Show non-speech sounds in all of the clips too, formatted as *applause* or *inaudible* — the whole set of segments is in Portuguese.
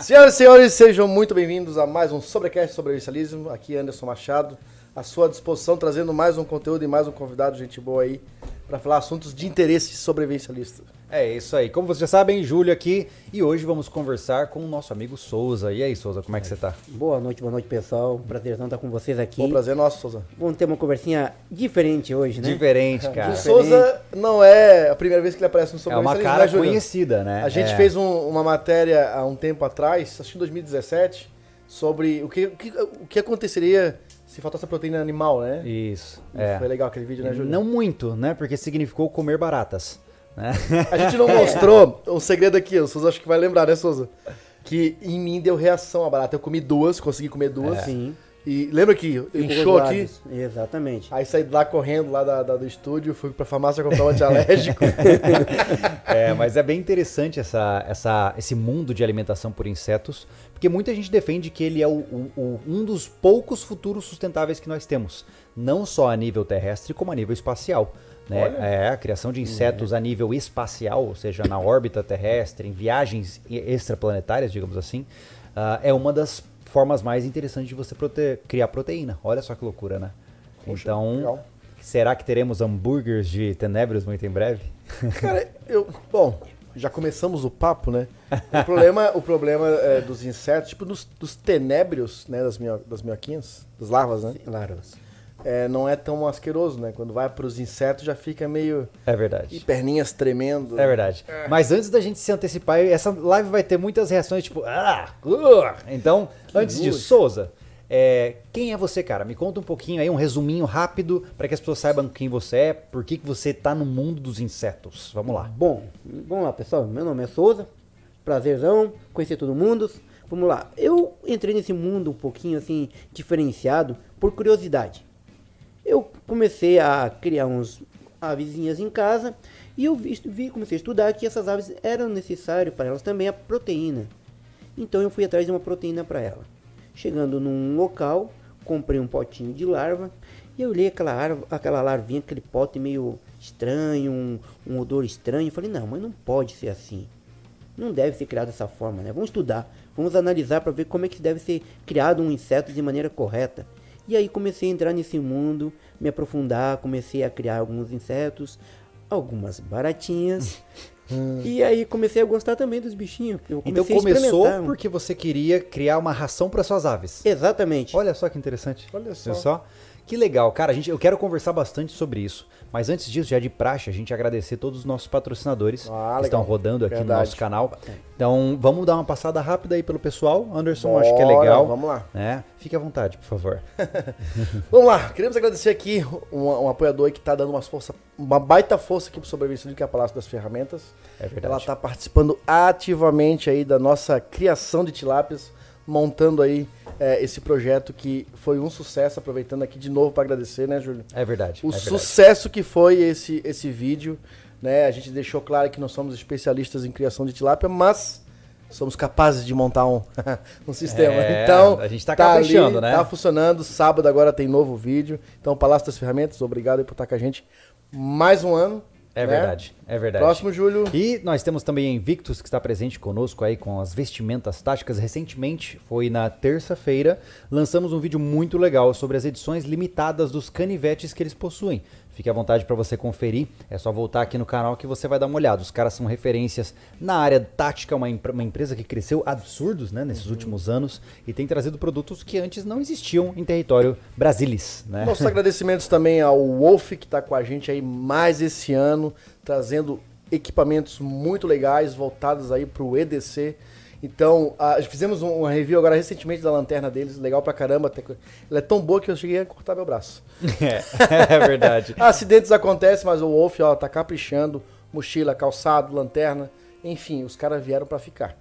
Senhoras e senhores, sejam muito bem-vindos a mais um Sobrecast sobre Universalismo. Aqui é Anderson Machado, à sua disposição, trazendo mais um conteúdo e mais um convidado, gente boa aí, para falar assuntos de interesse sobrevivencialista. É isso aí. Como vocês já sabem, Júlio aqui e hoje vamos conversar com o nosso amigo Souza. E aí, Souza, como é que você tá? Boa noite, boa noite, pessoal. Prazerzão estar com vocês aqui. Bom prazer nosso, Souza. Vamos ter uma conversinha diferente hoje, *laughs* né? Diferente, O cara. Souza não é a primeira vez que ele aparece no É uma sobrevivencialismo, cara né, Júlio? conhecida, né? A gente É. fez um- uma matéria há um tempo atrás, acho que em 2017, sobre o que, o que, o que aconteceria se faltasse a proteína animal, né? Isso. E É. Foi legal aquele vídeo, né, Júlio? Não muito, né? Porque significou comer baratas. Né? *laughs* A gente não mostrou um segredo aqui, o Souza acho que vai lembrar, né, Souza? Que em mim deu reação à barata. Eu comi duas, consegui comer duas. Sim. E lembra que eu Ficou inchou os aqui? lados. Exatamente. Aí saí de lá correndo, lá da- da- do estúdio, fui pra farmácia comprar um antialérgico. É, mas é bem interessante essa, essa, esse mundo de alimentação por insetos, porque muita gente defende que ele é o- o- o- um dos poucos futuros sustentáveis que nós temos, não só a nível terrestre, como a nível espacial. Né? É, a criação de insetos a nível espacial, ou seja, na órbita terrestre, em viagens e- extraplanetárias, digamos assim, ah, é uma das formas mais interessantes de você prote- criar proteína. Olha só que loucura, né? então, legal. será que teremos hambúrgueres de tenebros muito em breve? *laughs* Cara, eu. Bom, já começamos o papo, né? O problema, o problema é, dos insetos, tipo dos, dos tenébrios, né? Das, minho, das minhoquinhas, das larvas, né? Claro. É, não é tão asqueroso, né? Quando vai pros insetos já fica meio. É verdade. E perninhas tremendo. É verdade. Mas antes da gente se antecipar, essa live vai ter muitas reações, tipo, ah, uh." então, antes disso, Souza, é, quem é você, cara? Me conta um pouquinho aí, um resuminho rápido, para que as pessoas saibam quem você é, por que, que você tá no mundo dos insetos. Vamos lá. Bom, vamos lá, pessoal. Meu nome é Souza. Prazerzão. Conhecer todo mundo. Vamos lá. Eu entrei nesse mundo um pouquinho assim, diferenciado, por curiosidade. Eu comecei a criar uns avezinhas em casa e eu vi, vi- comecei a estudar que essas aves eram necessárias para elas também a proteína. Então eu fui atrás de uma proteína para ela. Chegando num local, comprei um potinho de larva e eu olhei aquela, arva, aquela larvinha, aquele pote meio estranho, um, um odor estranho. Eu Falei, não, mas não pode ser assim. Não deve ser criado dessa forma, né? Vamos estudar, vamos analisar para ver como é que deve ser criado um inseto de maneira correta. E aí comecei a entrar nesse mundo, me aprofundar, comecei a criar alguns insetos, *laughs* algumas baratinhas. e aí comecei a gostar também dos bichinhos. Eu Hum. Então comecei a experimentar. um- começou porque você queria criar uma ração para suas aves. Exatamente. Olha só que interessante. Olha só. Viu Que legal, cara. A gente, eu quero conversar bastante sobre isso. Mas antes disso, já de praxe, a gente agradecer todos os nossos Ah, patrocinadores que legal. estão rodando aqui no Verdade. nosso canal. Então, vamos dar uma passada rápida aí pelo pessoal. Anderson, acho que é Bora, legal. vamos lá. É, fique à vontade, por favor. Vamos lá, queremos agradecer aqui um, um apoiador que está dando umas força, uma baita força aqui pro Sobrevivência, que é a Palácio das Ferramentas. É verdade. Ela está participando ativamente aí da nossa criação de tilápias, montando aí é, esse projeto que foi um sucesso, aproveitando aqui de novo para agradecer, né, Júlio? É verdade. o é verdade. sucesso que foi esse, esse vídeo. Né? A gente deixou claro que nós somos especialistas em criação de tilápia, mas somos capazes de montar um, *laughs* um sistema. É, então, a gente tá ali, caprichando, né? Tá funcionando. Sábado agora tem novo vídeo. Então, Palácio das Ferramentas, obrigado aí por estar com a gente mais um ano. né? É verdade, é verdade. Próximo, Júlio. E nós temos também a Invictus, que está presente conosco aí com as vestimentas táticas. Recentemente, foi na terça-feira, lançamos um vídeo muito legal sobre as edições limitadas dos canivetes que eles possuem. Fique à vontade para você conferir, é só voltar aqui no canal que você vai dar uma olhada. Os caras são referências na área tática, uma, impre- uma empresa que cresceu absurdos né, nesses últimos anos e tem trazido produtos que antes não existiam em território brasilis. Né? É. Nossos agradecimentos também ao Wolf, que está com a gente aí mais esse ano, trazendo equipamentos muito legais voltados aí para o EDC. Então, a- fizemos um- uma review agora recentemente da lanterna deles, legal pra caramba. até que- Ela é tão boa que eu cheguei a cortar meu braço. *laughs* é, é *laughs* verdade. Acidentes acontecem, mas o Wolf, ó, tá caprichando. Mochila, calçado, lanterna, enfim, os caras vieram pra ficar.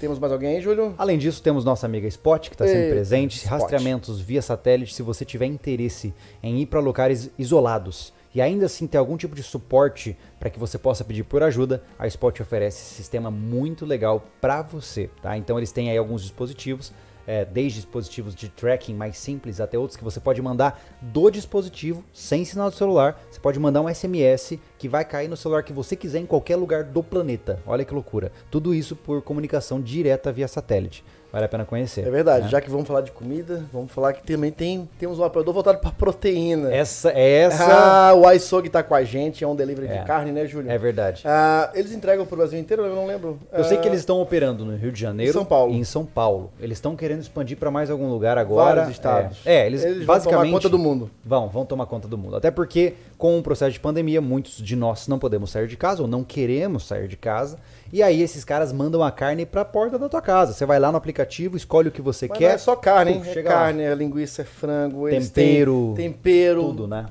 Temos mais alguém aí, Júlio? Além disso, temos nossa amiga Spot, que está sempre Eita, presente. Spot. Rastreamentos via satélite, se você tiver interesse em ir para locais isolados e ainda assim ter algum tipo de suporte para que você possa pedir por ajuda, a Spot oferece esse sistema muito legal para você, tá? Então eles têm aí alguns dispositivos. é, é, desde dispositivos de tracking mais simples até outros que você pode mandar do dispositivo, sem sinal do celular. Você pode mandar um SMS que vai cair no celular que você quiser em qualquer lugar do planeta. Olha que loucura. Tudo isso por comunicação direta via satélite. Vale a pena conhecer. É verdade, né? já que vamos falar de comida, vamos falar que também tem, temos um apoiador voltado para proteína. Essa, essa Ah, o iSog tá com a gente, é um delivery É. de carne, né, Júlio? é verdade. Ah, eles entregam pro Brasil inteiro, eu não lembro. Eu sei Ah, que eles estão operando no Rio de Janeiro São Paulo. e em São Paulo. Eles estão querendo expandir para mais algum lugar agora. Vários estados. É, é, eles, Eles vão basicamente tomar conta do mundo. Vão, vão tomar conta do mundo. Até porque com o processo de pandemia, muitos de nós não podemos sair de casa ou não queremos sair de casa. E aí esses caras mandam a carne para porta da tua casa. Você vai lá no aplicativo, escolhe o que você Mas quer. não é só carne, hein? pum, É chega lá. carne, é linguiça, é frango, eles Tempero. têm tempero. Tudo, né?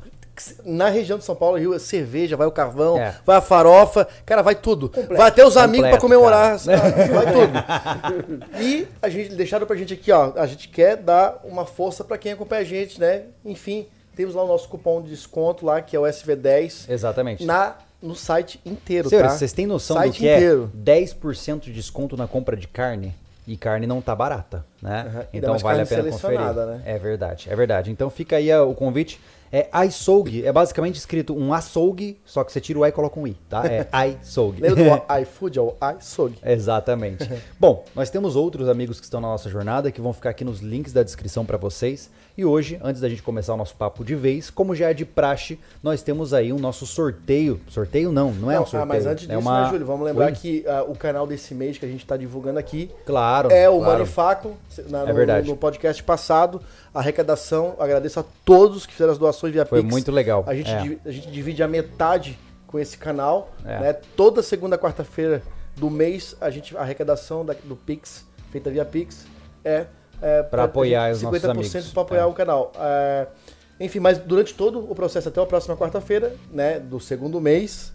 Na região de São Paulo, Rio, é cerveja, vai o carvão, É. vai a farofa, cara, vai tudo. Vai até os amigos pra Completo, comemorar, sabe? vai *laughs* tudo. E a gente deixaram pra gente aqui, ó, a gente quer dar uma força pra quem acompanha a gente, né? Enfim, temos lá o nosso cupom de desconto lá, que é o SV10. Exatamente. na no site inteiro, Senhores, tá? vocês têm noção site do que inteiro. é 10% de desconto na compra de carne? E carne não tá barata, Aham, né? ainda Então mais vale a carne pena conferir. selecionada, né? É verdade, é verdade. Então fica aí ah, o convite. É iSougue, é basicamente escrito um açougue, só que você tira o i e coloca um i, tá? *laughs* É iSougue. Lembra *laughs* do iFood, é o iSog. *laughs* Exatamente. Bom, nós temos outros amigos que estão na nossa jornada que vão ficar aqui nos links da descrição para vocês. E hoje, antes da gente começar o nosso papo de vez, como já é de praxe, nós temos aí o nosso sorteio. Sorteio não, não é um sorteio. ah, mas antes disso, é uma... né, Júlio? Vamos lembrar Oi? que ah, o canal desse mês que a gente tá divulgando aqui Claro. é o claro. Manifaco, se- na- É no, verdade. no podcast passado. A arrecadação, agradeço a todos que fizeram as doações via Foi Pix. muito legal. A gente, É. divi- a gente divide a metade com esse canal. É. Né? Toda segunda, quarta-feira do mês, a gente a arrecadação da- do Pix, feita via Pix, é, é Pra apoiar os nossos 50% amigos. para apoiar É. o canal. É, enfim, mas durante todo o processo, até a próxima quarta-feira, né, do segundo mês,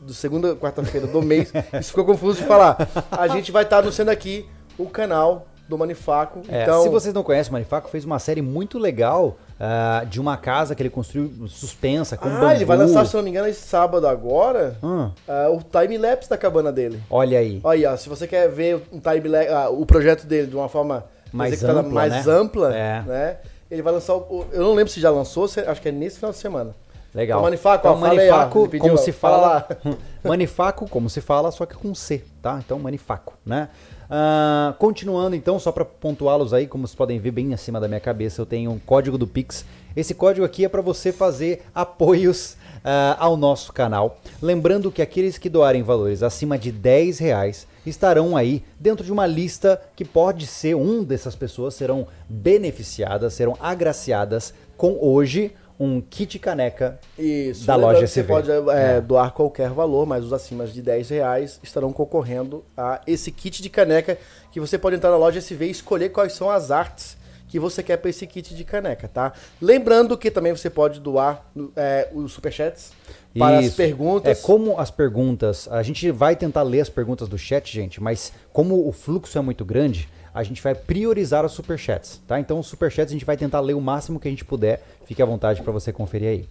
do segunda quarta-feira do *laughs* mês, isso ficou confuso de falar. A gente vai estar anunciando aqui o canal do Manifaco. É, então, se vocês não conhecem, o Manifaco fez uma série muito legal ah, de uma casa que ele construiu suspensa com ah, bambu. ele vai lançar, se eu não me engano, esse sábado agora, Hum, ah, o time-lapse da cabana dele. olha aí. Olha, aí, ó, se você quer ver um time la- ah, o projeto dele de uma forma Mais executada ampla, tá mais né? ampla, É. né? Ele vai lançar o. Eu não lembro se já lançou, se- acho que é nesse final de semana. Legal. Então, Manifaco, Então, ó, fala aí, ó, Manifaco, ele pediu, como ó, se fala fala. *laughs* Manifaco, como se fala, só que com C, tá? Então, Manifaco, né? Ah, continuando, então, só para pontuá-los aí, como vocês podem ver bem acima da minha cabeça, eu tenho um código do Pix. Esse código aqui é para você fazer apoios ah, ao nosso canal. Lembrando que aqueles que doarem valores acima de 10 reais estarão aí dentro de uma lista que pode ser um dessas pessoas serão beneficiadas, serão agraciadas com hoje um kit caneca *laughs* Isso. Da lembrando loja que Você SV. pode é, doar qualquer valor, mas os acima de 10 reais estarão concorrendo a esse kit de caneca que você pode entrar na loja SV e escolher quais são as artes que você quer para esse kit de caneca, tá? Lembrando que também você pode doar é, os superchats para as Isso. perguntas. É, como as perguntas. A gente vai tentar ler as perguntas do chat, gente, mas como o fluxo é muito grande, a gente vai priorizar os superchats, tá? Então, os superchats a gente vai tentar ler o máximo que a gente puder. Fique à vontade para você conferir aí.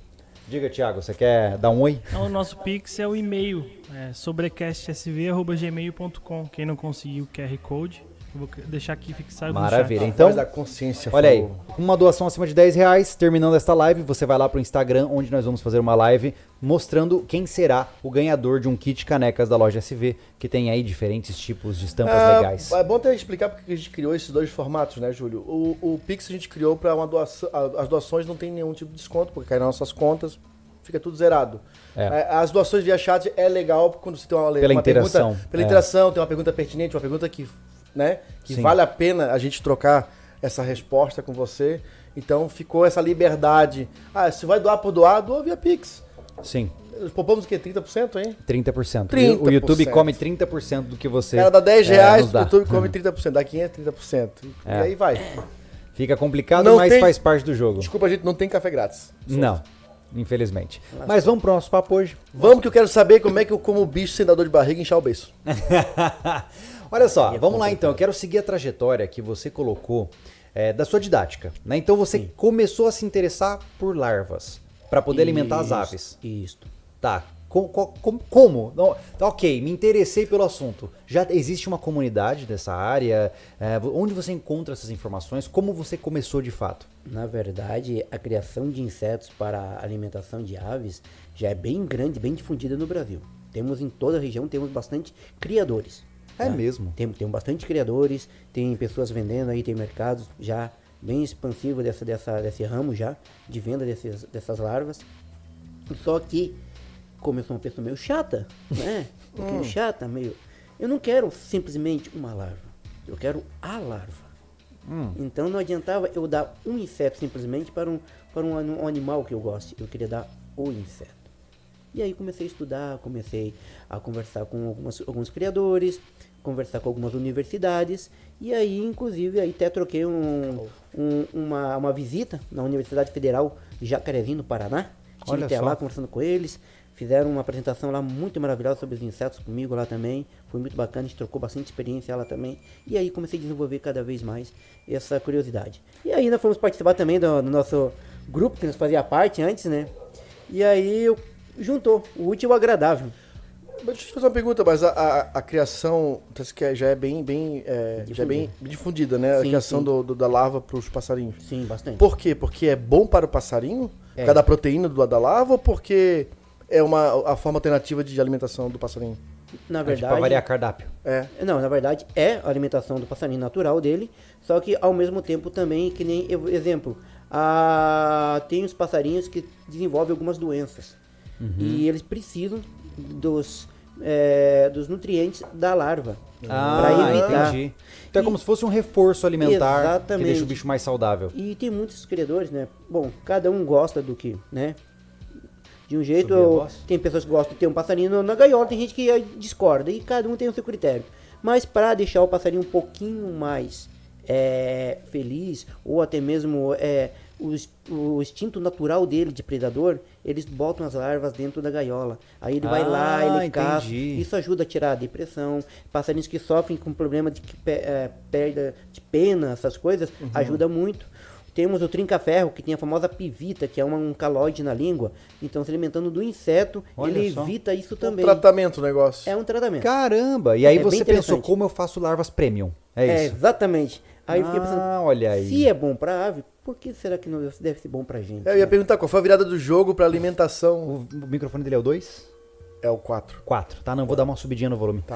Diga, Thiago, você quer dar um oi? Então, o nosso Pix é o e-mail, é sobrecastsv.gmail.com. Quem não conseguiu o QR Code, eu vou deixar aqui fixado no chat. Maravilha, A então- voz da consciência. Olha aí, falou. uma doação acima de 10 reais. Terminando esta live, você vai lá pro Instagram, onde nós vamos fazer uma live mostrando quem será o ganhador de um kit canecas da loja SV, que tem aí diferentes tipos de estampas Ah, legais. É bom até explicar porque a gente criou esses dois formatos, né, Júlio? O, o Pix a gente criou para uma doação. a- As doações não tem nenhum tipo de desconto, porque cai nas nossas contas, fica tudo zerado. É. É, As doações via chat é legal quando você tem uma, Pela uma interação, Pergunta, pela é. interação, tem uma pergunta pertinente, uma pergunta que, né, que Sim. vale a pena a gente trocar essa resposta com você. Então ficou essa liberdade. Ah, se vai doar por doar, doa via Pix. Sim. Poupamos o quê? 30%, hein? 30%. 30%. O YouTube come 30% do que você. O cara dá 10 é, reais, nos o dá. YouTube come 30%, dá 500, 30%. É. E aí vai. Fica complicado, Não mas tem- faz parte do jogo. Desculpa, gente, não tem café grátis. Não, infelizmente. Mas vamos pro nosso papo *laughs* hoje. Vamos que eu quero saber como é que eu como bicho sem dar dor de barriga e inchar o beiço. Olha só, vamos lá então. Eu quero seguir a trajetória que você colocou é, da sua didática. Né? Então você começou a se interessar por larvas para poder alimentar as aves. Isto. Tá. Co- co- com- como? Não, tá, ok, me interessei pelo assunto. Já existe uma comunidade dessa área? É, vo- onde você encontra essas informações? Como você começou de fato? Na verdade, a criação de insetos para alimentação de aves já é bem grande, bem difundida no Brasil. Temos em toda a região, temos bastante criadores. É tá? mesmo? Tem, tem bastante criadores, tem pessoas vendendo aí, tem mercados já bem expansivo dessa, dessa, desse ramo já, de venda desses, dessas larvas. Só que, como eu sou uma pessoa meio chata, *laughs* né? Um Hum. pouquinho chata, meio... Eu não quero simplesmente uma larva, eu quero a larva. Hum. Então não adiantava eu dar um inseto simplesmente para, um, para um, an- um animal que eu goste. Eu queria dar o inseto. E aí comecei a estudar, comecei a conversar com algumas, alguns criadores, conversar com algumas universidades. E aí, inclusive, aí até troquei um, um- uma, uma visita na Universidade Federal de Jacarezinho, no Paraná. Estive Olha até só. lá conversando com eles. Fizeram uma apresentação lá muito maravilhosa sobre os insetos comigo lá também. Foi muito bacana, a gente trocou bastante experiência lá também. E aí comecei a desenvolver cada vez mais essa curiosidade. E aí nós fomos participar também do, do nosso grupo que nós fazia parte antes, né? E aí eu- juntou o útil ao agradável. Mas deixa eu te fazer uma pergunta, mas a, a, a criação parece que é- já é bem, bem, é, já é bem difundida, né? a Sim, criação sim. do- do- da larva para os passarinhos. Sim, bastante. Por quê? Porque é bom para o passarinho? É. Por causa da proteína do, da larva ou porque é uma, a forma alternativa de alimentação do passarinho? Na É, tipo, pra verdade, variar cardápio. É. Não, na verdade é a alimentação do passarinho natural dele, só que ao mesmo tempo também, que nem, eu- exemplo, a, tem os passarinhos que desenvolvem algumas doenças. E eles precisam dos, é, dos nutrientes da larva. pra evitar. Ah, entendi. Então é como se fosse um reforço alimentar Exatamente. que deixa o bicho mais saudável. E tem muitos criadores, né? Bom, cada um gosta do que, né? De um jeito, Subir a eu- voz? tem pessoas que gostam de ter um passarinho na gaiola, tem gente que eh, discorda, e cada um tem o seu critério. Mas para deixar o passarinho um pouquinho mais eh, feliz, ou até mesmo eh, o, ins- o instinto natural dele de predador, eles botam as larvas dentro da gaiola. Aí ele vai lá, Ah, ele caça, entendi. isso ajuda a tirar a depressão. Passarinhos que sofrem com problema de que pe- eh, perda de pena, essas coisas, Uhum. ajuda muito. Temos o trinca-ferro, que tem a famosa pivita, que é uma- um calóide na língua. Então, se alimentando do inseto, Olha ele só. evita isso É um também. tratamento o negócio. É um tratamento. Caramba! E aí É bem você pensou, interessante. como eu faço larvas premium? É É, isso. exatamente. Aí eu fiquei Ah, pensando, olha aí. se é bom pra ave, por que será que não deve ser bom pra gente? É É, Eu ia né? perguntar qual foi a virada do jogo para alimentação. O, o microfone dele é o 2? É o 4. 4, tá? Não, vou dar uma subidinha no volume. Tá.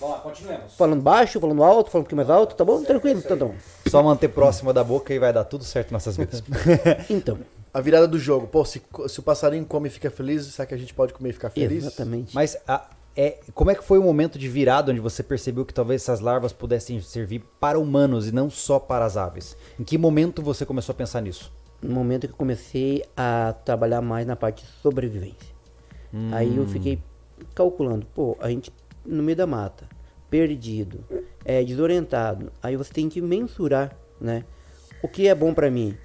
Vamos lá, continuemos. Falando baixo, falando alto, falando um pouquinho mais alto, tá bom? Tranquilo, então. tá bom. Só manter próximo da boca e vai dar tudo certo nessas *laughs* vidas. Então, A virada do jogo. Pô, se, co- se o passarinho come e fica feliz, será que a gente pode comer e ficar feliz? exatamente. Mas a- é, como é que foi o momento de virada onde você percebeu que talvez essas larvas pudessem servir para humanos e não só para as aves? Em que momento você começou a pensar nisso? no momento que eu comecei a trabalhar mais na parte de sobrevivência. Aí eu fiquei calculando, pô, a gente no meio da mata, perdido, é, desorientado. Aí você tem que mensurar, né? O que é bom pra mim?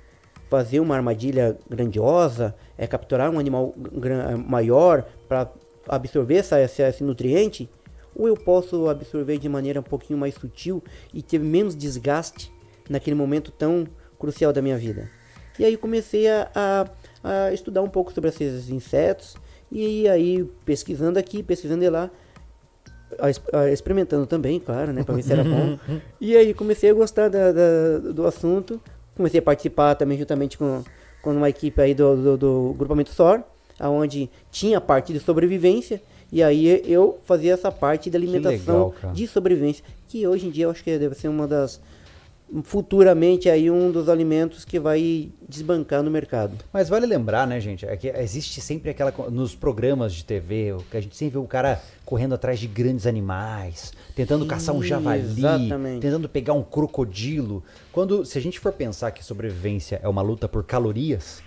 Fazer uma armadilha grandiosa, é capturar um animal gran- maior pra absorver essa, essa- esse nutriente? Ou eu posso absorver de maneira um pouquinho mais sutil e ter menos desgaste naquele momento tão crucial da minha vida? E aí comecei a, a- a estudar um pouco sobre esses insetos. E aí, pesquisando aqui, pesquisando lá, a ex- a experimentando também, claro, né? Pra ver se era *laughs* bom. Uhum. E aí comecei a gostar da- da- do assunto. Comecei a participar também juntamente com, com uma equipe aí do, do, do grupamento SOR, aonde tinha a parte de sobrevivência. E aí eu fazia essa parte da alimentação legal, cara. de sobrevivência, que hoje em dia eu acho que deve ser uma das futuramente aí um dos alimentos que vai desbancar no mercado. Mas vale lembrar, né, gente? É que existe sempre aquela. co- Nos programas de TV, o que a gente sempre vê o cara correndo atrás de grandes animais, tentando Sim, caçar um javali, exatamente. tentando pegar um crocodilo. Quando, se a gente for pensar que sobrevivência é uma luta por calorias,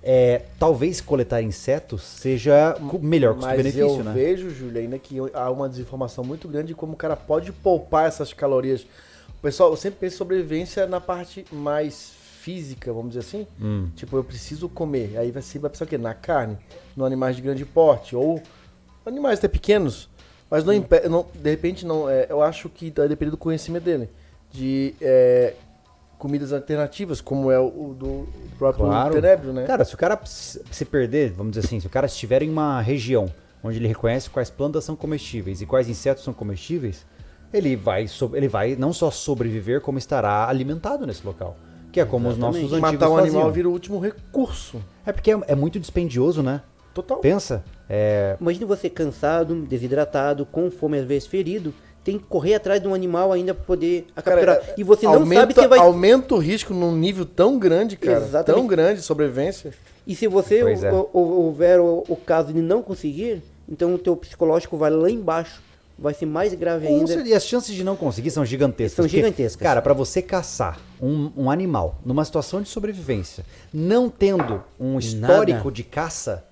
é, talvez coletar insetos seja co- melhor Mas custo-benefício, eu né? vejo, Júlio, ainda que há uma desinformação muito grande de como o cara pode poupar essas calorias. O pessoal eu sempre pensa em sobrevivência na parte mais física, vamos dizer assim. Hum. Tipo, eu preciso comer. Aí você vai pensar o quê? Na carne, no animais de grande porte, ou animais até pequenos. Mas Hum. não, tá impe- não- de repente não. é, eu acho que vai depender do conhecimento dele. De é, comidas alternativas, como é o do próprio Claro. Tenebro, né? Cara, se o cara se se perder, vamos dizer assim, se o cara estiver em uma região onde ele reconhece quais plantas são comestíveis e quais insetos são comestíveis, ele vai, so- ele vai não só sobreviver, como estará alimentado nesse local. Que é como os nossos antigos Matar um faziam. animal vira o último recurso. É porque é, é muito dispendioso, né? Total. Pensa, é, Imagina você cansado, desidratado, com fome, às vezes ferido, tem que correr atrás de um animal ainda pra poder a Cara, é, capturar. e você não aumenta- sabe se vai. Aumenta o risco num nível tão grande, cara. Exatamente. Tão grande de sobrevivência. E se você Pois é. o- o- houver o, o caso de não conseguir, então o teu psicológico vai lá embaixo. Vai ser mais grave Com ainda. certeza, E as chances de não conseguir são gigantescas. São porque, gigantescas. Cara, pra você caçar um, um animal numa situação de sobrevivência, não tendo um histórico de caça,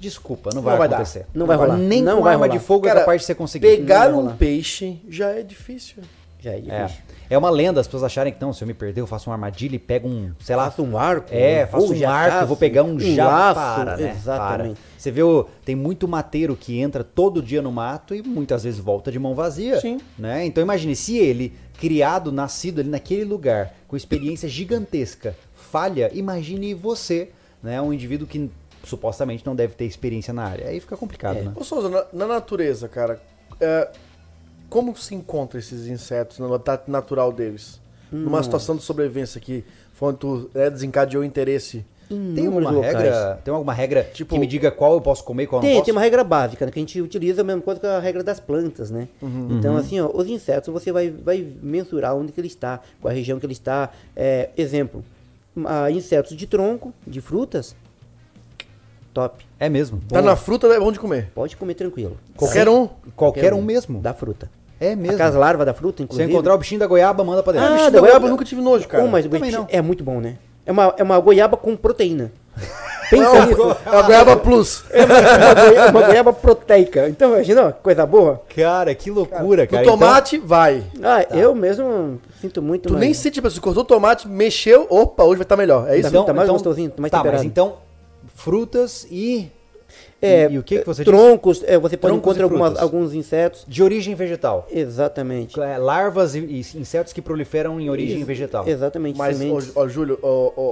desculpa, não vai, Não vai dar. acontecer. Não vai rolar. Nem Não com vai arma rolar. de fogo Cara, é capaz de você conseguir. Pegar Não, um lá. peixe já é difícil. Já É. é difícil. é uma lenda, as pessoas acharem que não, se eu me perder, eu faço uma armadilha e pego um, sei lá, Faço um arco, É, um faço voo, um já arco, caço, vou pegar um, um já laço, para, né? exatamente. Para. Você vê, o- tem muito mateiro que entra todo dia no mato e muitas vezes volta de mão vazia, Sim. né? Então imagine se ele, criado, nascido ali naquele lugar, com experiência gigantesca, falha, imagine você, né, um indivíduo que supostamente não deve ter experiência na área. Aí fica complicado, né? Ô Souza, na, na natureza, cara, é, como se encontra esses insetos no habitat natural deles? Hum. Numa situação de sobrevivência que foi onde tu é, desencadeou o interesse. Hum. Tem alguma Inúmeros regra, tem alguma regra Tipo- que me diga qual eu posso comer, qual eu não Tem, posso? tem uma regra básica, né, que a gente utiliza a mesma coisa que a regra das plantas, né? Uhum, Então, assim, ó, os insetos você vai, vai mensurar onde que ele está, qual a região que ele está. É, exemplo, ah, insetos de tronco, de frutas, top. É mesmo. Tá na fruta, é bom de comer. Pode comer tranquilo. Qualquer um. Qualquer um mesmo. Da fruta. É mesmo. Aquelas larvas da fruta, Se eu inclusive. encontrar o bichinho da goiaba, manda pra dentro. Ah, bicho da da goiaba goiaba. eu nunca tive nojo, cara. Oh, mas o Também bicho não. é muito bom, né? É uma, é uma goiaba com proteína. *laughs* Pensa Não, nisso. é a goiaba plus. É, uma, goiaba, uma goiaba proteica. Então, imagina, ó, coisa boa. Cara, que loucura, No cara. então- tomate, vai. Ah, eu mesmo sinto muito. Tá. Tu mas- nem sente, tipo, se cortou o tomate, mexeu, opa, hoje vai estar melhor. É isso? Tá mais gostosinho, mais Então, tá, mas temperado. então, frutas e. É, e o que, que você disse? troncos, é, você pode Troncos e encontrar algumas- frutas. alguns insetos. De origem vegetal. Exatamente. É, Larvas e, e insetos que proliferam em origem vegetal. Exatamente. Mas, ô, sementes. ô, Júlio, ô, ô,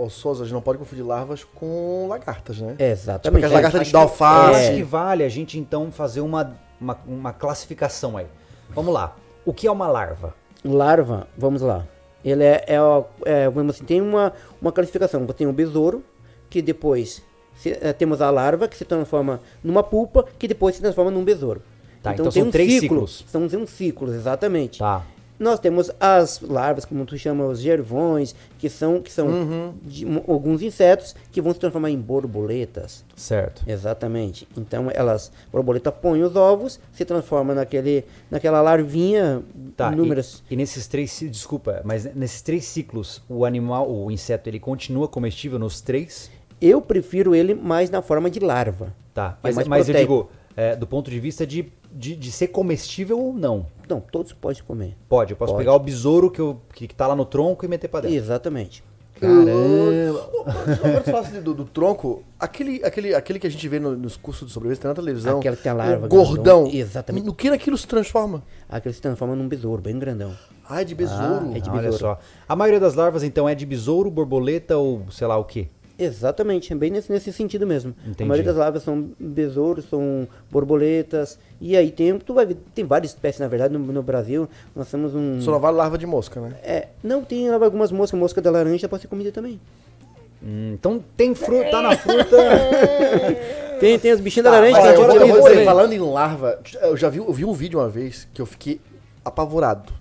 ô, ô, Souza, a gente não pode confundir larvas com lagartas, né? É. Exatamente. Tipo aquelas lagartas acho de que- alface. Acho É. que vale a gente então fazer uma, uma, uma classificação aí. Vamos lá. O que é uma larva? Larva, vamos lá. Ele é, é, ó, é, vamos assim, tem uma, uma classificação. Você tem o besouro, que depois se- é, temos a larva, que se transforma numa pulpa, que depois se transforma num besouro. um Tá, então são três ciclos. São uns ciclos, exatamente. Tá. Nós temos as larvas, como tu chama, os gervões, que são, que são Uhum. de- um- alguns insetos que vão se transformar em borboletas. Certo. Exatamente. Então elas, borboleta põe os ovos, se transforma naquele, naquela larvinha, Tá, e- inúmeras. E, nesses três, ci- desculpa, mas nesses três ciclos, o animal, o inseto, ele continua comestível nos três? Eu prefiro ele mais na forma de larva. Tá, É mas, mais mas eu proteico. digo, é, do ponto de vista de, de, de ser comestível ou não. Não, todos podem comer. Pode, eu posso Pode. pegar o besouro que, eu, que tá lá no tronco e meter pra dentro. Exatamente. Caramba! Agora tu falasse do, do tronco, aquele, aquele, aquele que a gente vê no- nos cursos de sobrevivência, tem na televisão. Aquele que tem a larva, o gordão. grandão. Exatamente. No que aquilo se transforma? Aquele se transforma num besouro, bem grandão. Ai, de besouro. é de Olha besouro. só. A maioria das larvas, então, é de besouro, borboleta ou sei lá o quê. Exatamente, é bem nesse, nesse sentido mesmo. Entendi. A maioria das larvas são besouros, são borboletas. E aí tem, tu vai ver, tem várias espécies, na verdade, no, no Brasil. Nós temos um. Só não vale larva de mosca, né? É, não, tem algumas moscas, mosca da laranja pode ser comida também. Hum, então tem fruta, tá *laughs* na fruta. Tem, Ah, tem os bichinhos da Tá, laranja. mas Olha, agora que eu, a vou, eu tem gente vou come dizer, também. falando em larva, eu já vi, eu vi um vídeo uma vez que eu fiquei apavorado.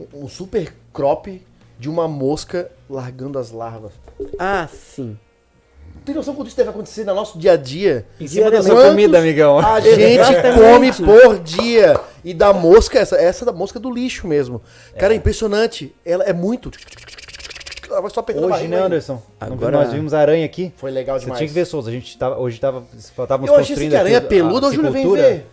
Um, um super crop de uma mosca largando as larvas. *laughs* Ah, sim. Tem noção quando isso deve acontecer no nosso dia a dia? em cima da Diariamente. sua comida, amigão. A gente *laughs* come por dia. E da mosca, essa, essa da mosca é do lixo mesmo. Cara, é impressionante. Ela é muito. Ela vai só apertando a Hoje, barriga, né, vai. Anderson? Agora- Nós vimos a aranha aqui. Foi legal Você demais. tinha que ver, Souza. A gente tava, hoje tava, estávamos Eu achei assim construindo que aqui aranha a- peluda, a o Júlio vem sepultura. ver.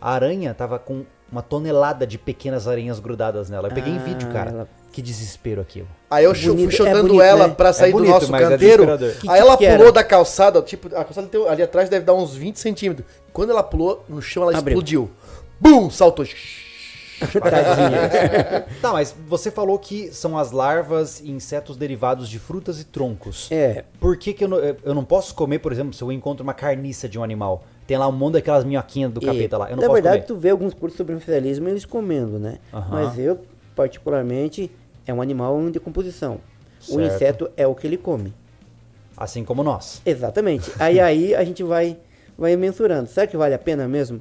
A aranha tava com uma tonelada de pequenas aranhas grudadas nela. Eu peguei Ah, em vídeo, cara. ela- Que desespero aquilo. Aí eu cho- fui Bonito, é chutando bonito, ela né? pra sair É bonito, do nosso mas é canteiro. desesperador. Que aí ela que pulou era? da calçada, tipo, a calçada tem- ali atrás deve dar uns 20 centímetros. Quando ela pulou no chão, ela Abriu. explodiu. Bum! Saltou. Tadinha. *laughs* Tá, mas você falou que são as larvas e insetos derivados de frutas e troncos. É. Por que, que eu, não, eu não posso comer, por exemplo, se eu encontro uma carniça de um animal? Tem lá um monte daquelas minhoquinhas do E, capeta lá. Eu não na posso verdade, comer. tu vê alguns cursos sobre oficialismo eles comendo, né? Aham. Mas eu, particularmente, é um animal em decomposição. O Certo. inseto é o que ele come. Assim como nós. Exatamente. Aí aí a gente vai, vai mensurando. Será que vale a pena mesmo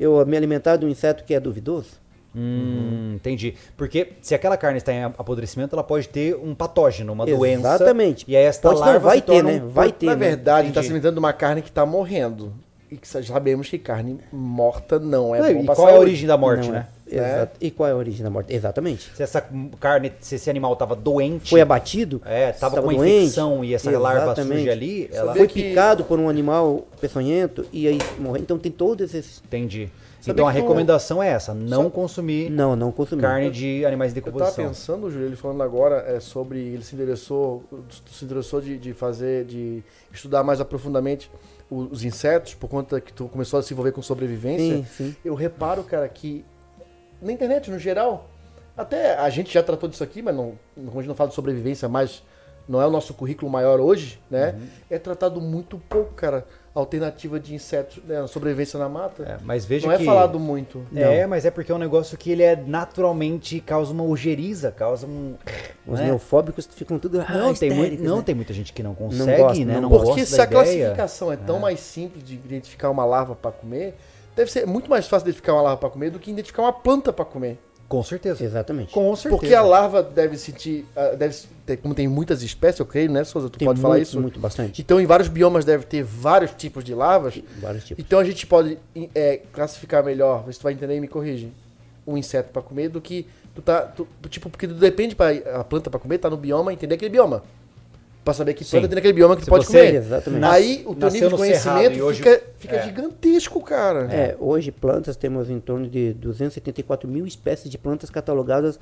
eu me alimentar de um inseto que é duvidoso? Hum, Uhum. entendi. Porque se aquela carne está em apodrecimento, ela pode ter um patógeno, uma doença. Exatamente. E aí esta Pode não, larva vai se ter, torna né? um- Vai ter, Na né? verdade, está Entendi. se alimentando de uma carne que está morrendo. E que sabemos que carne morta não é Não, bom e pra qual é a saúde. origem da morte, Não é. né? Exato. E qual é a origem da morte? Exatamente. Se essa carne, se esse animal estava doente, Foi abatido? é, tava, estava com uma doente, infecção e essa larva exatamente. surge ali, ela Sabia Foi que- picado por um animal peçonhento e aí morreu. Então tem todos esses. Entendi. Sabia então a que tu- recomendação é essa: não consumir um- Não, não consumi. carne de animais em Eu tava decomposição. pensando, Júlio, ele falando agora é, sobre. Ele se interessou, se interessou de, de fazer, de estudar mais aprofundamente o- os insetos, por conta que tu começou a se envolver com sobrevivência. Sim, sim. Eu reparo, cara, que na internet, no geral, até a gente já tratou disso aqui, mas não, como a gente não fala de sobrevivência, mas não é o nosso currículo maior hoje, né? Uhum. É tratado muito pouco, cara, a alternativa de insetos, né, sobrevivência na mata. É, mas veja não é que. falado muito. É, mas é porque é um negócio que ele é naturalmente causa uma ojeriza, causa um. Os né? neofóbicos ficam tudo. ah, Não, tem muito, histéricos, não né? tem muita gente que não consegue, gosta, né? não Não gosta. Porque gosta se a da ideia. classificação é tão mais simples de identificar uma larva para comer, deve ser muito mais fácil identificar uma larva para comer do que identificar uma planta para comer. Com certeza. Exatamente. Com certeza. Porque a larva deve sentir, ah, deve ter, como tem muitas espécies, eu creio, né, Souza? Tu Tem pode muito, falar isso? muito, bastante. Então, em vários biomas deve ter vários tipos de larvas. Vários Tipo. tipos. Então, a gente pode em- é, classificar melhor, vê se tu vai entender e me corrige, um inseto para comer do que tu tá, tu- tipo, porque tu depende pra, a planta para comer tá no bioma, entender aquele bioma. Pra saber que planta Sim. tem naquele bioma que tu Se pode você- comer. Exatamente. Aí o teu nível Nasceu de no Cerrado conhecimento e hoje- fica, fica é. gigantesco, cara. É, hoje plantas temos em torno de 274 mil espécies de plantas catalogadas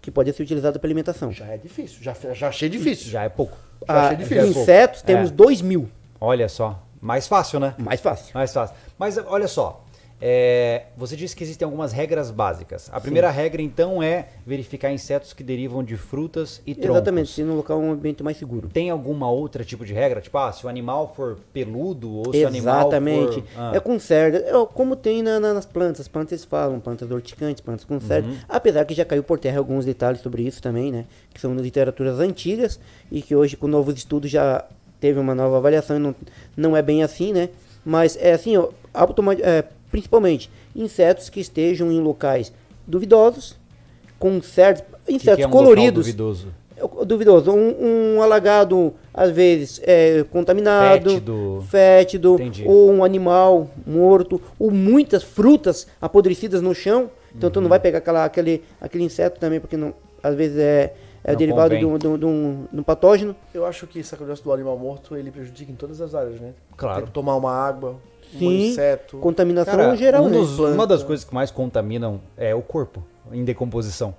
que podem ser utilizadas para alimentação. Já é difícil, já, já achei difícil. Já é pouco. Já Ah, achei difícil. insetos temos É. 2 mil. Olha só. Mais fácil, né? Mais fácil. Mais fácil. Mas olha só. é, você disse que existem algumas regras básicas. A primeira regra, então, é verificar insetos que derivam de frutas e troncos. Exatamente, se no local é um ambiente mais seguro. Tem alguma outra tipo de regra? Tipo, ah, se o animal for peludo ou se o animal for... Exatamente. Ah, É com cerda. É como tem na- na- nas plantas. As plantas eles falam, plantas urticantes, plantas com cerda. Uhum. Apesar que já caiu por terra alguns detalhes sobre isso também, né? Que são literaturas antigas e que hoje, com novos estudos, já teve uma nova avaliação e não, não é bem assim, né? Mas é assim, ó, automa- é, principalmente insetos que estejam em locais duvidosos, com certos o que que é insetos um local coloridos. duvidoso? Eu- É Duvidoso. Um, um alagado, às vezes, é, contaminado. Fétido. fétido, Entendi. Ou um animal morto. Ou muitas frutas apodrecidas no chão. Então Uhum. tu não vai pegar aquela, aquele, aquele inseto também, porque não, às vezes é, é Não derivado convém. de um, de um- de um- de um patógeno. Eu acho que essa doença do animal morto, ele prejudica em todas as áreas, né? Claro. Tem que tomar uma água, um Sim. inseto. Contaminação Cara, geral, um né? dos- uma das coisas que mais contaminam é o corpo em decomposição.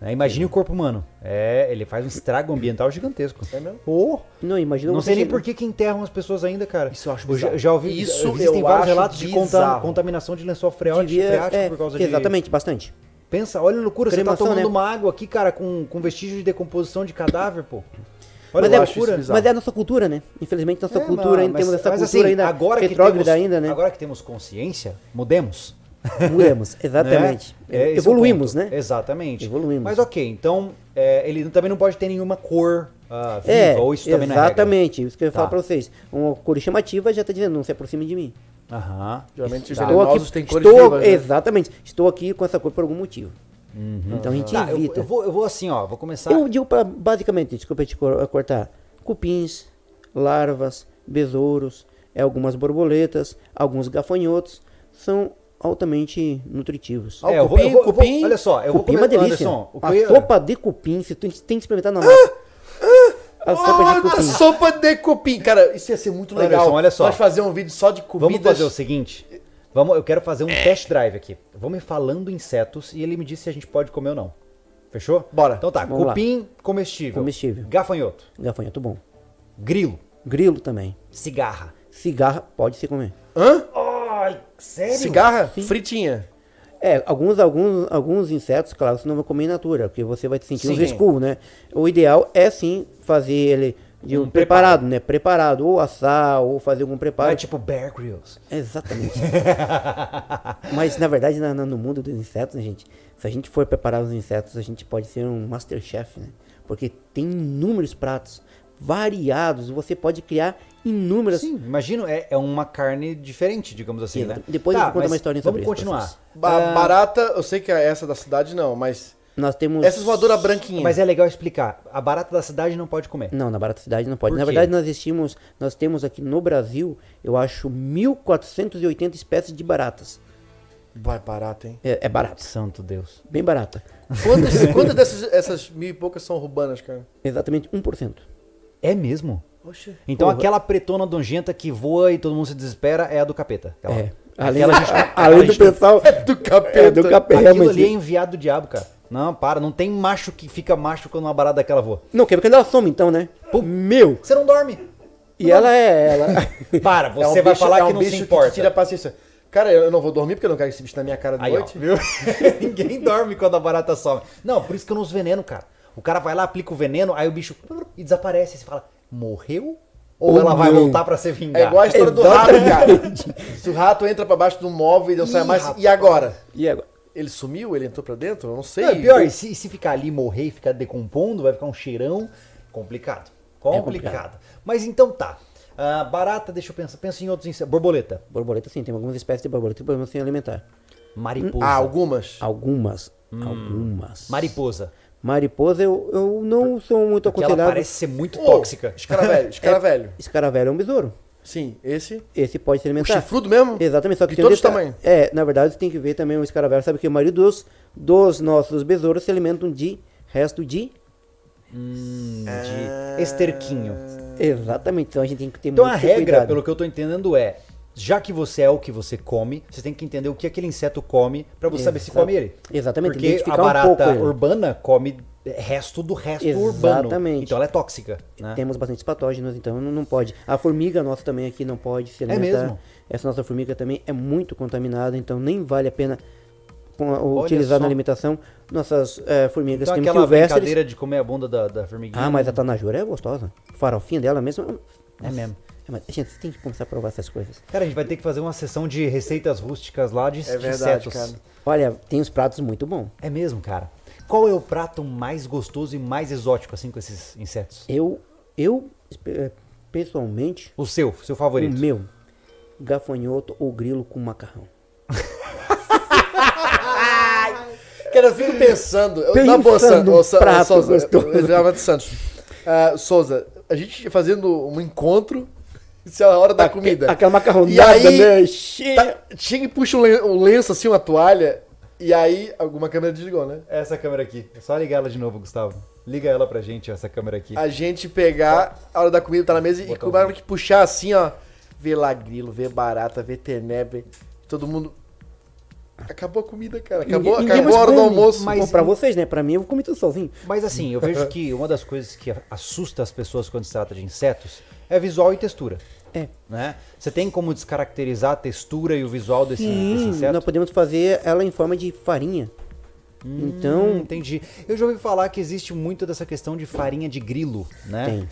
né? Imagine o corpo humano. É, ele faz um estrago ambiental gigantesco. É mesmo? Oh, Não, imagina um não você sei nem che- por que, que enterram as pessoas ainda, cara. Isso eu acho já, bizarro. já ouvi Isso existem eu vários acho relatos de conta- bizarro. contaminação de lençol freático, devia- freático é, por causa de. Exatamente, bastante. Pensa, olha a loucura, você Cremação, tá tomando né? uma água aqui, cara, com, com vestígio de decomposição de cadáver, pô. Olha Mas a é, acho isso loucura. bizarro. mas é a nossa cultura, né? Infelizmente, nossa É, cultura mas- ainda temos essa mas cultura assim, ainda agora que petrógrada temos- ainda, né? Agora que temos consciência, mudemos. Mudamos, *laughs* exatamente. Né? É, esse é o Evoluímos, ponto. né? Exatamente. Evoluímos. Mas ok, então é, ele também não pode ter nenhuma cor ah, viva, ou isso também não é regra. exatamente. Isso que eu ia Tá. falar pra vocês. Uma cor chamativa já tá dizendo, não se aproxime de mim. Aham. Geralmente os Tá. venenosos têm cores estou, vivas, né? Exatamente. Estou aqui com essa cor por algum motivo. Então a gente Tá, eu, evita. eu Eu, vou, eu vou assim, ó, vou começar. digo pra, basicamente, desculpa te cor- cortar, cupins, larvas, besouros, é, algumas borboletas, alguns gafanhotos, são altamente nutritivos. Al- É, eu vou- eu cupim, vou- eu vou- cupim. olha só, eu cupim é vou uma comer- delícia. Anderson, o que a eu ia- sopa de cupim, você tem, tem que experimentar na mão. Ah, A sopa de Olha, cupim. sopa de cupim. Cara, isso ia ser muito Anderson, legal. olha só. Nós fazer um vídeo só de comidas. Vamos fazer o seguinte. Vamos, eu quero fazer um test drive aqui. Vou me falando insetos e ele me diz se a gente pode comer ou não. Fechou? Bora. Então tá, Vamos lá. cupim comestível. Comestível. Gafanhoto. Gafanhoto bom. Grilo. Grilo também. Cigarra. Cigarra pode se comer. Hã? Ai, sério? Cigarra? Fritinha. É, alguns, alguns, alguns insetos, claro, você não vai comer in natura, porque você vai sentir os Sim. rescuos, né? O ideal é sim fazer ele de um Um preparado, né? Preparado, ou assar, ou fazer algum preparo. É tipo Bear Grylls. *laughs* Exatamente. Mas na verdade, na- na- no mundo dos insetos, né, gente, se a gente for preparar os insetos, a gente pode ser um masterchef, né? Porque tem inúmeros pratos variados, você pode criar inúmeras. Sim, imagino, é, é uma carne diferente, digamos assim, Sim, né? depois eu conto mas uma historinha sobre vamos isso pra continuar. Ah, vocês. Ba- Barata, eu sei que é essa da cidade não, mas. Nós temos. Essa voadora branquinha. Mas é legal explicar. A barata da cidade não pode comer. Não, na Barata Cidade não pode. Por Na quê? verdade, nós estimos, nós temos aqui no Brasil, eu acho, 1.480 espécies de baratas. Vai, barata, hein? É, é barato, Santo Deus. bem barata. Quantas, quantas *laughs* dessas essas mil e poucas são urbanas, cara? Exatamente 1%. É mesmo? Oxe. Então Porra. aquela pretona nojenta que voa e todo mundo se desespera é a do capeta. Aquela- É. Além, aquela gente- *laughs* aquela *laughs* além do gente- pessoal. Do capeta. É, do capeta. Aquilo realmente. ali é enviado do diabo, cara. Não, para, não tem macho que fica macho quando uma barata daquela voa. Não, quer ver quando ela some então, né? Pô, meu! Você não *laughs* dorme. E ela é. *laughs* Ela... Para, É um você vai bicho- falar é um que não bicho se te importa. tira a paciência. Cara, eu não vou dormir porque eu não quero esse bicho na minha cara de Aí, ó, noite. viu? *laughs* Ninguém dorme quando a barata some. Não, por isso que eu não uso veneno, cara. O cara vai lá, aplica o veneno, aí o bicho e desaparece. Aí você fala, morreu? Ou Ou ela vai não. voltar pra ser É vingada? igual a história do rato, cara. Se o rato entra pra baixo de um móvel e não sai Ih, mais. rapaz. E agora? e agora? Ele sumiu? Ele entrou pra dentro? Eu não sei. Não, é pior, e se, se ficar ali, morrer e ficar decompondo, vai ficar um cheirão complicado. É Complicado. Mas então tá. Ah, barata, deixa eu pensar. Penso em outros insetos. Borboleta. Borboleta sim, tem algumas espécies de borboleta que podemos sem alimentar. Mariposa. Ah, algumas? Algumas. Hum. Algumas. Mariposa. Mariposa eu, eu não sou muito Porque ela aconselhado. parece ser muito Ô, tóxica. Escaravelho, escaravelho. Escaravelho é um besouro. Sim, esse. Esse pode se O alimentar. chifrudo mesmo? Exatamente, só que De tem todos os detalhe. tamanhos. É, na verdade você tem que ver também o escaravelho, sabe que a maioria dos, dos nossos besouros se alimentam de resto de. *laughs* Hum, de esterquinho. Exatamente, então a gente tem Ah, que ter Então a muito regra, cuidado. pelo que eu tô entendendo, é. Já que você é o que você come, você tem que entender o que aquele inseto come pra você saber se Exa- come ele. Exatamente, Porque identificar a um pouco barata ele. urbana come resto do resto urbano. Exatamente. Então ela é tóxica. Né? Temos bastante patógenos, então não, não pode. A formiga nossa também aqui não pode se alimentar. É mesmo? Essa nossa formiga também é muito contaminada, então nem vale a pena com a- Olha utilizar só. na alimentação nossas eh, formigas. Então Temos aquela silvestres. brincadeira de comer a bunda da, da formiguinha. Ah, mas a tanajura é gostosa. Farofinha dela mesmo. um É mesmo. É, mas, gente, você tem que começar a provar essas coisas. Cara, a gente vai ter que fazer uma sessão de receitas rústicas lá de É de verdade, insetos. cara. Olha, tem uns pratos muito bons. É mesmo, cara. Qual é o prato mais gostoso e mais exótico, assim, com esses insetos? Eu, eu eh, pessoalmente, O seu, seu favorito. o meu, gafanhoto ou grilo com macarrão. Cara, eu fico pensando. eu- na Pensando bolsa, num ô, Sa- ô, um prato Souza, gostoso. eu virava de Santos. Ah, Souza, a gente fazendo um encontro, isso é a hora da comida. Aquela macarronada, E aí, né? Cheia. tá- chega e puxa um len- um lenço, assim, uma toalha, e aí alguma câmera desligou, né? Essa câmera aqui. É só ligar ela de novo, Gustavo. Liga ela pra gente, essa câmera aqui. A gente pegar, a hora da comida tá na mesa e Botar o começaram vídeo. que puxar assim, ó. Vê lagrilo, vê barata, vê tenebre, todo mundo. Acabou a comida, cara. Acabou, Ninguém- ninguém acabou a mais hora do come. almoço. Mas- Bom, pra vocês, né? Pra mim, eu vou comer tudo sozinho. Mas assim, eu vejo que uma das coisas que assusta as pessoas quando se trata de insetos é visual e textura. É. Né? Você tem como descaracterizar a textura e o visual desse, desse é Sim, inseto? nós podemos fazer ela em forma de farinha. Hum, então, entendi. Eu já ouvi falar que existe muito dessa questão de farinha de grilo, é. né? tem.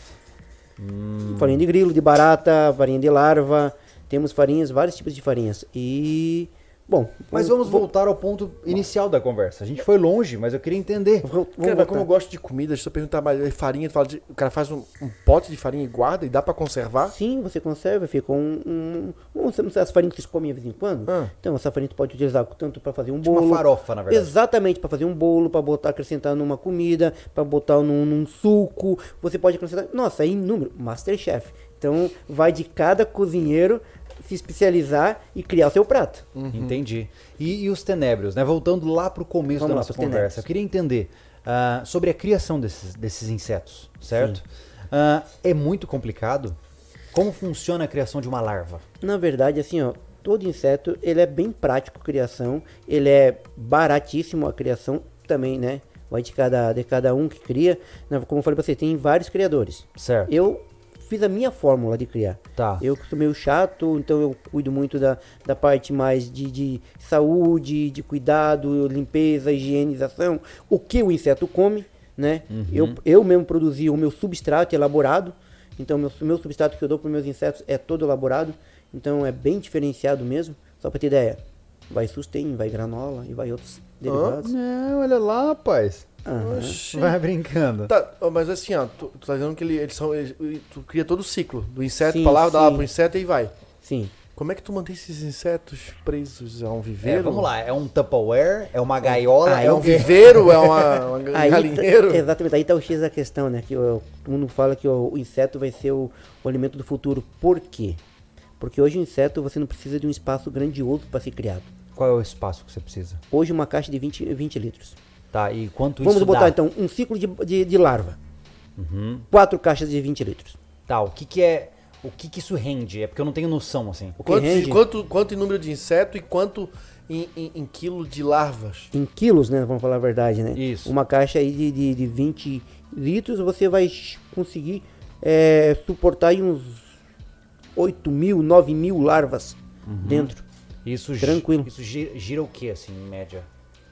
Hum. Farinha de grilo, de barata, farinha de larva. Temos farinhas, vários tipos de farinhas. E. Bom, Mas vamos voltar ao ponto inicial da conversa. A gente foi longe, mas eu queria entender. vamos, vamos Cara, mas voltar. como eu gosto de comida, deixa eu perguntar mais. é Farinha, tu fala de- o cara faz um, um pote de farinha e guarda e dá pra conservar? Sim, você conserva, fica um. um, um sabe essas farinhas que vocês comem de vez em quando? Ah. Então, essa farinha você pode utilizar tanto pra fazer um Tipo uma bolo. farofa, na verdade. Exatamente, pra fazer um bolo, pra botar, acrescentar numa comida, pra botar num, num suco. Você pode acrescentar. Nossa, é inúmero. Masterchef. Então, vai de cada cozinheiro se especializar e criar o seu prato. Entendi. E, e os tenébrios, né? Voltando lá pro começo Vamos da lá, nossa pros conversa. tenébrios. Eu queria entender ah, sobre a criação desses, desses insetos, certo? Ah, é muito complicado. Como funciona a criação de uma larva? Na verdade, assim, ó, todo inseto, ele é bem prático a criação, ele é baratíssimo a criação também, né? Vai de cada, de cada um que cria. Na- Como eu falei pra você, tem vários criadores. Certo. Eu fiz a minha fórmula de criar. Tá. Eu que sou meio chato, então eu cuido muito da, da parte mais de, de saúde, de cuidado, limpeza, higienização, o que o inseto come, né? Eu, eu mesmo produzi o meu substrato elaborado, então meu, meu substrato que eu dou para meus insetos é todo elaborado, então é bem diferenciado mesmo, só para ter ideia. Vai sustain, vai granola e vai outros derivados. Não, olha lá, rapaz. Oxi. Vai brincando. Tá, ó, mas assim, ó, tu, tu tá dizendo que ele- eles são. eles- tu cria todo o ciclo. Do inseto Sim, pra lá, dá lá sim. pro inseto e vai. Sim. Como é que tu mantém esses insetos presos? É um É, viveiro? vamos lá, é um Tupperware, é uma gaiola, Ah, é É um um quê? viveiro? É *laughs* uma, uma Aí tá- galinheiro? exatamente, aí tá o X da questão, né? Que o, todo mundo fala que o, o inseto vai ser o, o alimento do futuro. Por quê? Porque hoje o inseto você não precisa de um espaço grandioso para ser criado. Qual é o espaço que você precisa? Hoje uma caixa de 20, 20 litros. Tá, e quanto Vamos isso botar dá? Uhum. então um ciclo de, de, de larva. Quatro caixas de 20 litros. Tá, o que que é... O que que isso rende? É porque eu não tenho noção, assim. O que Quantos, rende quanto, quanto em número de inseto e quanto em, em- em quilo de larvas? em quilos, né? Vamos falar a verdade, né? Isso. Uma caixa aí de, de, de 20 litros você vai ch- conseguir é, suportar aí uns 8 mil, 9 mil larvas Uhum. dentro. Isso, gi- Tranquilo. Isso gi- gira, o que, assim, em média?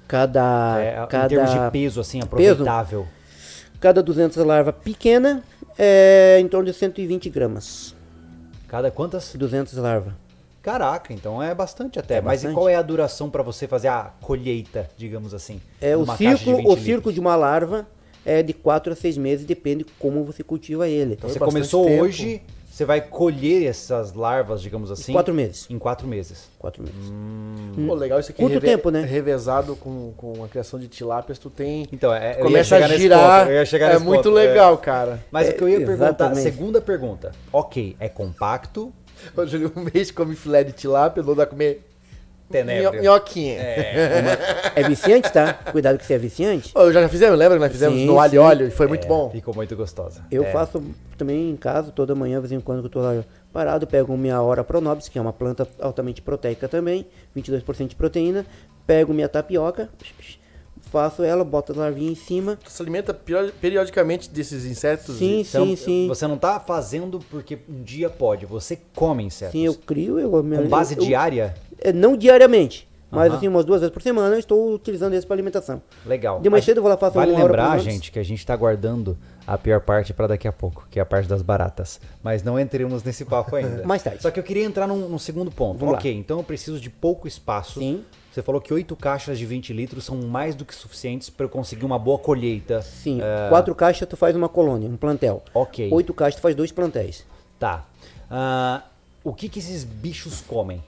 Cada, É, Em termos Ah, cada, de peso, assim, aproveitável. cada 200 larva pequena é em torno de 120 gramas. Cada quantas? 200 larva. Caraca, então é bastante até. É Mas e bastante. qual é a duração pra você fazer a colheita, digamos assim? É o numa caixa de ciclo, 20 o litros? ciclo de uma larva é de 4 a 6 meses, depende como você cultiva ele. Então você bastante começou tempo. hoje, você vai colher essas larvas, digamos assim, quatro meses. em quatro meses. 4 meses. Pô, legal isso aqui. Quanto Hum. tempo, né? Revezado com, com a criação de tilápias, tu tem. Então, é, eu ia começa chegar a nesse girar. ponto, eu ia chegar é nesse muito ponto, é. legal, cara. *laughs* Mas o que eu ia É, perguntar, exatamente. segunda pergunta. Ok, é compacto, O Júlio, um mês come filé de tilápia, não dá pra comer tenebro. nho- nhoquinha. É viciante, tá? Cuidado que você é viciante. *laughs* Ô, eu já fizemos, lembra que nós fizemos Sim, no alho e sim. óleo? E foi muito É, bom. Ficou muito gostosa. Eu É, faço também em casa, toda manhã, de vez em quando que eu tô lá parado, pego minha Hora Pronobis, que é uma planta altamente proteica também, 22% de proteína, pego minha tapioca, faço ela, boto a larvinha em cima. Tu se alimenta peri- periodicamente desses insetos? Sim, e- então, sim, sim. Você não tá fazendo porque um dia pode, você come insetos. Sim, eu crio, eu Com base eu, diária, é, não diariamente, mas Aham. assim umas duas vezes por semana eu estou utilizando isso para alimentação. legal. De manhã A- cedo eu vou lá faço Vale uma hora lembrar, por nós. gente, que a gente tá guardando a pior parte pra daqui a pouco, que é a parte das baratas. Mas não entremos nesse papo ainda. *laughs* Mais tarde. Só que eu queria entrar num, num segundo ponto. Vamos lá. ok, então eu preciso de pouco espaço. Sim. Você falou que oito caixas de 20 litros são mais do que suficientes pra eu conseguir uma boa colheita. Ah, Sim, quatro caixas tu faz uma colônia, um plantel. é Ok. Oito caixas tu faz dois plantéis. Tá. Ah, o que que esses bichos comem?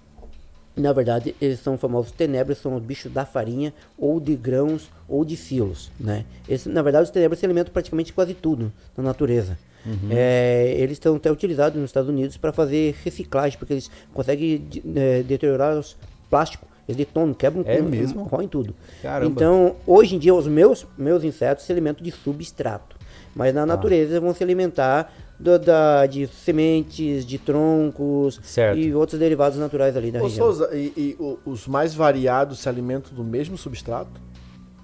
Na verdade, eles são famosos tenebras, são os bichos da farinha, ou de grãos, ou de silos, né? Esse, na verdade, os tenebras se alimentam praticamente quase tudo na natureza. Uhum. É, eles estão até utilizados nos Estados Unidos para fazer reciclagem, porque eles conseguem de- eh, deteriorar os plásticos, eles um detonam, quebram É tudo, mesmo? roem tudo. Caramba. Então, hoje em dia, os meus, meus insetos se alimentam de substrato, mas Ah. na natureza eles vão se alimentar... do- da, de sementes, de troncos Certo. e outros derivados naturais ali da Ô, região. Souza, e, e o- os mais variados se alimentam do mesmo substrato?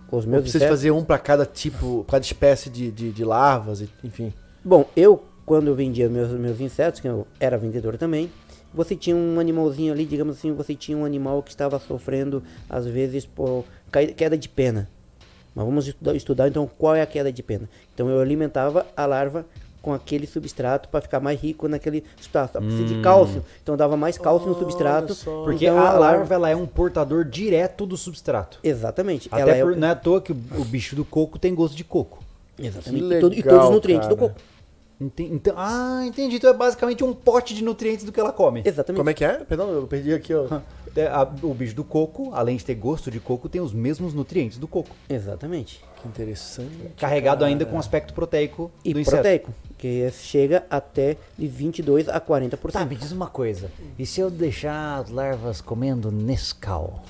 com os Ou meus precisa insetos. fazer um pra cada tipo, pra cada espécie de, de, de larvas, e- enfim? Bom, eu, quando eu vendia meus, meus insetos, que eu era vendedor também, você tinha um animalzinho ali, digamos assim, você tinha um animal que estava sofrendo, às vezes, por cai- queda de pena. Mas vamos estudar, estudar, então, qual é a queda de pena. Então, eu alimentava a larva com aquele substrato para ficar mais rico naquele substrato. Só precisa de cálcio, então dava mais cálcio no Olha substrato. só. Hum. Porque então, a larva ela é um portador direto do substrato. Exatamente. ela Até é o- por, não é à toa que o, o bicho do coco tem gosto de coco. Exatamente. Que e, todo- e legal, todos os nutrientes do cara. coco. Enten- então, ah, entendi. Então é basicamente um pote de nutrientes do que ela come. Exatamente. Como é que é? Perdão, eu perdi aqui, ó. É, a- o bicho do coco, além de ter gosto de coco, tem os mesmos nutrientes do coco. Exatamente. Que interessante. Carregado ainda com um aspecto proteico e do inseto. proteico, que é, chega até de 22 a 40%. Tá, me diz uma coisa. E se eu deixar as larvas comendo Nescau?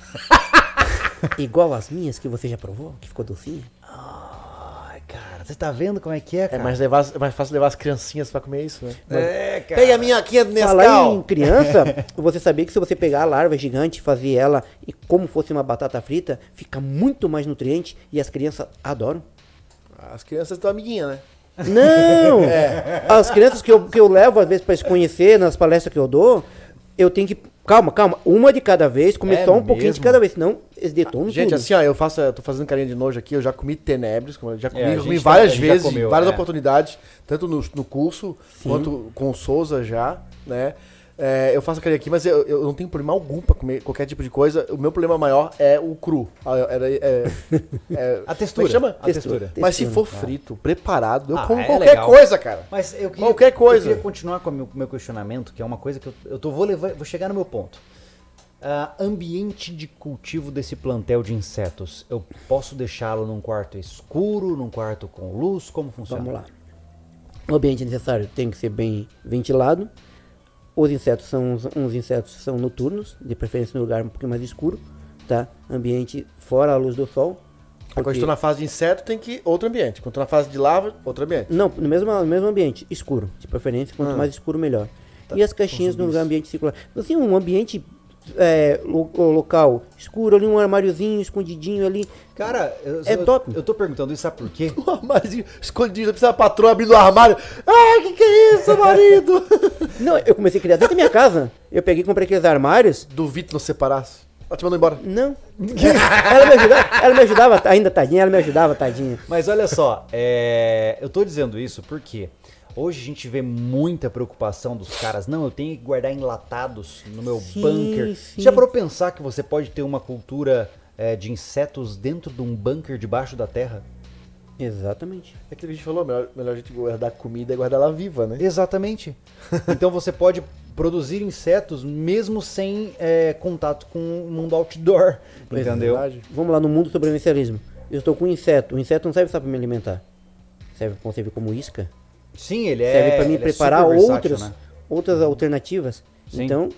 Igual as minhas que você já provou, que ficou docinha. Ai, cara, você tá vendo como é que é, É cara? mais, levar, é mais fácil levar as criancinhas pra comer isso, né? É, cara. Pega a minha aqui, Falar em Nescau! criança, você sabia que se você pegar a larva gigante, fazer ela e como fosse uma batata frita, fica muito mais nutriente e as crianças adoram. As crianças estão amiguinhas, né? Não! As crianças que eu, que eu levo, às vezes, pra se conhecer, nas palestras que eu dou, eu tenho que. Calma, calma, uma de cada vez, começar É um pouquinho de mesmo? cada vez, senão eles detonam Gente, tudo. assim, ó, eu faço, eu tô fazendo carinha de nojo aqui, eu já comi tenebres, como eu já comi, É, a comi gente tá- a várias gente já vezes, comeu, várias é. oportunidades, tanto no, no curso quanto com o Souza já, né? É, eu faço carinha aqui, mas eu, eu não tenho problema algum pra comer qualquer tipo de coisa. O meu problema maior é o cru. Ah, eu- *laughs* Era, é, é- A textura, Como é que chama? a textura. Mas se Textura, for frito, preparado, eu Ah, como é qualquer legal. coisa, cara. Mas eu queria, Qualquer coisa. Eu queria continuar com o meu, meu questionamento, que é uma coisa que eu, eu tô, vou, levar, vou chegar no meu ponto. Ah, ambiente de cultivo desse plantel de insetos. Eu posso deixá-lo num quarto escuro, num quarto com luz? Como funciona? Vamos lá. O ambiente necessário tem que ser bem ventilado. Os insetos são uns insetos são noturnos, de preferência no lugar um pouquinho mais escuro, tá? Ambiente fora a luz do sol. Quando eu porque- estou na fase de inseto, tem que ir outro ambiente. Quando eu tô na fase de lava, outro ambiente. *laughs* Não, no mesmo, no mesmo ambiente, escuro, de preferência, quanto mais escuro melhor. E as caixinhas no lugar ambiente circular. Assim, um ambiente é, lo- local escuro, ali um armáriozinho escondidinho ali. Cara, eu, É eu, top. eu tô perguntando isso, sabe por quê? Mas Um escondido, precisa a patroa abrindo o armário. Ah, que que é isso, marido? *laughs* Não, eu comecei a criar dentro da minha casa. Eu peguei e comprei aqueles armários. Duvido que não separasse. Ela te mandou embora. Não. *laughs* ela, me ajudava, ela me ajudava, ainda tadinha, ela me ajudava, tadinha. Mas olha só, é, eu tô dizendo isso porque hoje a gente vê muita preocupação dos caras. Não, eu tenho que guardar enlatados no meu Sim, bunker. sim. Já parou pra pensar que você pode ter uma cultura é, de insetos dentro de um bunker debaixo da terra? Exatamente. É aquilo que a gente falou, melhor, melhor a gente guardar comida é guardar ela viva, né? Exatamente. *laughs* Então você pode produzir insetos mesmo sem é, contato com o mundo outdoor, é, entendeu? Verdade. Vamos lá no mundo do sobrevivencialismo. Eu estou com um inseto. O inseto não serve só para me alimentar. Serve, serve como isca. Sim, ele é. serve para mim ele é preparar super versátil, outras, né? outras alternativas. Sim. Então,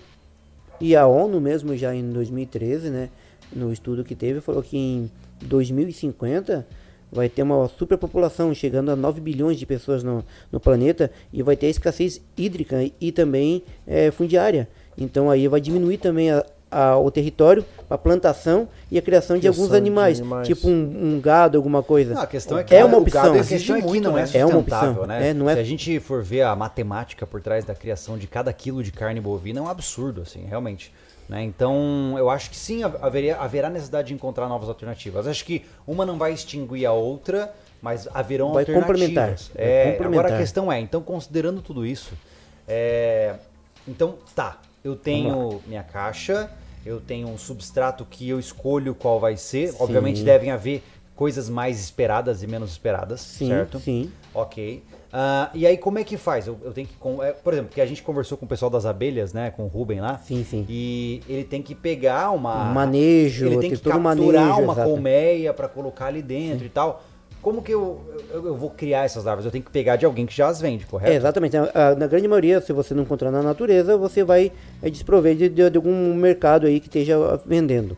e a ONU mesmo já em 2013, né, no estudo que teve, falou que em 2050 vai ter uma superpopulação chegando a 9 bilhões de pessoas no, no planeta e vai ter escassez hídrica e, e também eh, fundiária. Então aí vai diminuir também a- a- o território, a plantação e a criação de Criação alguns de animais, animais. tipo um, um gado, alguma coisa. Não, a questão é que é uma o opção. gado existe exige muito, muito, não é né? É uma sustentável, opção, né? é, não é- Se a gente for ver a matemática por trás da criação de cada quilo de carne bovina, é um absurdo, assim, realmente. né? Então, eu acho que sim, ha- haveria, haverá necessidade de encontrar novas alternativas. Acho que uma não vai extinguir a outra, mas haverão Vai complementar, alternativas. vai É, complementar. Agora a questão é, então, considerando tudo isso, é, então, tá, eu tenho minha caixa, eu tenho um substrato que eu escolho qual vai ser, obviamente Sim. deve devem haver coisas mais esperadas e menos esperadas, Sim, certo? sim. Ok. Ah, e aí, como é que faz? Eu, eu tenho que. con- é, por exemplo, que a gente conversou com o pessoal das abelhas, né? Com o Ruben lá. Sim, sim. E ele tem que pegar uma. Um manejo, Ele tem tem que todo um capturar manejo, uma exato. colmeia para colocar ali dentro e tal. Como que eu, eu, eu vou criar essas larvas? Eu tenho que pegar de alguém que já as vende, correto? É, exatamente. Na- a- Na grande maioria, se você não encontrar na natureza, você vai é, desprover de, de- de algum mercado aí que esteja ah, vendendo.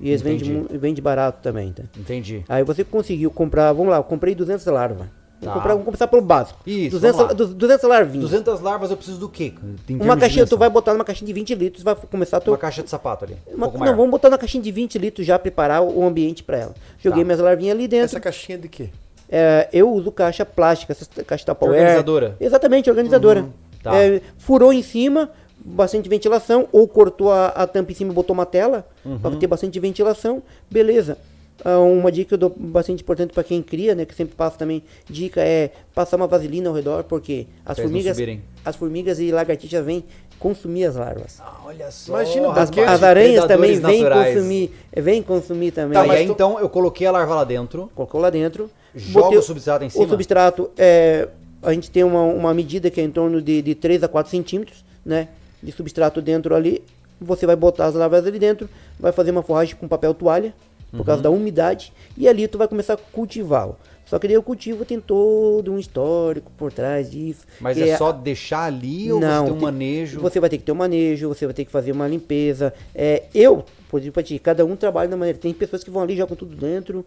E eles vendem, Entendi. mu- vendem barato também, tá? Entendi. Aí você conseguiu comprar, vamos lá, eu comprei 200 larvas. Vou Tá. comprar- vamos começar pelo básico. Isso, 200, vamos lá. du- 200 larvinhas. 200 larvas eu preciso do quê? Em termos Uma de caixinha, tu dimensão? vai botar numa caixinha de 20 litros, vai começar a tua... Uma caixa de sapato ali. Um uma- pouco maior. não, vamos botar na caixinha de 20 litros já, preparar o ambiente pra ela. Joguei Tá. minhas larvinhas ali dentro. Essa caixinha de quê? É, eu uso caixa plástica, essas caixa Tupperware. Organizadora. Exatamente, organizadora. tá. É, furou em cima, bastante ventilação, ou cortou a, a tampa em cima e botou uma tela, Uhum. para ter bastante ventilação, beleza. Ah, Uma dica que eu dou bastante importante para quem cria, né, que sempre passa também, dica é passar uma vaselina ao redor, porque Pra as eles não formigas, subirem. as formigas e lagartixas vêm consumir as larvas. Ah, olha só. Imagina, As, Porque as os aranhas também vêm vêm consumir, vêm consumir também. Tá, Aí e aí tu- então eu coloquei a larva lá dentro. colocou lá dentro. Joga botei- o substrato em cima? O substrato é. A gente tem uma, uma medida que é em torno de, de 3 a 4 centímetros, né? De substrato dentro ali. Você vai botar as larvas ali dentro, vai fazer uma forragem com papel toalha, por Uhum. causa da umidade, e ali tu vai começar a cultivá-lo. Só que daí o cultivo tem todo um histórico por trás disso. Mas que é, só deixar ali ou você tem um tem- manejo? Você vai ter que ter um manejo, você vai ter que fazer uma limpeza. É, eu, por exemplo, pra ti, cada um trabalha da maneira. Tem pessoas que vão ali, jogam tudo dentro,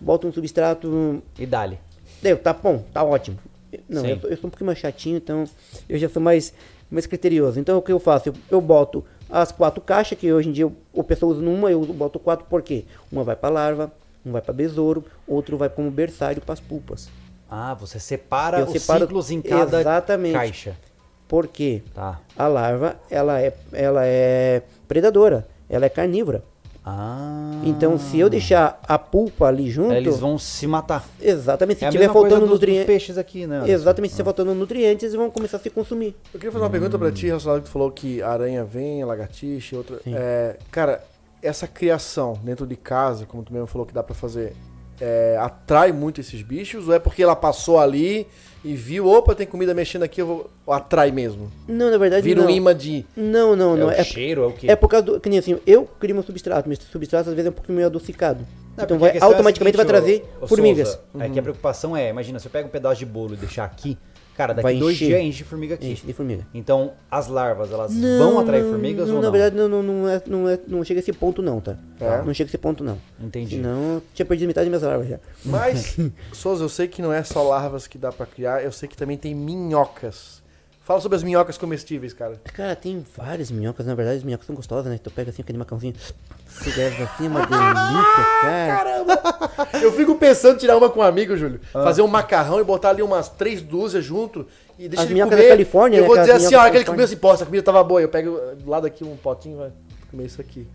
botam um substrato. E dali. Deu, tá bom, tá ótimo. Não, Sim. eu, sou- eu sou um pouquinho mais chatinho, então eu já sou mais, mais criterioso. Então o que eu faço? Eu, eu boto as quatro caixas, que hoje em dia eu- o pessoal usa numa, eu boto quatro, por quê? Uma vai pra larva, um vai pra besouro, outro vai como berçário pras pulpas. Ah, você separa Eu os separo- ciclos em cada Exatamente. caixa. Por quê? Tá. A larva, ela é, ela é predadora, ela é carnívora. Ah. É, Então, se eu deixar a pulpa ali junto, Eles vão se matar. exatamente, se é a tiver mesma coisa faltando dos- dos nutrientes, peixes aqui, né? exatamente, se tiver faltando nutrientes, eles vão começar a se consumir. Eu queria fazer uma pergunta pra ti, relacionado ao que tu falou que aranha vem, lagartixa e outra. É, cara, essa criação dentro de casa, como tu mesmo falou que dá pra fazer, é, atrai muito esses bichos? Ou é porque ela passou ali e viu, opa, tem comida mexendo aqui, eu vou. ou Atrai mesmo. Não, na verdade, Vira não. um imã de. Não, não, É não. o É, cheiro, é o quê? é por causa do. Que nem assim, eu crio meu substrato, mas substrato às vezes é um pouquinho meio adocicado. Não, então porque a vai questão é a automaticamente vai seguinte, trazer ô- ô formigas. Uhum. Souza, É que a preocupação é, imagina, se eu pego um pedaço de bolo e deixar aqui, cara, daqui Vai dois encher. dias enche formiga aqui. Enche de formiga. Então, as larvas, elas vão atrair não, formigas não, ou não? Na verdade, não, não, não, é, não, é, não chega a esse ponto, não, tá? Tá. Não chega a esse ponto, não. Entendi. Senão, eu tinha perdido metade das minhas larvas já. Mas, Souza, eu sei que não é só larvas que dá pra criar, eu sei que também tem minhocas. Fala sobre as minhocas comestíveis, cara. Cara, tem várias minhocas, na verdade, as minhocas são gostosas, né? Tu pega assim aquele macarrãozinho, se leva assim, é uma *laughs* delícia, cara. Eu fico pensando em tirar uma com um amigo, Júlio. Ah. Fazer um macarrão e botar ali umas três dúzias junto e deixa As ele minhocas comer. da Califórnia, eu né, vou dizer aquelas assim, minhocas a da hora que ele comeu Califórnia. esse posto, essa comida tava boa. Eu pego eh, do lado aqui um potinho e vai comer isso aqui.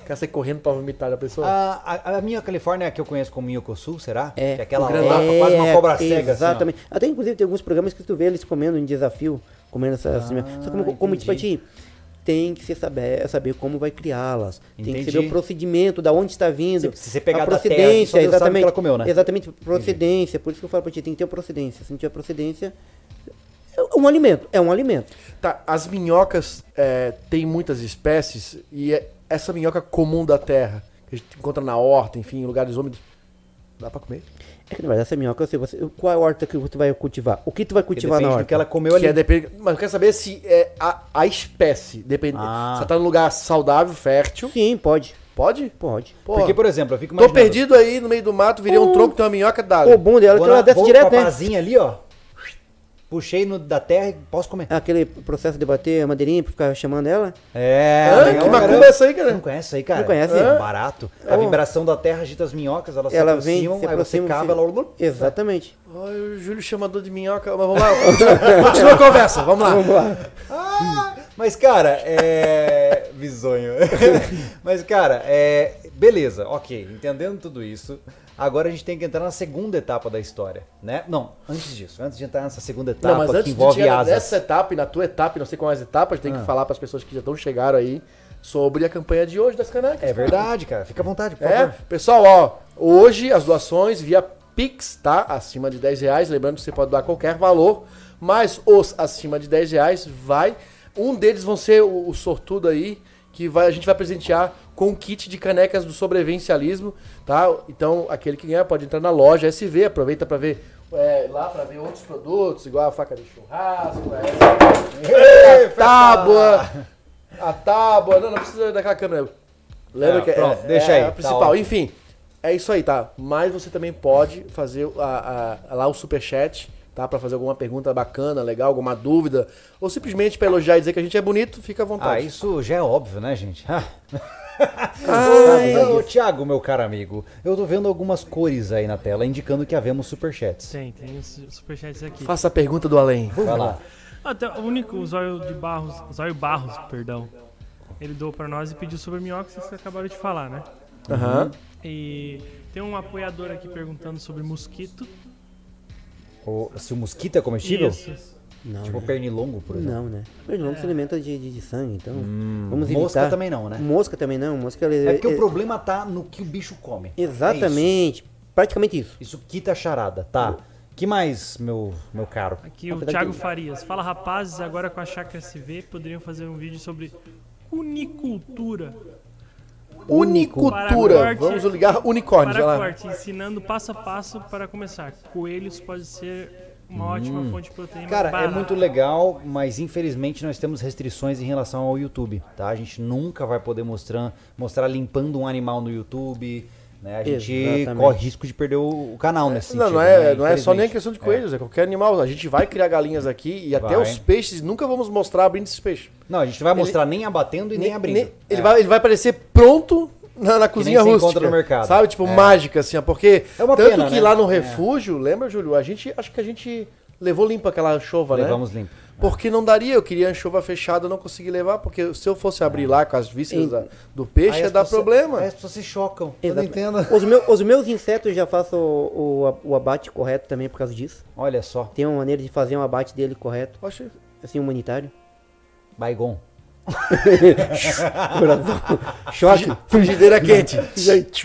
Ficar sair correndo pra vomitar da pessoa. Ah. A, a, a minha Califórnia, que eu conheço como Minhoco Sul, será? É, Que é aquela o grandapa, quase uma cobra cega. assim, Exatamente. Até inclusive tem alguns programas que tu vê eles comendo em desafio, Ah, comendo essas. só que como, como tipo assim, tem que se saber, saber como vai criá-las. Tem que Entendi. saber o procedimento, da onde está vindo. Se- se você pegar a da terra, procedência, a gente só sabe o que exatamente. ela comeu, né? Exatamente, procedência. Por isso que eu falo pra ti, tem que ter procedência. Se não tiver procedência. É um alimento, é um alimento. Tá, as minhocas eh, têm muitas espécies e é essa minhoca comum da terra, que a gente encontra na horta, enfim, em lugares úmidos, dá pra comer? É que na verdade essa minhoca, eu sei, você, qual é a horta que tu vai cultivar? O que tu vai Porque cultivar na depende horta? do que ela comeu ali. Que é, depende, mas eu quero saber se é a, a espécie, depende. Ah. Se ela tá num lugar saudável, fértil, Sim, pode. pode? Pode. Pô, Porque, por exemplo, eu fico Tô imaginando... perdido aí no meio do mato, virei um Pô. tronco, tem uma minhoca, dá. O bom dela é Vou que ela na- desce vou direto, com a né? pazinha ali, ó. Puxei no, da terra e posso comer. aquele processo de bater a madeirinha pra ficar chamando ela. É, Ah, legal, que macumba caramba. é essa aí, cara? Não conhece isso aí, cara? Não conhece? É um barato. A Oh. vibração da terra agita as minhocas, elas ela se vem, aproximam, se aí aproxima. você cava, É. você- ela... Exatamente. Ai, o Júlio chamador de minhoca. Mas vamos lá, *laughs* continua, continua a conversa, vamos lá. Ah, mas, cara, é... *laughs* Bisonho. mas, cara, é... Beleza, ok. Entendendo tudo isso, agora a gente tem que entrar na segunda etapa da história, né? Não, antes disso. Antes de entrar nessa segunda etapa Não, mas que antes de envolve chegar asas. Ah. nessa etapa e na tua etapa, e não sei quais etapas, tem que falar pras pessoas que já estão chegaram aí sobre a campanha de hoje das canecas. É verdade, cara. Fica à vontade, por É, favor. pessoal, ó, hoje as doações via Pix, tá? Acima de 10 reais, lembrando que você pode doar qualquer valor, mas os acima de 10 reais vai. Um deles vão ser o, o sortudo aí, que vai, a gente vai presentear com um kit de canecas do sobrevivencialismo, tá? Então, aquele que ganhar pode entrar na loja SV, aproveita pra ver é, lá pra ver outros produtos, igual a faca de churrasco, é, a tábua, a tábua, não, não precisa daquela câmera. Lembra É, que pronto, é, deixa é aí, a tá principal. ótimo. Enfim, é isso aí, tá? Mas você também pode fazer a- a- lá o superchat, tá? Pra fazer alguma pergunta bacana, legal, alguma dúvida. Ou simplesmente pra elogiar e dizer que a gente é bonito, fica à Ah, vontade. isso já é óbvio, né, gente? *laughs* Ah. Ai. Ô, ô, Thiago, meu caro amigo, eu tô vendo algumas cores aí na tela indicando que havemos superchats. Tem, tem os superchats aqui. Faça a pergunta do além. Vai lá. Até o único, o Zóio de Barros, Zóio Barros, perdão. Ele doou pra nós e pediu sobre minhoca, que vocês acabaram de falar, né? Aham. E tem um apoiador aqui perguntando sobre mosquito. O- se o mosquito é comestível? Isso. Não, Tipo né? pernilongo, por exemplo. Não, né? Mas não se alimenta de, de, de sangue, então. vamos evitar. Hum, mosca também não, né? Mosca também não. Mosca ela, É porque é- o problema tá no que o bicho come. É Exatamente. Praticamente isso. isso. Isso quita a charada, tá? Que mais, meu, meu caro? Aqui o Apesar Thiago que- Farias. Fala, rapazes, agora com a Chácara SV poderiam fazer um vídeo sobre unicultura. Uhum. Unicultura. Para corte. Vamos ligar unicórnios, vai Para lá. corte, ensinando passo a passo para começar. Coelhos pode ser uma ótima fonte de proteína. Cara, é barata. muito legal, mas infelizmente nós temos restrições em relação ao YouTube, tá? A gente nunca vai poder mostrar, mostrar limpando um animal no YouTube, né? A gente Exatamente. corre risco de perder o, o canal nesse Não, sentido. não é, né? não é só nem a Infelizmente. questão de coelhos, é. qualquer animal. A gente vai criar galinhas aqui e até Vai. os peixes, nunca vamos mostrar abrindo esses peixes. Não, a gente não vai mostrar nem abrindo e nem, abrindo. Ele, É. vai, ele vai aparecer pronto na, na cozinha se rústica. encontra no mercado. Sabe? Tipo, É. mágica, assim, ó, porque. É uma tanto pena, que né? lá no refúgio, lembra, Júlio? A gente. Acho que a gente levou limpa aquela chova, né? Levamos limpo. Porque não daria, eu queria anchova fechada, eu não consegui levar, porque se eu fosse abrir lá com as vísceras da- do peixe, É. Aí ia as dar pessoas- problema. aí as pessoas se chocam. Eu não Exatamente. entendo. Os, meu- os meus insetos eu já faço o, o- o abate correto também por causa disso. Olha só, Tem uma maneira de fazer um abate dele correto, Oxe, *laughs* assim, humanitário. *laughs* Baigon. Coração. Choque. frigideira *laughs* quente.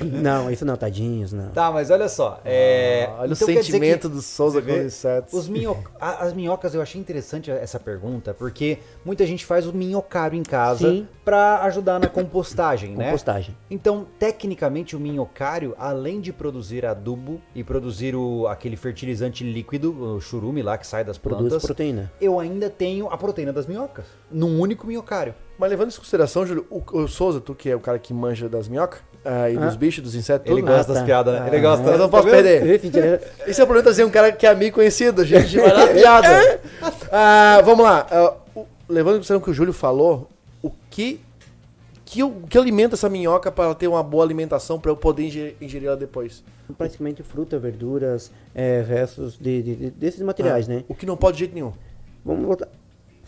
Não, isso não, tadinhos, não. Tá, mas olha só. é, Ah, olha então o quer dizer sentimento que- do Souza você com os vê, insetos. os minho- a- As minhocas, eu achei interessante essa pergunta, porque muita gente faz o minhocário em casa Sim. pra ajudar na compostagem, né? Compostagem. Então, tecnicamente, o minhocário, além de produzir adubo e produzir o, aquele fertilizante líquido, o churume lá que sai das Produz plantas, proteína. eu ainda tenho a proteína das minhocas, num único minhocário. Mas levando isso em consideração, Júlio, o, o Souza, tu que é o cara que manja das minhocas ah, e dos bichos, dos insetos, Ele tudo, gosta Ah, das tá. piadas, né? Ele né? gosta. Eu não tá posso vendo? perder. Esse dia- Esse é o problema de trazer um cara que é amigo conhecido, gente. Vai na piada. Ah, vamos lá. Ah, o- levando em consideração o que o Júlio falou, o que, que, o que alimenta essa minhoca para ela ter uma boa alimentação para eu poder ingerir, ingerir ela depois? Praticamente fruta, verduras, é, restos de, de- de- desses materiais, Ah, né? O que não pode de jeito nenhum. Vamos botar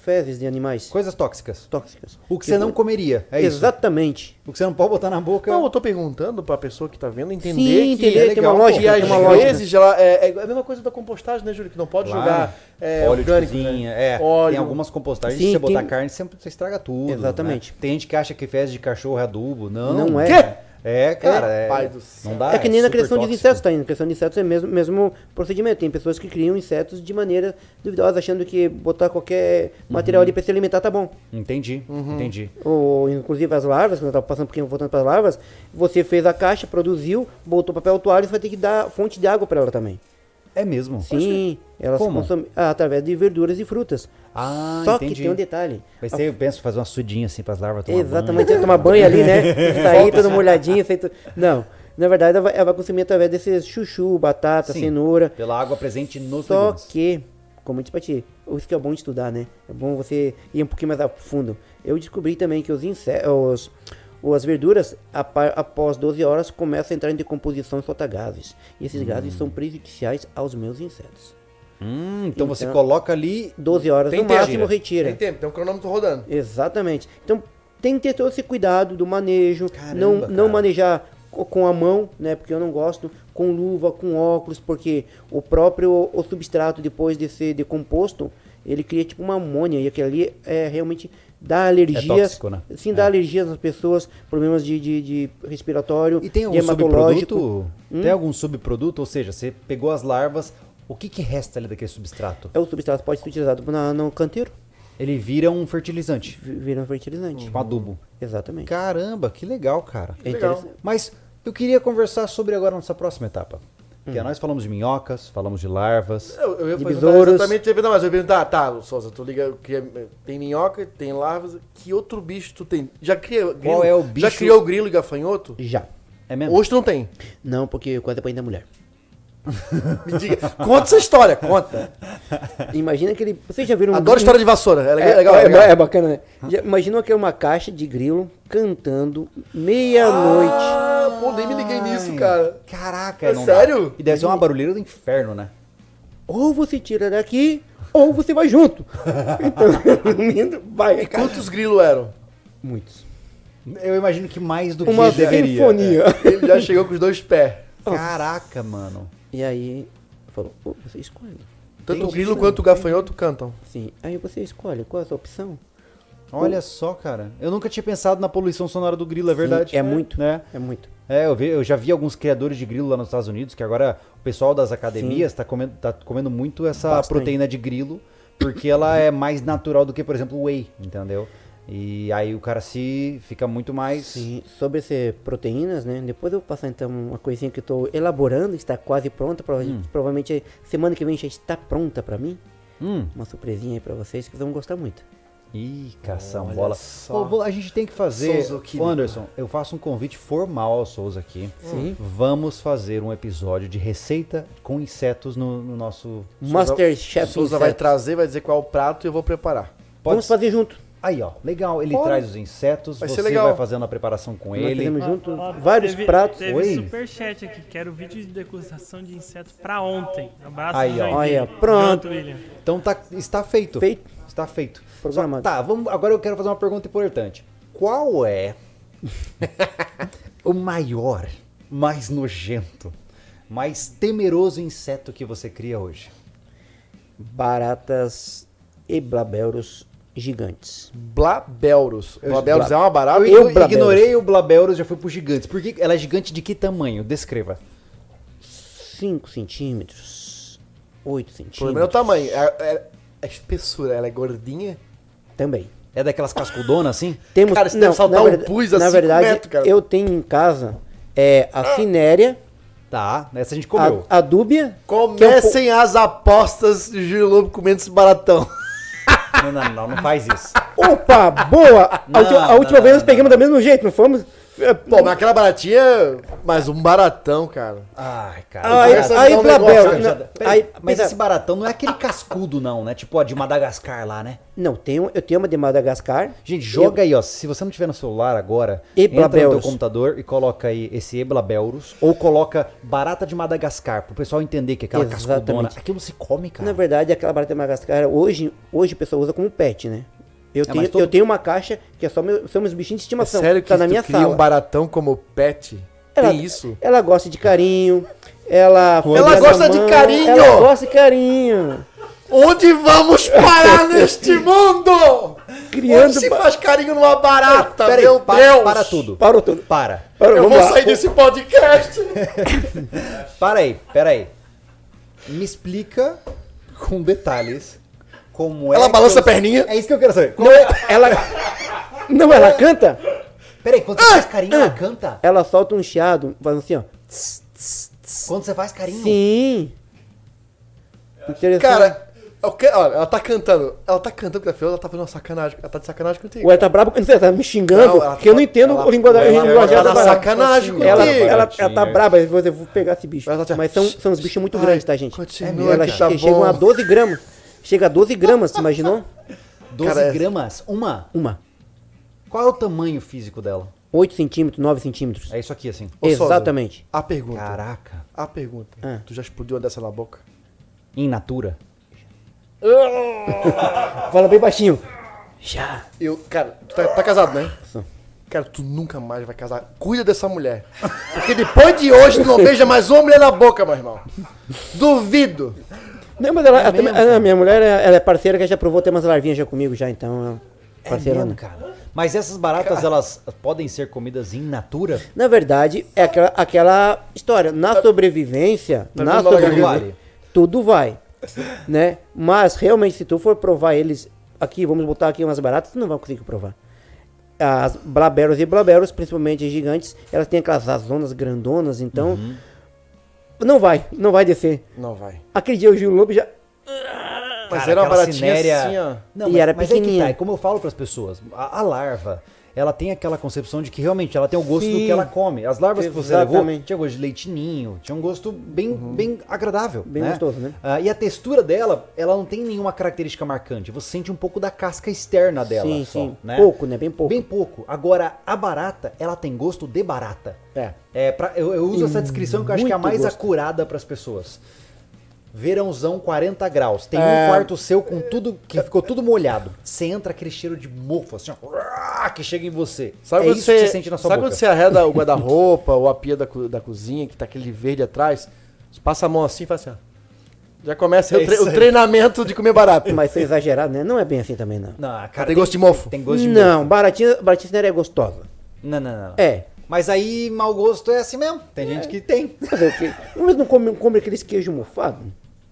fezes de animais Coisas tóxicas. tóxicas. O que você Tipo, não comeria, é isso. Exatamente. O que você não pode botar na boca. Não, eu tô perguntando pra pessoa que tá vendo entender Sim, que entender, é tem uma legal, lógica, que às tem uma lógica. vezes ela é, é a mesma coisa da compostagem, né, Júlio? Que não pode Claro. jogar é, óleo de orgânico, cozinha, né? é. Óleo. Tem algumas compostagens, Sim, se você botar tem- carne, você, você estraga tudo. Exatamente. né? Tem gente que acha que fezes de cachorro é adubo. Não. Não é. Quê? É, cara. É, É, pai do céu. Não dá. é que nem na super criação de tóxico. insetos, tá? Na criação de insetos é o mesmo, mesmo procedimento. Tem pessoas que criam insetos de maneira duvidosa, achando que botar qualquer Uhum. material ali pra se alimentar tá bom. Entendi, Uhum. entendi. Ou, inclusive as larvas, quando eu tava passando um pouquinho, voltando para as larvas, você fez a caixa, produziu, botou papel toalha, você vai ter que dar fonte de água para ela também. É mesmo. Sim, elas Como? consomem ah, através de verduras e frutas. Ah, Só entendi. que tem um detalhe. Ah, Mas eu penso em fazer uma sudinha assim pras larvas tomar Exatamente, você tomar banho ali, *laughs* né? Sair toda molhadinha, sair tu- Não, na verdade ela vai, ela vai consumir através desses chuchu, batata, Sim. cenoura. Pela água presente nos tá Só legumes. que, como eu disse pra ti, isso que é bom de estudar, né? É bom você ir um pouquinho mais a fundo. Eu descobri também que os insetos, as verduras, apa- após 12 horas, começam a entrar em decomposição e soltar gases. E esses gases são prejudiciais aos meus insetos. Hum, então, você Então- coloca ali. 12 horas Tem no tempo. né? máximo retira. Tem tempo, tem um cronômetro rodando. Exatamente. Então tem que ter todo esse cuidado do manejo, Caramba, não, cara. não manejar co- com a mão, né? Porque eu não gosto, com luva, com óculos, porque o próprio o substrato depois de ser decomposto, ele cria tipo uma amônia e aquilo ali é realmente dá alergias, tóxico, né? sim, dá alergias nas pessoas, problemas de, de, de respiratório, E tem de algum é hematológico. subproduto? Tem algum subproduto? Ou seja, você pegou as larvas, o que, que resta ali daquele substrato? É o substrato pode ser utilizado na, no canteiro, Ele vira um fertilizante, vi- vira um fertilizante. tipo adubo. Exatamente. Caramba, que legal, cara. É Legal. interessante. Mas eu queria conversar sobre agora a nossa próxima etapa. Porque nós falamos de minhocas, falamos de larvas. Eu, eu ia De perguntar besouros. exatamente, não, mas eu ia perguntar, tá, Souza, tu liga, cria- tem minhoca, tem larvas, que outro bicho tu tem? Já cria grilo? Qual é o Já bicho- criou grilo e gafanhoto? Já. É mesmo? Hoje tu não tem. Não, porque eu quase apanhei da mulher. Me diga, conta essa história, conta. Imagina aquele. Vocês já viram. Adoro um- história de vassoura, é legal, É, é, legal, é é, legal. é bacana, né? Já, imagina que é uma caixa de grilo cantando é meia-noite. Ah, pô, nem me liguei nisso, cara. Caraca, É não sério? Hum. Dá. E deve ser uma barulheira do inferno, né? Ou você tira daqui, ou você vai *laughs* junto. Então, *laughs* resumindo, vai, cara. Quantos grilos eram? Muitos. Eu imagino que mais do que Uma deveria. sinfonia. Ele já chegou com os dois pés. É. Caraca, mano. E aí, falou, "Ô, você escolhe. Tanto o Entendi. grilo quanto o gafanhoto cantam. Sim, aí você escolhe qual é a sua opção. Olha só, cara. Eu nunca tinha pensado na poluição sonora do grilo, é verdade. Sim, é muito, Né? É muito. É, eu, vi- eu já vi alguns criadores de grilo lá nos Estados Unidos, que agora o pessoal das academias tá comendo, tá comendo muito essa Bastante. proteína de grilo, porque ela é mais natural do que, por exemplo, o whey, entendeu? E aí o cara se fica muito mais... Sim, sobre ser proteínas, né? Depois eu vou passar então uma coisinha que eu tô elaborando, está quase pronta, prova- Hum. provavelmente semana que vem já está pronta pra mim. Hum. Uma surpresinha aí pra vocês que vão gostar muito. Ih, caçambola. só. Ô, vô, a gente tem que fazer. Souza Ô, Química. Anderson, eu faço um convite formal ao Souza aqui. Sim. Vamos fazer um episódio de receita com insetos no, no nosso. Masterchef. Souza inseto. vai trazer, vai dizer qual é o prato e eu vou preparar. Pode Vamos fazer junto. Aí, ó, legal. Ele Olha, traz os insetos, vai ser você legal. vai fazendo a preparação com Nós ele. Ah, fizemos junto Ó, vários ah, teve, pratos. Teve Oi? superchat aqui. Quero vídeo de degustação de inseto pra ontem. Abraço, Aí, Jair. ó. Olha, pronto. William. Então tá, está feito. Feito. Está feito. Programado. Só- tá, vamos, agora eu quero fazer uma pergunta importante. Qual *laughs* é o maior, mais nojento, mais temeroso inseto que você cria hoje? Baratas e blaberos gigantes. Blabelros. Blabelros é uma barata? Eu, Eu, igno- Blaberos. ignorei o Blaberos, já fui pro gigantes. Por que ela é gigante de que tamanho? Descreva. 5 centímetros, 8 O problema é o centímetros. tamanho. É, é- a espessura, ela é gordinha? Também. É daquelas cascudonas assim? Temos, Cara, você deve saltar na um verdade- pus a Na cinco verdade, metros, cara. Ah. eu tenho em casa é, a cinéria, Tá, essa a gente comeu. a, a dúbia. que é um po- Comecem as apostas de Júlio Lobo comendo esse baratão. Não, não, não, não faz *laughs* isso. Opa, boa! A Não, ulti- a, não, última não, vez nós não, pegamos do mesmo jeito, não fomos? *laughs* É, Pô, mas aquela baratinha. Mas um baratão, cara. Ai, cara. Aí, Agora você aí, me dá um Blabel. negócio, não, Peraí, aí, assim, mas pera- esse baratão não é aquele cascudo, não, né? Tipo a de Madagascar lá, né? Não, tem, um- eu tenho uma de Madagascar. Gente, joga aí, ó. Se você não tiver no celular agora, entra no teu Eblabelus. computador e coloca aí esse Eblabelus ou coloca barata de Madagascar, pro pessoal entender que é aquela cascudona. Exatamente. Aquilo se come, cara. Na verdade, aquela barata de Madagascar, hoje, hoje a pessoa usa como pet, né? Eu, mas tenho, todo- eu tenho uma caixa que é só meu, são meus bichinhos É de estimação. sério que tá na tu minha cria sala. um baratão como pet? Ela, Tem isso? Ela gosta de carinho. Ela. Ela pega gosta na de mão, carinho! Ela gosta de carinho! Onde vamos parar *laughs* neste mundo? Criando Onde se ba- faz carinho numa barata, Peraí, Tá, meu pa- Deus! para tudo. Parou tudo. Para. Parou, Eu vamos vou lá. sair desse podcast. Para aí, pera aí. Me explica com detalhes como é. Ela que balança eu- a perninha. É isso que eu quero saber. Não, ela. Não, ela canta? Peraí, quando Ah! você faz carinho, ela canta? Ela solta um chiado, fazendo assim, ó. Quando você faz carinho? Sim. *laughs* Interessante. Cara, eu que- olha, ela tá cantando. Ela tá cantando porque ela fez- ela tá fazendo uma sacanagem. Ela tá de sacanagem contigo. Ué, tá brabo, não sei, ela tá me xingando, Não, ela porque eu não tá- entendo ela- o linguajar ela- ela tá da barata. sacanagem ela, ela, contigo. ela, ela tá braba, eu vou- eu vou pegar esse bicho. Ela tá- Mas são, são uns bichos muito Ai, grandes, tá, gente? continua, ela que tá chegam bom. a 12 gramas. Chega a 12 gramas, tu imaginou? 12 Cara, é- gramas? Uma? Uma. Qual é o tamanho físico dela? 8 centímetros, 9 centímetros. É isso aqui, assim. Ô, Sosa, Exatamente. A pergunta. Caraca. A pergunta. Ah. Tu já explodiu uma dessa na boca? In natura. Fala bem baixinho. Já. Eu, cara, tu tá, tá casado, né? Sou. Cara, tu nunca mais vai casar. Cuida dessa mulher. Porque depois de hoje tu não beija mais uma mulher na boca, meu irmão. Duvido. Não, mas É ela, ela também- a minha mulher, ela é parceira que já provou ter umas larvinhas já comigo já, então ela É parceirona. mesmo, cara. Mas essas baratas, elas podem ser comidas in natura? Na verdade, é aquela, aquela história. Na sobrevivência, Tá na vendo, Malaga, sobrevivência, vale? *laughs* tudo vai. né? Mas realmente, se tu for provar eles aqui, vamos botar aqui umas baratas, tu não vai conseguir provar. As blaberos e blaberos, principalmente as gigantes, elas têm aquelas azonas grandonas, então. Uhum. Não vai, não vai descer. Não vai. Aquele dia o Gil Lobo já. Mas Cara, era uma aquela baratinha cinéria- assim, ó. Não, E mas, era mas é que pequenininha. tá, é como eu falo pras pessoas, a, a larva, ela tem aquela concepção de que realmente ela tem o gosto do Sim. que ela come. As larvas que você levou Exatamente. Uhum. tinha gosto de leitinho, tinha um gosto bem, bem agradável. Bem gostoso, né? Ah, e a textura dela, ela não tem nenhuma característica marcante. Você sente um pouco da casca externa dela. Sim, só, sim. Né? Pouco, né? Bem pouco. Bem pouco. Agora, a barata, ela tem gosto de barata. É. Hum, É, pra, eu, eu uso essa descrição que eu acho que é a muito mais gosto. acurada pras pessoas. Verãozão 40 graus. Tem um É. quarto seu com tudo que ficou tudo molhado. Você entra aquele cheiro de mofo assim, ó, que chega em você. Sabe, é quando, isso você, que você sente na sua sabe boca. quando você arreda o guarda-roupa ou a pia da, co- da cozinha, que tá aquele verde atrás? Você passa a mão assim e faz assim, ó. Já começa É o, tre- isso o aí. treinamento de comer barato. Mas isso é exagerado, né? Não é bem assim também, não. Não, *laughs* cara, Tem gosto de mofo. Tem gosto de não, mofo. baratinha, baratinha cinéria é gostosa. Não, não, não. não. É. Mas aí, mau gosto é assim mesmo. Tem gente que tem. Fazer o quê? Mas não come, come aqueles queijo mofado?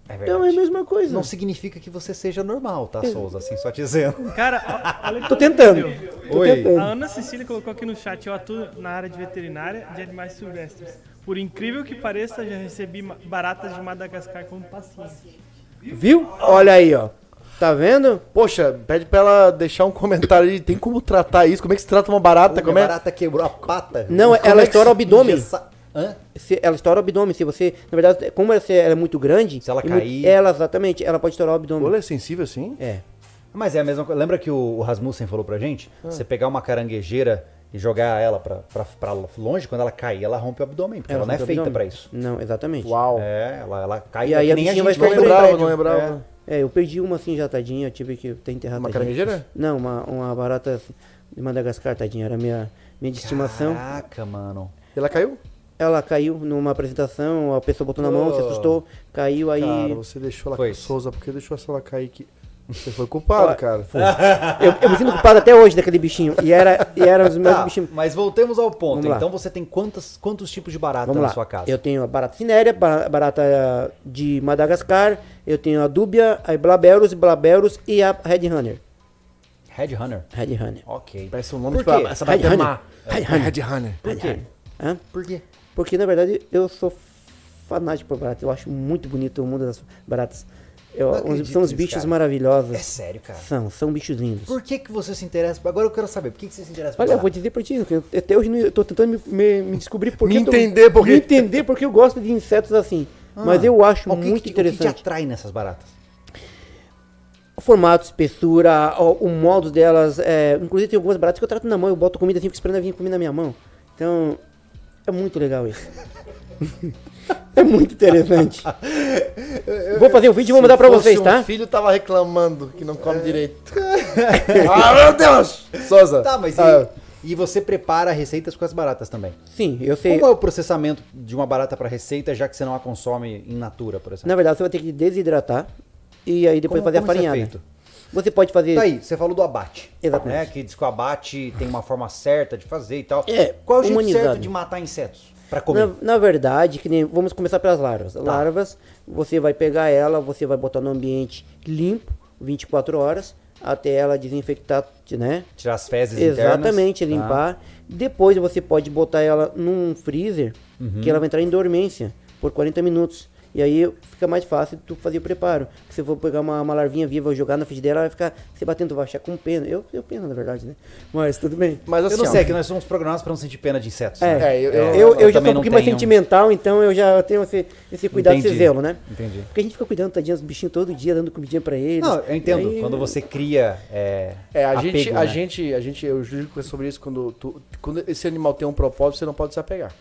É Então é a verdade. mesma coisa. Não significa que você seja normal, tá, Souza? Assim, só dizendo. Cara, ó- olha que Tô tentando. incrível. Tô Oi. A tentando. Ana Cecília colocou aqui no chat, eu atuo na área de veterinária de animais silvestres. Por incrível que pareça, já recebi ma- baratas de Madagascar como paciente. Viu? Olha aí, ó. Tá vendo? Poxa, pede pra ela deixar um comentário aí. Tem como tratar isso? Como é que se trata uma barata? Minha Como é? barata quebrou a pata. Não, Como ela é que estoura o se- abdômen. Engessa- Hã? Se ela estoura o abdômen. Se você. Na verdade, como ela, se ela é muito grande. Se ela e muito- cair. Ela, exatamente. Ela pode estourar o abdômen. Ela é sensível assim? É. Mas é a mesma coisa. Lembra que o, o Rasmussen falou pra gente? Ah. Você pegar uma caranguejeira e jogar ela pra, pra, pra longe, quando ela cai, ela rompe o abdômen, porque ela, não é feita pra isso. Não, exatamente. Uau. É, ela, ela cai E aí que a nem gente bichinha vai Não cai ficar do lembrava, prédio. não lembrava. É, eu perdi uma assim já tadinha, eu tive que ter enterrado. Uma tadinha. caranguejeira? Não, uma, uma barata assim, de Madagascar, tadinha. Era minha, minha de estimação. Caraca, mano. Ela caiu? Ela caiu numa apresentação, a pessoa botou na mão, se Pô. assustou, caiu aí. Cara, você deixou ela Foi. com Souza, porque deixou essa ela cair que. Você foi culpado, *laughs* cara. Eu, eu me sinto culpado até hoje daquele bichinho. E era, e era os meus Tá, bichinhos. mas voltemos ao ponto. Vamos lá. então você tem quantas, quantos tipos de barata Vamos na lá. sua casa? Eu tenho a barata cinérea, ba- barata de Madagascar, eu tenho a dúbia, a blaberus, blaberus e a red hunter. Red Hunter. Red hunter. Ok. Parece um nome Por de quê? pra- Essa barata é Red má. Red Hunter. Red hunter. Hã? Por quê? Porque na verdade eu sou fanático por barata. Eu acho muito bonito o mundo das baratas. Eu- Não uns- acredito são uns nisso, bichos cara. maravilhosos. É sério, cara. São, são bichos lindos. Por que, que você se interessa? Agora eu quero saber, por que, que você se interessa por Olha, eu vou barata? dizer pra ti, que eu- até hoje não- eu tô tentando me, me- me descobrir por Me que eu tô- entender por quê. Me entender porque eu gosto de insetos assim. Mas eu acho Mas Ah. o que muito que- O que interessante. te atrai nessas baratas? O formato, espessura, o, o modo delas. é, inclusive tem algumas baratas que eu trato na mão, eu boto comida assim, fico esperando ela vir comer na minha mão. Então, é muito legal isso. *laughs* é *laughs* muito interessante. Vou fazer um vídeo e vou mandar pra vocês, O tá? filho tava reclamando que não come direito. *laughs* ah, meu Deus! Souza. Tá, mas e, Ah, e você prepara receitas com as baratas também? Sim, eu sei. Como é o processamento de uma barata para receita, já que você não a consome in natura, por exemplo? Na verdade, você vai ter que desidratar e aí depois Como- fazer como a isso é farinhada. feito? você pode fazer. Tá aí, você falou do abate. Exatamente. Né? Que diz que o abate tem uma forma certa de fazer e tal. É, Qual é o jeito humanizado. certo de matar insetos? Pra comer? Na, na verdade, que nem, vamos começar pelas larvas. Tá. Larvas, você vai pegar ela, você vai botar no ambiente limpo, 24 horas, até ela desinfectar, né? Tirar as fezes Exatamente, internas? Tá. limpar. Depois você pode botar ela num freezer, Uhum. que ela vai entrar em dormência por 40 minutos. E aí fica mais fácil tu fazer o preparo. Se você for pegar uma, uma larvinha viva e jogar na frente dela, ela vai ficar se batendo, vai achar com pena. Eu, eu pena, na verdade, né? Mas tudo bem. Mas Eu assim, não ó, sei, é que nós somos programados pra não sentir pena de insetos. né? É, É, eu- eu, eu- eu, eu também já sou um não pouquinho mais tenho- sentimental, então eu já tenho esse, esse cuidado, Entendi, esse zelo, né? entendi. Porque a gente fica cuidando, tadinho, dos bichinhos todo dia, dando comidinha pra eles. Não, eu entendo. E aí- Quando você cria é, É, a apego, gente, a né? gente, a gente, eu digo sobre isso quando, tu- quando esse animal tem um propósito, você não pode se apegar.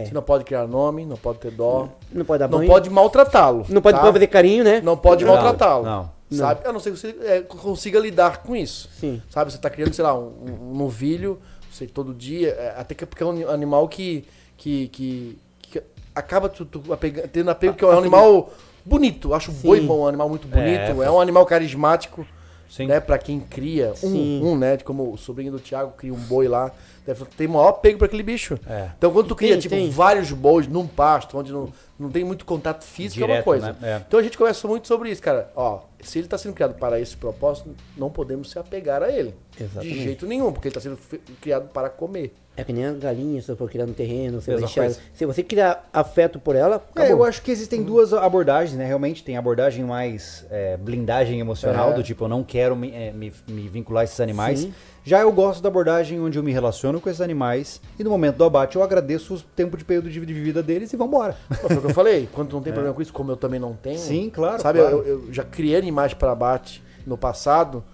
Você não pode criar nome, não pode ter dó, Não pode dar não É. banho. pode maltratá-lo. não pode tá? fazer carinho, né? Não pode Não, maltratá-lo. não. Sabe? A não ser que você é, consiga lidar com isso. Sim. Sabe? Você tá criando, sei lá, um, um novilho, sei, todo dia. é, Até que porque é um animal que. que, que, que acaba tu, tu apega- tendo apego, que é um animal bonito. Acho o boi bom, um animal muito bonito. É, um animal carismático. Sim. Né, pra quem cria Sim. um, um, né? de Como o sobrinho do Thiago cria um boi lá. Deve ter maior apego pra aquele bicho. É. Então quando tu cria, tem, tipo, tem. vários bois num pasto, onde não, não tem muito contato físico, é uma Direto, coisa. né? É. Então a gente conversa muito sobre isso, cara. Ó, se ele está sendo criado para esse propósito, não podemos se apegar a ele. Exatamente. De jeito nenhum, porque ele está sendo fe- criado para comer. É que nem as galinhas, se você for criar no terreno, você vai Mesma deixar. coisa. Se você criar afeto por ela, É, eu acabou. acho que existem duas abordagens, né? Realmente tem a abordagem mais é, blindagem emocional, É. do tipo, eu não quero me, é, me- me vincular a esses animais. Sim. Já eu gosto da abordagem onde eu me relaciono com esses animais e no momento do abate eu agradeço o tempo de período de vida deles e vambora. *laughs* Mas Foi o que eu falei. Quando não tem problema com isso, como eu também não tenho. É. Sim, claro, Sabe, claro. Eu, eu já criei animais para abate no passado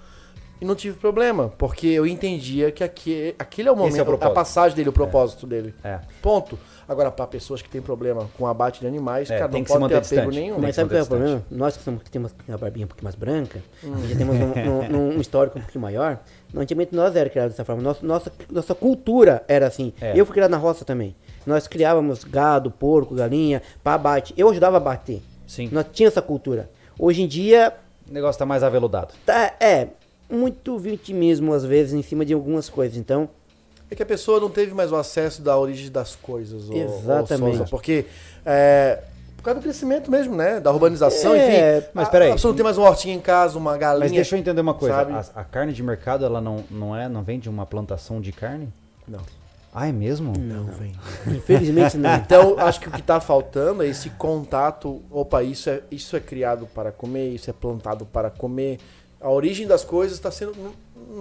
e não tive problema, porque eu entendia que aqui, aquele é o Esse é o momento, a propósito. passagem dele, o propósito dele. É. Ponto. Agora, para pessoas que têm problema com abate de animais, É, cara, tem não que se pode ter apego manter distante. né? nenhum. Tem Mas que sabe qual é o manter distante. problema? Nós que, somos, que temos a barbinha um pouquinho mais branca, Hum. e já *laughs* temos um, um- um histórico um pouquinho maior, antigamente nós era criado dessa forma. Nossa, nossa, nossa cultura era assim. É. Eu fui criado na roça também. Nós criávamos gado, porco, galinha, para abate. Eu ajudava a bater. Sim. Nós tínhamos essa cultura. Hoje em dia, O negócio tá mais aveludado. tá, é muito vitimismo às vezes em cima de algumas coisas. Então, É que a pessoa não teve mais o acesso da origem das coisas. ô- ô Exatamente. Souza, porque é, por causa do crescimento mesmo, né? Da urbanização, É, enfim. mas peraí. A pessoa não tem mais uma hortinha em casa, uma galinha. Mas deixa eu entender uma coisa. sabe? A, a carne de mercado, ela não, não é, não vem de uma plantação de carne? *laughs* Não. Ah, é mesmo? Não, vem. infelizmente *laughs* não. Então, acho que o que está faltando é esse contato. Opa, isso é, isso é criado para comer, isso é plantado para comer. A origem das coisas está sendo. não-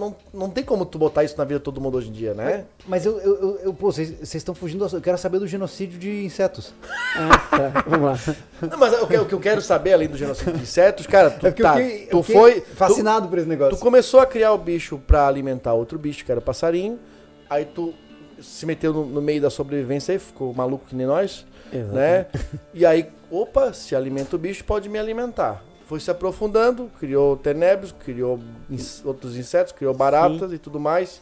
não, não tem como tu botar isso na vida de todo mundo hoje em dia, né? Mas eu, eu, eu- eu- pô, vocês vocês estão fugindo do assunto. Eu quero saber do genocídio *laughs* de insetos. Ah, tá. Vamos lá. Não, mas o que, o que eu quero saber, além do genocídio de insetos, cara, tu, É porque eu tá, fiquei- eu tu fiquei foi. tu- fascinado por esse negócio. Tu começou a criar o bicho pra alimentar outro bicho, que era o passarinho. Aí tu se meteu no, no meio da sobrevivência e ficou maluco que nem nós, Exato. né? E aí, opa, se alimenta o bicho, pode me alimentar. Foi se aprofundando, criou tenebros, criou ins- outros insetos, criou baratas e tudo mais.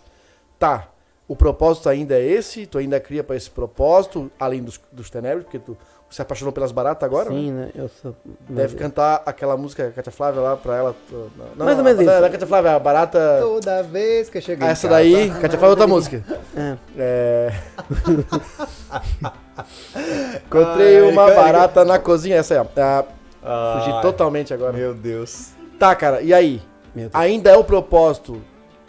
Tá. O propósito ainda é esse? Tu ainda cria pra esse propósito, além dos, dos tenebros, porque tu se apaixonou pelas baratas agora? né? Sim, né? Eu sou. Deve cantar aquela música da Katia Flávia lá pra ela. Não, Mais ou menos não, isso. Da Katia Flávia, a barata. Ah, Toda vez que eu tá? cheguei. Essa daí, Katia Flávia é outra música. É. *laughs* É. Encontrei Ai, uma cara, barata na cozinha. Essa aí, ó. Ah, fugi totalmente agora. Meu Deus. Tá, cara, e aí? Meu Deus. Ainda é o propósito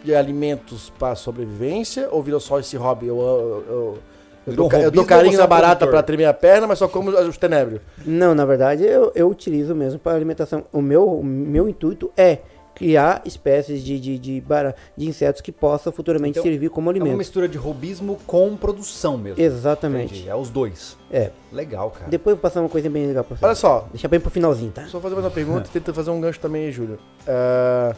de alimentos pra sobrevivência? Ou virou só esse hobby? Eu, eu, eu, eu, Virou dou, ca- eu hobby dou ou carinho você na é barata produtor? pra tremer a perna, mas só como os tenébrios. Não, na verdade, eu, eu utilizo mesmo para alimentação. O meu, o meu intuito é criar espécies de, de, de, bara- de insetos que possam futuramente Então, servir É como uma alimento. mistura de robismo com produção mesmo. Exatamente. Entendi. É os dois. É. Legal, cara. Depois eu vou passar uma coisa bem legal pra Tá. você. Olha só, Deixa bem pro finalzinho, tá? Só fazer mais uma pergunta É. e tenta fazer um gancho também aí, Júlio. Ah,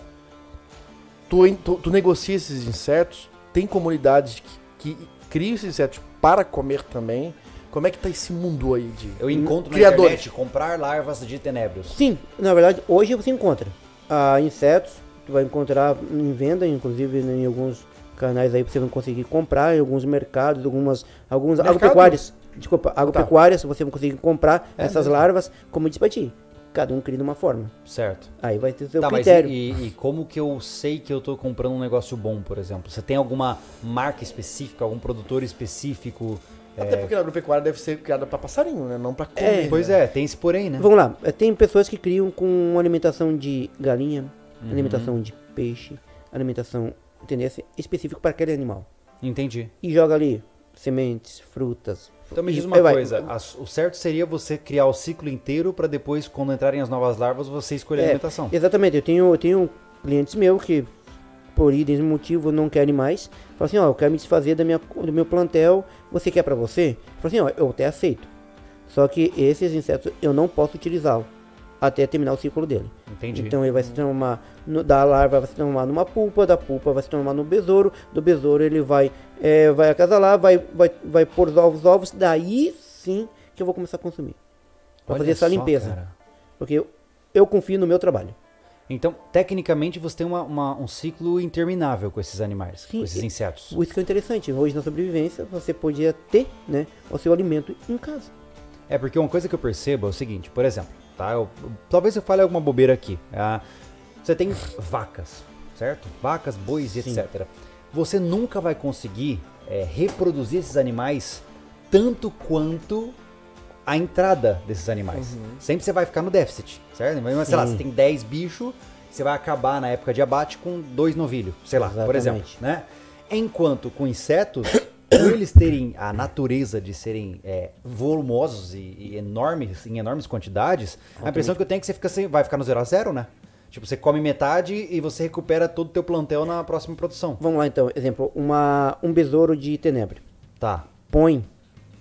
tu, en- tu, tu negocia esses insetos? Tem comunidades que, que criam esses insetos para comer também? Como é que tá esse mundo aí de Eu encontro na criadores? internet comprar larvas de tenebrios. Sim, na verdade, hoje você encontra ah, insetos, tu vai encontrar em venda, inclusive né, em alguns canais aí você vai conseguir comprar, em alguns mercados, algumas alguns Mercado? agropecuárias. Desculpa, Tá. agropecuárias, você vai conseguir comprar É essas larvas, como eu disse pra ti, cada um cria de uma forma. Certo. Aí vai ter o seu tá, mas e, um critério. e- e como que eu sei que eu tô comprando um negócio bom, por exemplo? Você tem alguma marca específica, algum produtor específico? Até porque a agropecuária deve ser criada para passarinho, né? Não para comer. É. né? Pois É. é, tem esse porém, né? Vamos lá, eh, tem pessoas que criam com alimentação de galinha, Uhum. alimentação de peixe, alimentação, entendeu? Específico para aquele animal. Entendi. E joga ali sementes, frutas. Então me e- diz aí uma vai. coisa, as- o certo seria você criar o ciclo inteiro pra depois, quando entrarem as novas larvas, você escolher a É, alimentação. Exatamente, eu tenho, eu tenho clientes meus que, por esse motivo, não querem mais. Falam assim, ó, eu quero me desfazer da minha, do meu plantel, você quer pra você? Fala assim, ó, eu até aceito. Só que esses insetos eu não posso utilizá-lo até terminar o ciclo dele. Entendi. Então ele vai se transformar, no, da larva vai se transformar numa pulpa, da pulpa vai se transformar no besouro, do besouro ele vai, é, vai acasalar, vai, vai, vai pôr os ovos, ovos, daí sim que eu vou começar a consumir. Pra Olha fazer essa só, limpeza. cara. Porque eu, eu confio no meu trabalho. Então, tecnicamente, você tem uma- uma- um ciclo interminável com esses animais, Sim, com esses e- insetos. Isso que é interessante. Hoje na sobrevivência você podia ter né, o seu alimento em casa. É porque uma coisa que eu percebo é o seguinte, por exemplo, tá? Eu- eu- talvez eu fale alguma bobeira aqui. ah, você tem vacas, certo? Vacas, bois e etc. Você nunca vai conseguir é, reproduzir esses animais tanto quanto a entrada desses animais. Uhum. Sempre você vai ficar no déficit, certo? Mas, sei lá, você tem 10 bichos, você vai acabar na época de abate com dois novilhos, sei lá, por Exatamente. exemplo né? Enquanto com insetos, *coughs* por eles terem a natureza de serem é, volumosos e, e enormes, em enormes quantidades, a impressão que eu tenho é que você fica sem, vai ficar no zero a zero, né? Tipo, você come metade e você recupera todo o teu plantel na próxima produção. Vamos lá então, exemplo, uma, um besouro de tenebre. Tá, Põe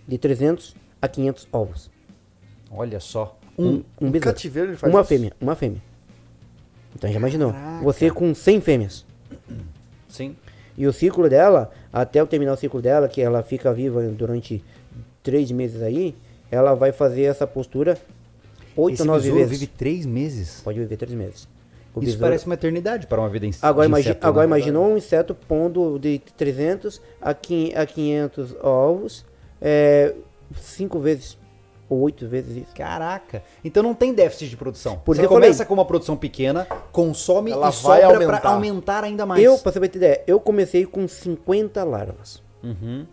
de 300 a 500 ovos. olha só. Um, um besouro. cativeiro ele faz Uma isso? fêmea, uma fêmea. Então já imaginou. Você com 100 fêmeas. Sim. E o ciclo dela, até eu terminar o ciclo dela, que ela fica viva durante 3 meses aí, ela vai fazer essa postura 8 Esse ou 9 besouro vezes. vive três meses. Pode viver 3 meses. O Isso besouro- parece uma eternidade para uma vida em Agora, de imagi inseto, agora né? imaginou um inseto pondo de 300 a, quin- a 500 ovos, é, cinco vezes ou oito vezes isso. Caraca. Então não tem déficit de produção. Por você isso que eu falei. começa com uma produção pequena, consome Ela e vai sobra aumentar. pra aumentar ainda mais. Eu, pra você ter ideia, eu comecei com 50 larvas. Uhum.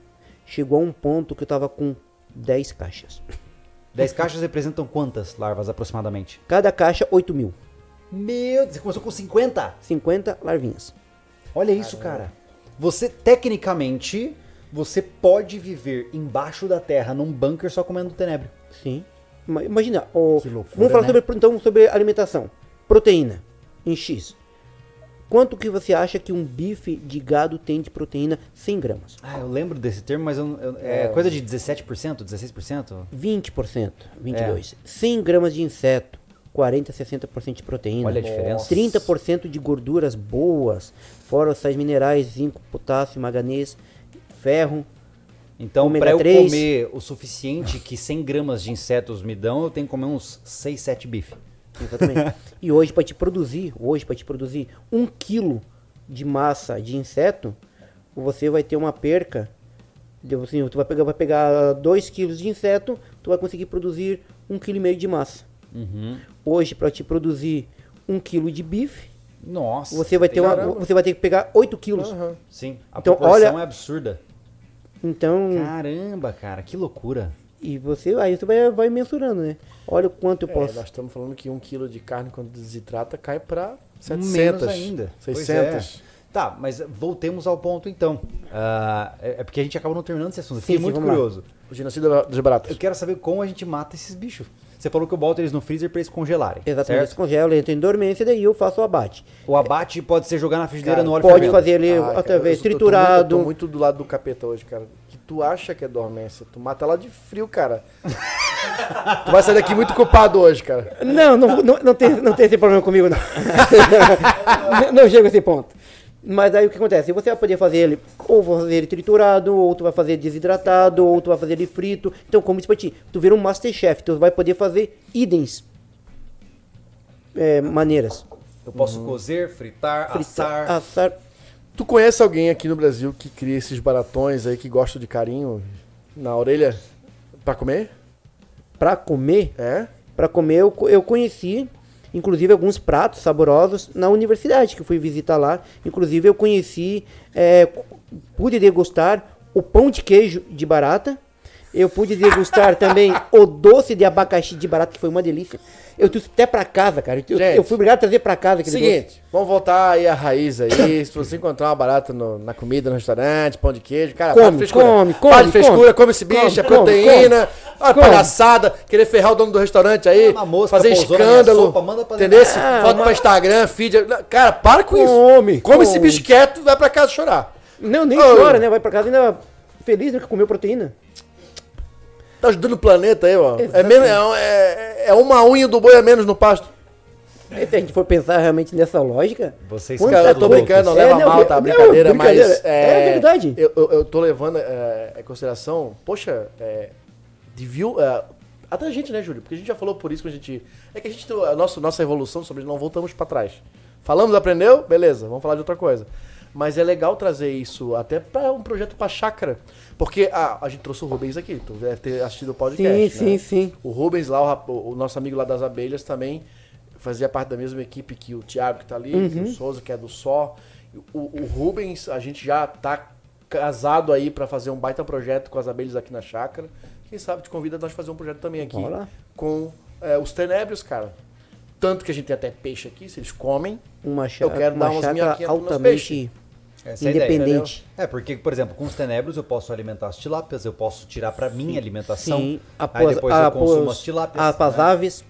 Chegou a um ponto que eu tava com 10 caixas. 10 caixas representam quantas larvas aproximadamente? Cada caixa, 8 mil. Meu Deus, você começou com 50? 50 larvinhas. Olha isso, cara. Você, tecnicamente, você pode viver embaixo da terra, num bunker, só comendo tenebro. Sim. Ima- Imagina, o- Que loucura, vamos falar né? sobre, então, sobre alimentação. Proteína, em X. Quanto que você acha que um bife de gado tem de proteína 100 gramas? Ah, eu lembro desse termo, mas eu não- eu- é, coisa de 17%, 16%? 20%, É. 22%. 100 gramas de inseto, 40, 60% de proteína. Olha a diferença. 30% de gorduras boas, fora os sais minerais, zinco, potássio, manganês, ferro. Então, Ômega para eu três. comer o suficiente que 100 gramas de insetos me dão, eu tenho que comer uns 6, 7 bife. Exatamente. e hoje para te produzir, hoje para te produzir um quilo de massa de inseto, você vai ter uma perca. de- Assim, tu vai pegar, vai pegar 2 quilos de inseto, tu vai conseguir produzir um quilo e meio de massa. Uhum. Hoje para te produzir um quilo de bife, Nossa. você vai tem- ter uma, você vai ter que pegar 8 quilos. Aham. Sim, a Então, proporção olha- é absurda. Hum. Então Caramba, cara, que loucura. e você aí você vai, vai mensurando, né? Olha o quanto eu É, posso. nós estamos falando que um quilo de carne, quando desidrata, cai para Menos 700. ainda. Pois 600. é. Tá, mas voltemos ao ponto então. Ah, é é porque a gente acaba não terminando esse assunto. Eu Fiquei sim, muito vamos lá. curioso. O genocídio das baratas. Eu quero saber como a gente mata esses bichos. Você falou que eu boto eles no freezer pra eles congelarem. Exatamente, certo? descongela, entra em dormência, daí eu faço o abate. O abate pode ser jogar na frigideira Cara, no óleo Pode fervendo. fazer ele Ah, cara, através eu sou- eu tô muito- Eu triturado. tô muito do lado do capeta hoje, cara. Que tu acha que é dormência? Tu mata lá de frio, cara. tu vai sair daqui muito culpado hoje, cara. Não, não, não, não, tem, não tem esse problema comigo, não. *laughs* não. não chego a esse ponto. Mas aí o que acontece? Você vai poder fazer ele, ou vai fazer ele triturado, ou tu vai fazer desidratado, ou tu vai fazer ele frito. Então, como isso pra ti, tu vira um Masterchef, tu vai poder fazer idens. É, maneiras. Eu posso cozer, fritar, assar. Hum. Fritar, assar. Tu conhece alguém aqui no Brasil que cria esses baratões aí que gosta de carinho na orelha pra comer? Pra comer, É? Pra comer. Eu, co- eu conheci, inclusive, alguns pratos saborosos na universidade que eu fui visitar lá. Inclusive, eu conheci, é, cu- pude degustar o pão de queijo de barata. Eu *laughs* pude degustar também o doce de abacaxi de barata, que foi uma delícia. Eu trouxe até pra casa, cara. Eu, Gente. eu fui obrigado a trazer pra casa aquele doce. Seguinte, vamos voltar aí à raiz *coughs* aí. Se você encontrar uma barata no- na comida, no restaurante, pão de queijo, cara, Come, para de frescura. come, Para come, de frescura, come, come. esse bicho, Come, é come, proteína, a come. palhaçada, querer ferrar o dono do restaurante aí, Uma mosca fazer pousou na minha escândalo, sopa, manda pra entendeu? dentro. Ah, Foto pra Instagram, feed. Não, Cara, para com isso. Come, come esse come. bisqueto, vai pra casa chorar. Não, nem Ô. chora, né? Vai pra casa ainda feliz, né? Que comeu proteína. Tá ajudando o planeta aí, ó. É, Exatamente. menos, é, é- é uma unha do boi a menos no pasto. É. E se a gente for pensar realmente nessa lógica... Vocês quanta Cara, eu tô loucos. brincando, não É, leva não, mal, tá? não, Brincadeira, mas. brincadeira. É verdade. Eu, eu, eu tô levando é, em consideração, poxa, é, de view. é, até a gente, né, Júlio? Porque a gente já falou por isso que a gente. É que a gente tem a nossa, nossa evolução sobre não voltamos pra trás. Falamos, aprendeu? Beleza, vamos falar de outra coisa. Mas é legal trazer isso até pra um projeto pra chácara. Porque ah, a gente trouxe o Rubens aqui, tu deve ter assistido o podcast. Sim, né? sim, sim. O Rubens lá, o, rap- o nosso amigo lá das abelhas também fazia parte da mesma equipe que o Thiago que tá ali, Uhum. que o Souza que é do Só. O, o Rubens, a gente já tá casado aí para fazer um baita projeto com as abelhas aqui na chácara. Quem sabe te convida a nós fazer um projeto também aqui Bora. com é, os tenébrios, cara. Tanto que a gente tem até peixe aqui, se eles comem. Uma, chá, Eu quero uma dar umas chácara minhoquinhas pro nosso altamente... peixe. Essa é a ideia, Independente. entendeu? é, porque, por exemplo, com os tenebros eu posso alimentar as tilápias, eu posso tirar pra minha alimentação. Sim, aí depois eu consumo as após- tilápias. a- pras né? aves,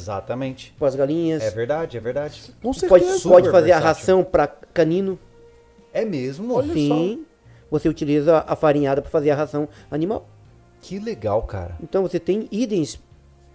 Exatamente. pras galinhas. É verdade, é verdade. Com pode certeza. super pode fazer a versátil. ração pra canino. É mesmo? Olha Sim. Você utiliza a farinhada pra fazer a ração animal. só. Que legal, cara. Então você tem itens,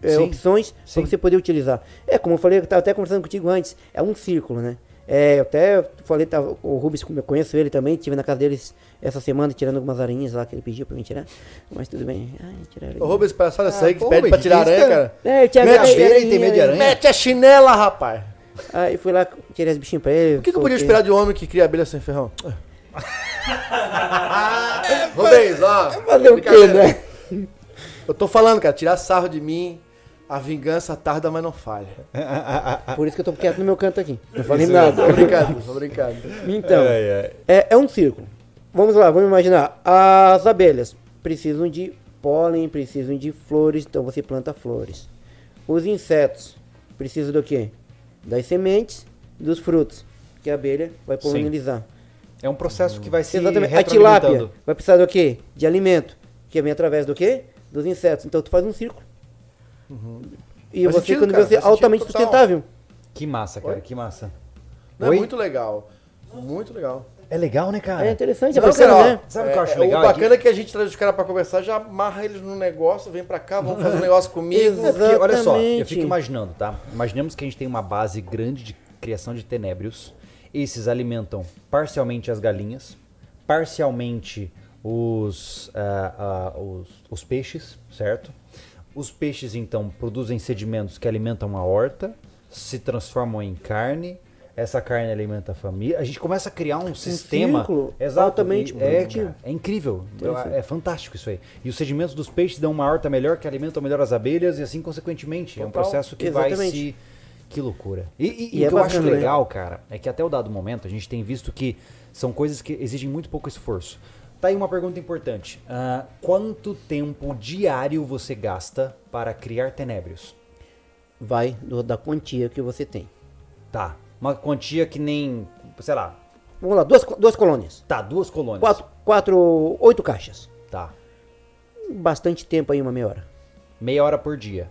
é, Sim, opções sim. pra você poder utilizar. É, como eu falei, eu tava até conversando contigo antes, é um círculo, né? É, eu até falei, tava, o Rubens, como eu conheço ele também, estive na casa deles essa semana tirando algumas aranhas lá que ele pediu pra mim tirar. Mas tudo bem. Ai, tiraram. O Rubens, palhaçada essa aí que Ah, pô, pede pra Rubens, tirar isso, aranha, cara. cara. É, eu tinha Mete a aranha, beira, tem medo de aranha. Mete a chinela, rapaz. Aí fui lá, tirei as bichinhas pra ele. O que, que eu podia esperar de um homem que cria abelha sem ferrão? É. *laughs* Rubens, ó. Fazer o quê, brincadeira. né? Eu tô falando, cara, tirar sarro de mim, a vingança tarda, mas não falha. Ah. Por isso que eu tô quieto no meu canto aqui. Não falei *laughs* Isso nada. Tô brincando, tô brincando. Então, Ai, ai. É, é um círculo. Vamos lá, vamos imaginar. As abelhas precisam de pólen, precisam de flores, então você planta flores. Os insetos precisam do quê? Das sementes, dos frutos, que a abelha vai Sim. polinizar. É um processo que vai se Exatamente. A tilápia retroalimentando. vai precisar do quê? De alimento, que vem através do quê? Dos insetos. Então tu faz um círculo. E Faz você, sentido, quando cara, você é faz sentido altamente total. sustentável. Que massa, cara, que massa. Não, é Oi? muito legal. Muito legal. É legal, né, cara? É interessante, é Não, bacana, cara, ó, né? Sabe o que eu acho é, legal O bacana é que a gente traz os caras pra conversar, já amarra eles num negócio, vem pra cá, vamos fazer um *laughs* negócio comigo. É porque, olha só, eu fico Exatamente. imaginando, tá? Imaginemos que a gente tem uma base grande de criação de tenébrios. Esses alimentam parcialmente as galinhas, parcialmente os, ah, ah, os, os peixes, certo? Os peixes, então, produzem sedimentos que alimentam a horta, se transformam em carne. Essa carne alimenta a família. A gente começa a criar um, sistema círculo Exato, altamente e- é, produtivo. cara, é incrível. Eu- é fantástico isso aí. E os sedimentos dos peixes dão uma horta melhor, que alimentam melhor as abelhas e assim consequentemente. É um Total. processo que vai Exatamente. se. Que loucura. E, e- e E o é que eu acho bacana, né? legal, cara, é que até o dado momento a gente tem visto que são coisas que exigem muito pouco esforço. Tá aí uma pergunta importante. Ah, quanto tempo diário você gasta para criar tenébrios? Vai do- da quantia que você tem. Tá. Uma quantia que nem. sei lá. Vamos lá, duas, co- duas colônias. Tá, duas colônias. Quatro, quatro, oito caixas. Tá. Bastante tempo aí, uma meia hora. Meia hora por dia.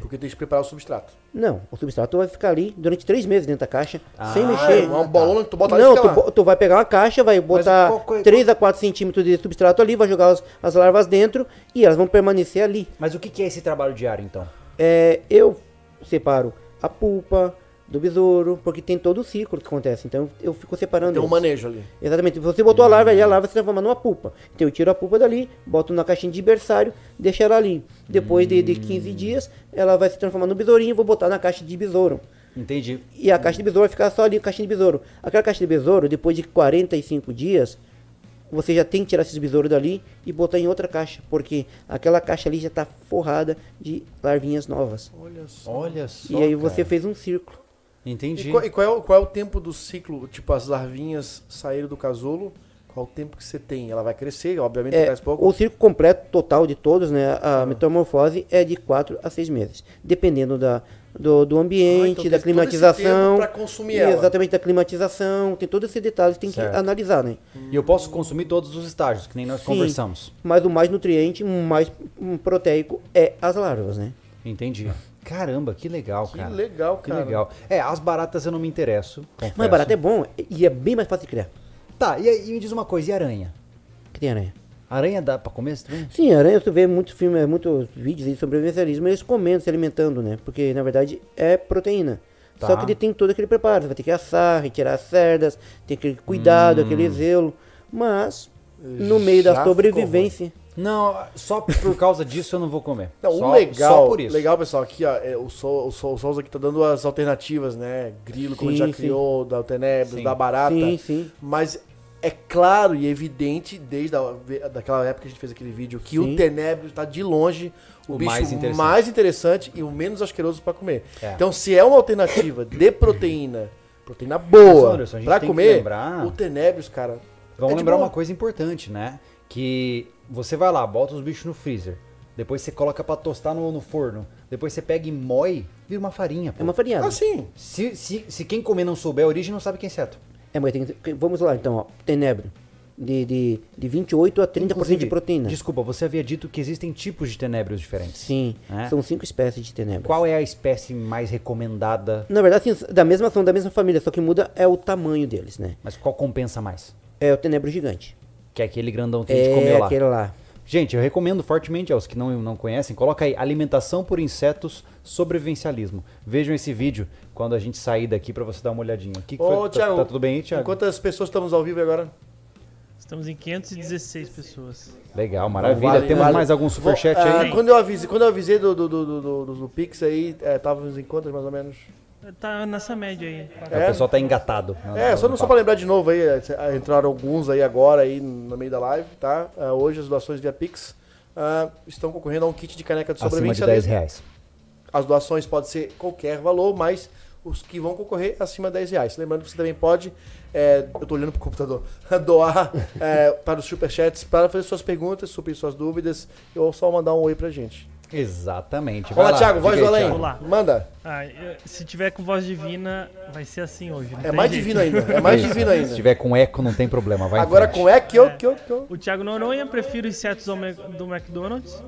Porque tem que preparar o substrato. Não, o substrato vai ficar ali durante três meses dentro da caixa, Ah, sem Ah, é mexer. uma bolona que tu bota não, ali, tu, fica lá. bo- tu vai pegar uma caixa, vai botar qual coi- 3 a 4 centímetros de substrato ali, vai jogar as, as larvas dentro e elas vão permanecer ali. Mas o que que é esse trabalho diário, então? É, eu separo a pulpa do besouro, porque tem todo o ciclo que acontece. Então eu fico separando. Tem um eles. manejo ali. Exatamente. Se você botou a larva ali, a larva se transforma numa pulpa. Então eu tiro a pulpa dali, boto na caixinha de berçário, deixo ela ali. Depois de, de 15 dias, ela vai se transformar no besourinho, vou botar na caixa de besouro. Entendi. E a caixa de besouro vai ficar só ali, caixinha de besouro. Aquela caixa de besouro, depois de 45 dias, você já tem que tirar esses besouros dali e botar em outra caixa. Porque aquela caixa ali já está forrada de larvinhas novas. Olha só. e aí você fez um círculo. Entendi. E, qual, e qual é o, qual é o tempo do ciclo? Tipo, as larvinhas saíram do casulo, qual o tempo que você tem? Ela vai crescer, obviamente, É, faz pouco. Ah. o círculo completo, total de todos, né? A metamorfose é de 4 a 6 meses. Dependendo da, do, do Ah, ambiente, então tem da todo esse climatização. tempo pra consumir ela. Exatamente, da climatização. Tem todos esses detalhes que tem Certo. que analisar, né? E eu posso consumir todos os estágios, que nem nós Sim. conversamos. Mas o mais nutriente, o mais hum, proteico é as larvas, né? Entendi. Caramba, que legal, cara. legal, Que cara. legal. É, as baratas eu não me interesso. Mas barato é bom e é bem mais fácil de criar. Tá, e, aí, e me diz uma coisa, e aranha? Que tem aranha. Aranha dá pra comer também? Sim, aranha, tu vê muitos filmes, muitos vídeos aí de sobrevivencialismo, eles comendo, se alimentando, né? Porque na verdade é proteína. Tá. Só que ele tem todo aquele preparo, você vai ter que assar, retirar as cerdas, tem aquele cuidado, Hum. aquele zelo. Mas, no meio Já da ficou sobrevivência, Não, só por causa disso eu não vou comer. Não, só, o legal, Só por isso. legal pessoal, aqui ó, é, o, Sol, o, Sol, o Souza aqui tá dando as alternativas, né? Grilo, como Sim, já sim. criou, da Tenebros, Sim. da Barata. Sim, sim. Mas é claro e evidente, desde a, daquela época que a gente fez aquele vídeo, que o Sim. Tenebros tá de longe o, O bicho mais mais interessante. interessante. e o menos asqueroso pra comer. É. Então, se é uma alternativa de proteína, proteína boa, Mas, Anderson, a gente pra tem que comer, lembrar- o Tenebros, cara. Vamos é de lembrar boa. uma coisa importante, né? Que você vai lá, bota os bichos no freezer. Depois você coloca pra tostar no, no forno. Depois você pega e moe, vira uma farinha. Pô. é uma farinhada. Assim, Se, se, se quem comer não souber a origem, não sabe quem é certo. É, mas tem que- vamos lá então, ó. Tenebro. De, de, de 28 a 30% de proteína. Desculpa, você havia dito que existem tipos de tenébrios diferentes. Sim, É. são cinco espécies de tenebro. Qual é a espécie mais recomendada, Na verdade, sim, da mesma, são da mesma família, só que muda é o tamanho deles, né? mas qual compensa mais? É o tenebro gigante. Que é aquele grandão que a gente É comeu lá. aquele lá. Gente, eu recomendo fortemente aos que não, não conhecem, coloca aí alimentação por insetos, sobrevivencialismo. Vejam esse vídeo quando a gente sair daqui pra você dar uma olhadinha. O que que ô foi? Tá- Thiago, tá, tudo bem aí, Thiago? enquanto as pessoas estamos ao vivo agora... Estamos em 516 pessoas. Legal, maravilha. Vale, Temos vale. mais algum um superchat Vou- ah, aí? Tem. Quando eu avisei, quando eu avisei do, do, do, do, do- do Pix aí, é, tava uns encontros mais ou menos. Tá nessa média aí. É, O pessoal tá engatado. É, só, não, só pra lembrar de novo aí, é, entraram alguns aí agora aí no meio da live, tá? Ah, hoje as doações via Pix ah, estão concorrendo a um kit de caneca de Acima de sobrevivência. 10 reais. As doações podem ser qualquer valor, mas os que vão concorrer acima de 10 reais. Lembrando que você também pode, é, eu tô olhando pro computador, *laughs* doar é, para os superchats, para fazer suas perguntas, suprir suas dúvidas, ou só mandar um oi pra gente. Exatamente. Vamos Vai lá, Thiago, voz do diga aí, além. Thiago. Vamos lá. Manda. Ah, eu- se tiver com voz divina, vai ser assim hoje. não É tem mais jeito. divino ainda. É mais *laughs* Isso, divino Se ainda. tiver com eco, não tem problema. Vai em Agora frente. com é que eu, que eu, que eu. O Thiago Noronha prefere os insetos do Mac- do McDonald's.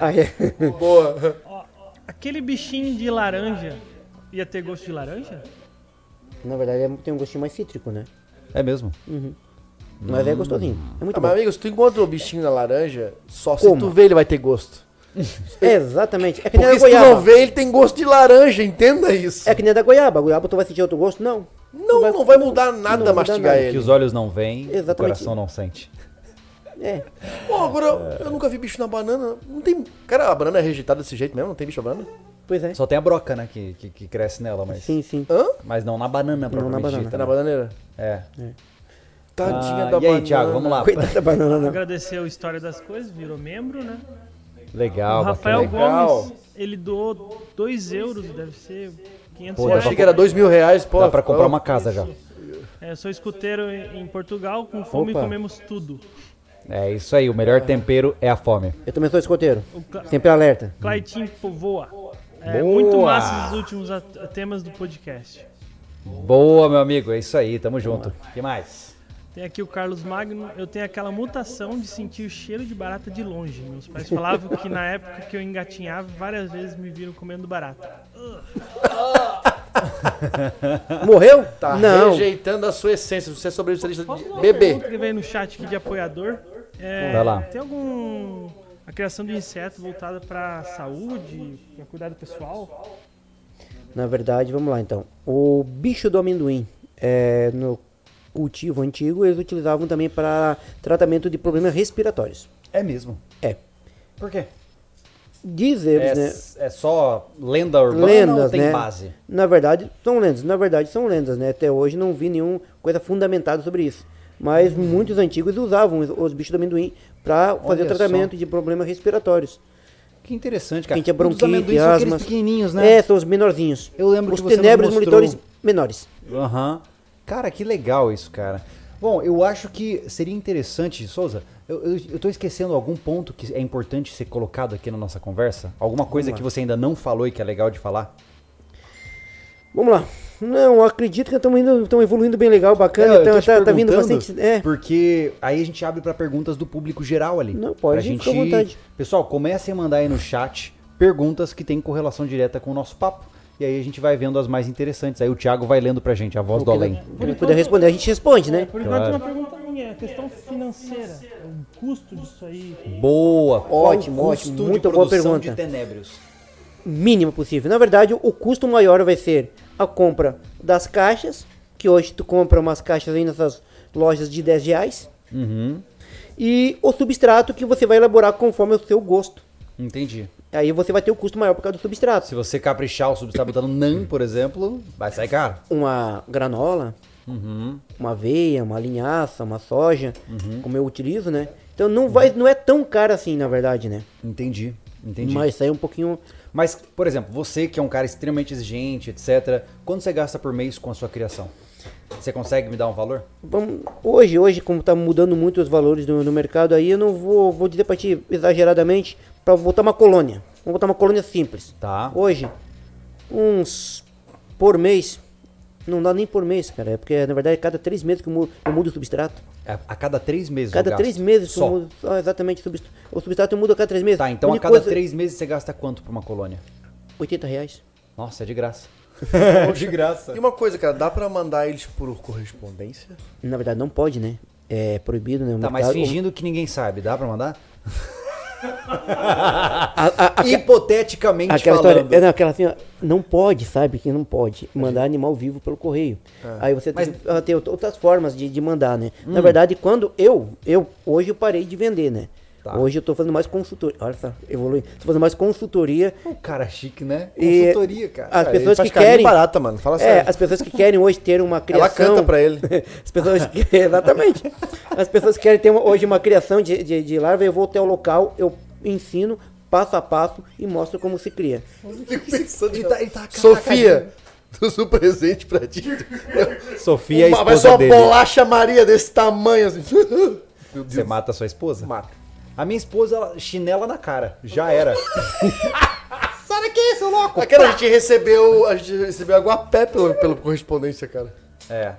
Ah, é. Boa. Aquele bichinho de laranja Ia ter gosto de laranja? Na verdade, é- tem um gostinho mais cítrico, né? É mesmo? Mas é gostosinho. É muito Ah, bom. mas, amigo, se tu encontra o bichinho na laranja, só se Coma. tu vê ele vai ter gosto. Exatamente. É que nem a Porque da se tu não goiaba. vê, ele tem gosto de laranja, entenda isso. É que nem a da goiaba. A goiaba tu vai sentir outro gosto? Não. Não, não vai mudar nada muda mastigar nada. é ele. Que os olhos não veem, o Exatamente. coração não sente. É. Pô, agora eu nunca vi bicho na banana. Não tem. Cara, a banana é rejeitada desse jeito mesmo? Não tem bicho na banana? Pois é. Só tem a broca, né? Que, que, que cresce nela, mas. Sim, sim. Hã? Mas não na banana, propriamente banana. Tá dita, na né? bananeira? É. Tadinha da Ah, e aí, banana. Thiago, vamos lá. Coitada da banana, não. Agradecer o História das Coisas, virou membro, né? Legal, o Rafael Ah, bacana. legal. Gomes, ele doou 2 euros, deve ser 500 Pô, Eu reais. achei que era dois mil reais, pô. Dá pra comprar Ó, uma casa já. É, sou escuteiro em, em Portugal, com fome Opa. comemos tudo. É isso aí, o melhor tempero é a fome. *laughs* Eu também sou escoteiro. O Cla- Sempre alerta. Claitinho voa. É, Boa. muito massa esses últimos at- temas do podcast. Boa, meu amigo, é isso aí, tamo junto. que mais? Tem aqui o Carlos Magno. Eu tenho aquela mutação de sentir o cheiro de barata de longe. Meus pais falavam que na época que eu engatinhava, várias vezes me viram comendo barata. Morreu? Tá não. rejeitando a sua essência. Você é sobrevivente de Eu bebê. escrevi aí no chat aqui de apoiador. É, Vai lá. Tem algum. A criação de inseto voltada para saúde, para cuidado pessoal? Na verdade, vamos lá então. O bicho do amendoim, é, no cultivo antigo, eles utilizavam também para tratamento de problemas respiratórios. É mesmo. É. Por quê? Diz É, eles, né? é só lenda urbana ou lendas, tem né? base? Na verdade, são lendas. Na verdade, são lendas, né? Até hoje não vi nenhuma coisa fundamentada sobre isso. Mas muitos antigos usavam os, os bichos do amendoim para fazer Uhum. Olha o tratamento de problemas respiratórios. Que interessante, cara. Quem tinha Um dos amendoins bronquite, são aqueles asma. pequenininhos, né? É, são os menorzinhos. Eu lembro os que você nos tenebros mostrou. monitores menores. Aham. Cara, que legal isso, cara. Bom, eu acho que seria interessante, Souza, eu, eu, eu tô esquecendo algum ponto que é importante ser colocado aqui na nossa conversa? Alguma coisa que você ainda não falou e que é legal de falar? Vamos lá. Não, eu acredito que estamos indo, estão evoluindo bem legal, bacana. É, eu então, tô te tá, tá vindo perguntando, bastante. É, Porque aí a gente abre pra perguntas do público geral ali. Não, pode, Pra fica à vontade. Pessoal, comecem a mandar aí no chat perguntas que têm correlação direta com o nosso papo. E aí a gente vai vendo as mais interessantes. Aí o Thiago vai lendo pra gente, a voz do além. pra ele poder responder, a gente responde, né? É, Por enquanto, uma pergunta minha. A questão financeira, o custo disso aí. Boa, qual Ótimo, o ótimo, custo de muito boa produção de pergunta. Tenebrios? mínimo possível. Na verdade, o custo maior vai ser a compra das caixas, que hoje tu compra umas caixas aí nessas lojas de 10 reais, Uhum, e o substrato que você vai elaborar conforme o seu gosto. entendi. Aí você vai ter o custo maior por causa do substrato. Se você caprichar o substrato botando NAN, por exemplo, vai sair caro. Uma granola, Uhum. uma aveia, uma linhaça, uma soja, como eu utilizo, né? Então não, vai, não é tão caro assim, na verdade, né? Entendi, entendi. Mas... Mas sai um pouquinho por exemplo, você que é um cara extremamente exigente, etc., quanto você gasta por mês com a sua criação? Você consegue me dar um valor? Vamos- hoje, hoje, como tá mudando muito os valores do, no mercado aí, eu não vou, vou dizer pra ti exageradamente pra botar uma colônia. Vamos botar uma colônia simples. Tá. Hoje, uns por mês. Não dá nem por mês, cara. É porque, na verdade, é cada três meses que eu mu- eu mudo, o substrato. A, É, a cada três meses eu Cada gasto? três meses um- que eu Só. mudo. só exatamente, o substrato, o substrato eu mudo a cada três meses. Tá, então a Única cada coisa- três meses você gasta quanto pra uma colônia? 80 reais. Nossa, é de graça. É *laughs* de graça. E uma coisa, cara, dá pra mandar eles por correspondência? Na verdade, não pode, né? É proibido, né? O Tá, mas mercado- fingindo que ninguém sabe, dá pra mandar? *laughs* A- a- a- Hipoteticamente Aquela falando. história, é, não, aquela assim, ó, não pode, sabe? Que não pode mandar animal vivo pelo correio. Aí você tem, ah, tem out- outras formas de, de mandar, né? Na verdade, quando eu, eu, hoje eu parei de vender, né? Tá. Hoje eu tô fazendo mais consultoria. Olha só, evolui. Tô fazendo mais consultoria. Um cara chique, né? e Consultoria, cara. As Cara, ele pessoas faz que carinho querem. barata, mano, fala é, sério. as pessoas que querem hoje ter uma criação. canta pra ele. *laughs* As pessoas que, *laughs* exatamente. As pessoas que querem ter uma- hoje uma criação de, de, de larva, eu vou até o local, eu ensino passo a passo e mostro como se cria. Fico pensando, Ele tá- ele tá- Sofia, trouxe um presente pra ti. Eu- Sofia é a Uma- vai esposa ser uma dele. bolacha Maria desse tamanho, assim. Meu Você Deus. mata a sua esposa? Mata. A minha esposa, ela, chinela na cara. Já era. Sabe que é isso, louco? Aquela, a gente recebeu, a gente recebeu aguapé pelo, pelo correspondência, cara. É.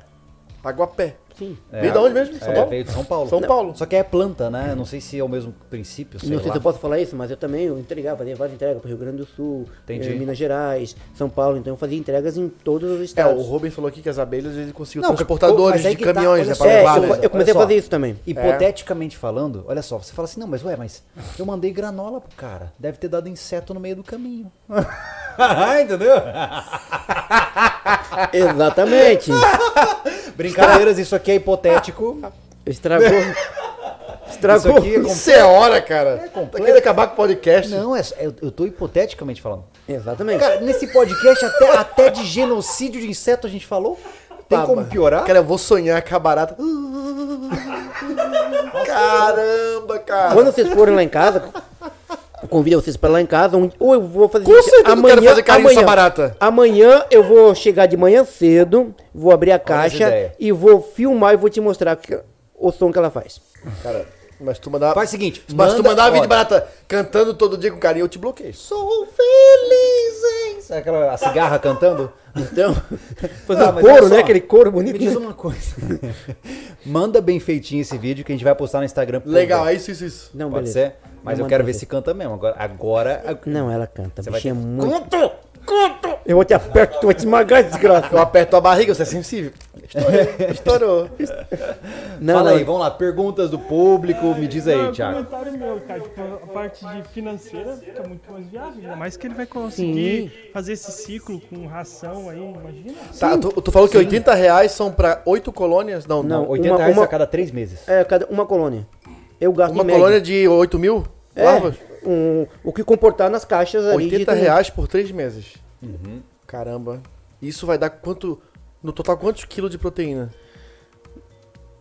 Aguapé. Sim. Veio da onde mesmo? São É, Paulo? veio de São Paulo. São Não, Paulo. Só que é planta, né? Não sei se é o mesmo princípio. Sei não sei lá. se eu posso falar isso, mas eu também eu entregava, fazia várias entregas para Rio Grande do Sul, Entendi. eh, Minas Gerais, São Paulo, então eu fazia entregas em todos os É, o estados. Rubem falou aqui que as abelhas ele conseguiu Não, transportadores mas aí de que tá, caminhões, olha né? só. Pra É, levar, eu, né? fa- eu comecei a Olha só. fazer isso também. Hipoteticamente falando, olha só, você fala assim, não, mas ué, mas eu mandei granola pro cara. Deve ter dado inseto no meio do caminho. *laughs* Entendeu? Exatamente. Brincadeiras, isso aqui é hipotético. Estragou. Isso Estragou. aqui é Isso é hora, cara. É É completo. tá querendo acabar com o podcast. Não, é, é- eu tô hipoteticamente falando. Exatamente. Cara, nesse podcast até, até de genocídio de inseto a gente falou. Tem Tá, como mano. piorar? Cara, eu vou sonhar com a barata. Caramba, cara. Quando vocês forem lá em casa, eu convido vocês para lá em casa. um- Ou eu vou fazer Com certeza eu quero fazer carinho nessa barata. Amanhã eu vou chegar de manhã cedo, vou abrir a essa caixa ideia. e vou filmar e vou te mostrar que- o som que ela faz. Cara, mas tu mandar. Faz o seguinte, mas tu manda- mandar vídeo de olha. barata cantando todo dia com carinho, eu te bloqueio. Sou um feliz, hein? Sabe aquela a cigarra cantando? Então, *laughs* fazer Tá, um mas couro, olha só. né? Aquele couro bonito. Me diz uma coisa. *laughs* Manda bem feitinho esse vídeo que a gente vai postar no Instagram. pro povo Legal, ver. é isso, isso, isso. Não, Pode beleza. ser? Mas Eu eu mando quero pra ver você. se canta mesmo. Agora. agora Não, ela canta. Você vai bichinha ter- muito. Conto! Conto! Eu vou te aperto, tu vai te esmagar, desgraça. Eu aperto a barriga, você é sensível. Estourou. Estourou. Não, Fala não. aí, vamos lá. Perguntas do público. Me diz Não, aí, é um Thiago. comentário meu, cara. Tipo, a parte de financeira fica muito mais viável. Ainda mais que ele vai conseguir fazer esse ciclo com ração aí, imagina. Tá, tu, tu falou que 80 reais são pra oito colônias? Não, não. Não, 80 uma- reais a uma- cada três meses. É, cada uma colônia. Eu gasto Uma em média. colônia de 8 mil? larvas? É, um- o que comportar nas caixas ali. de 80 tudo. reais por três meses. Uhum. Caramba. Isso vai dar quanto. No total, quantos quilos de proteína?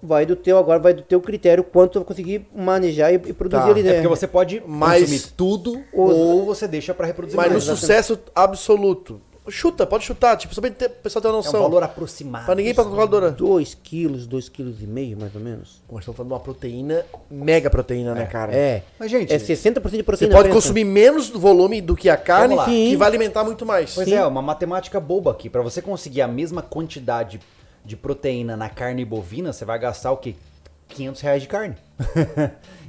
Vai do teu, agora vai do teu critério quanto eu vou conseguir manejar e, e produzir Tá, ali É dentro. porque você pode Mas- consumir tudo ou você deixa pra reproduzir Mas no mais. né? sucesso absoluto. Chuta, pode chutar, tipo, só pra ter- o pessoal ter uma É um noção. valor aproximado. Pra ninguém ir pra calculadora. 2 quilos, 2 quilos e meio, mais ou menos. Pô, estamos falando de uma proteína, mega proteína, né, cara? É. Mas, gente, É 60% Você de proteína. pode pensa. consumir menos do volume do que a carne, Vamos lá. que Sim. vai alimentar muito mais. Pois é, uma matemática boba aqui. Pra você conseguir a mesma quantidade de proteína na carne bovina, você vai gastar o quê? 500 reais de carne.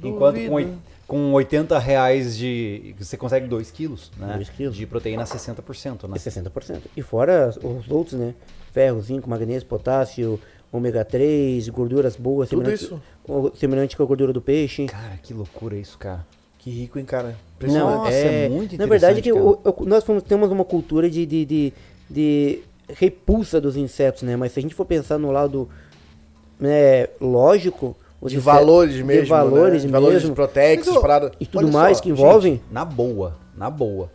Enquanto com, oi- com 80 reais de. Você consegue 2 quilos, né? Dois quilos. De proteína 60%, né? É 60%. E fora os outros, né? Ferro, zinco, magnésio, potássio, ômega 3, gorduras boas. Tudo semelhante- isso? o- Semelhante com a gordura do peixe. Cara, que loucura isso, cara. Que rico, hein, cara? Não, Impressionante. Nossa, é muito Na verdade, interessante, que o- o- nós fomos- temos uma cultura de, de, de- de repulsa dos insetos, né? Mas se a gente for pensar no lado né, lógico... os De insetos- valores mesmo. De valores né? De mesmo. valores de Protex, Mas, ó, essas paradas. E tudo Olha mais só, que envolvem, gente, na boa, na boa.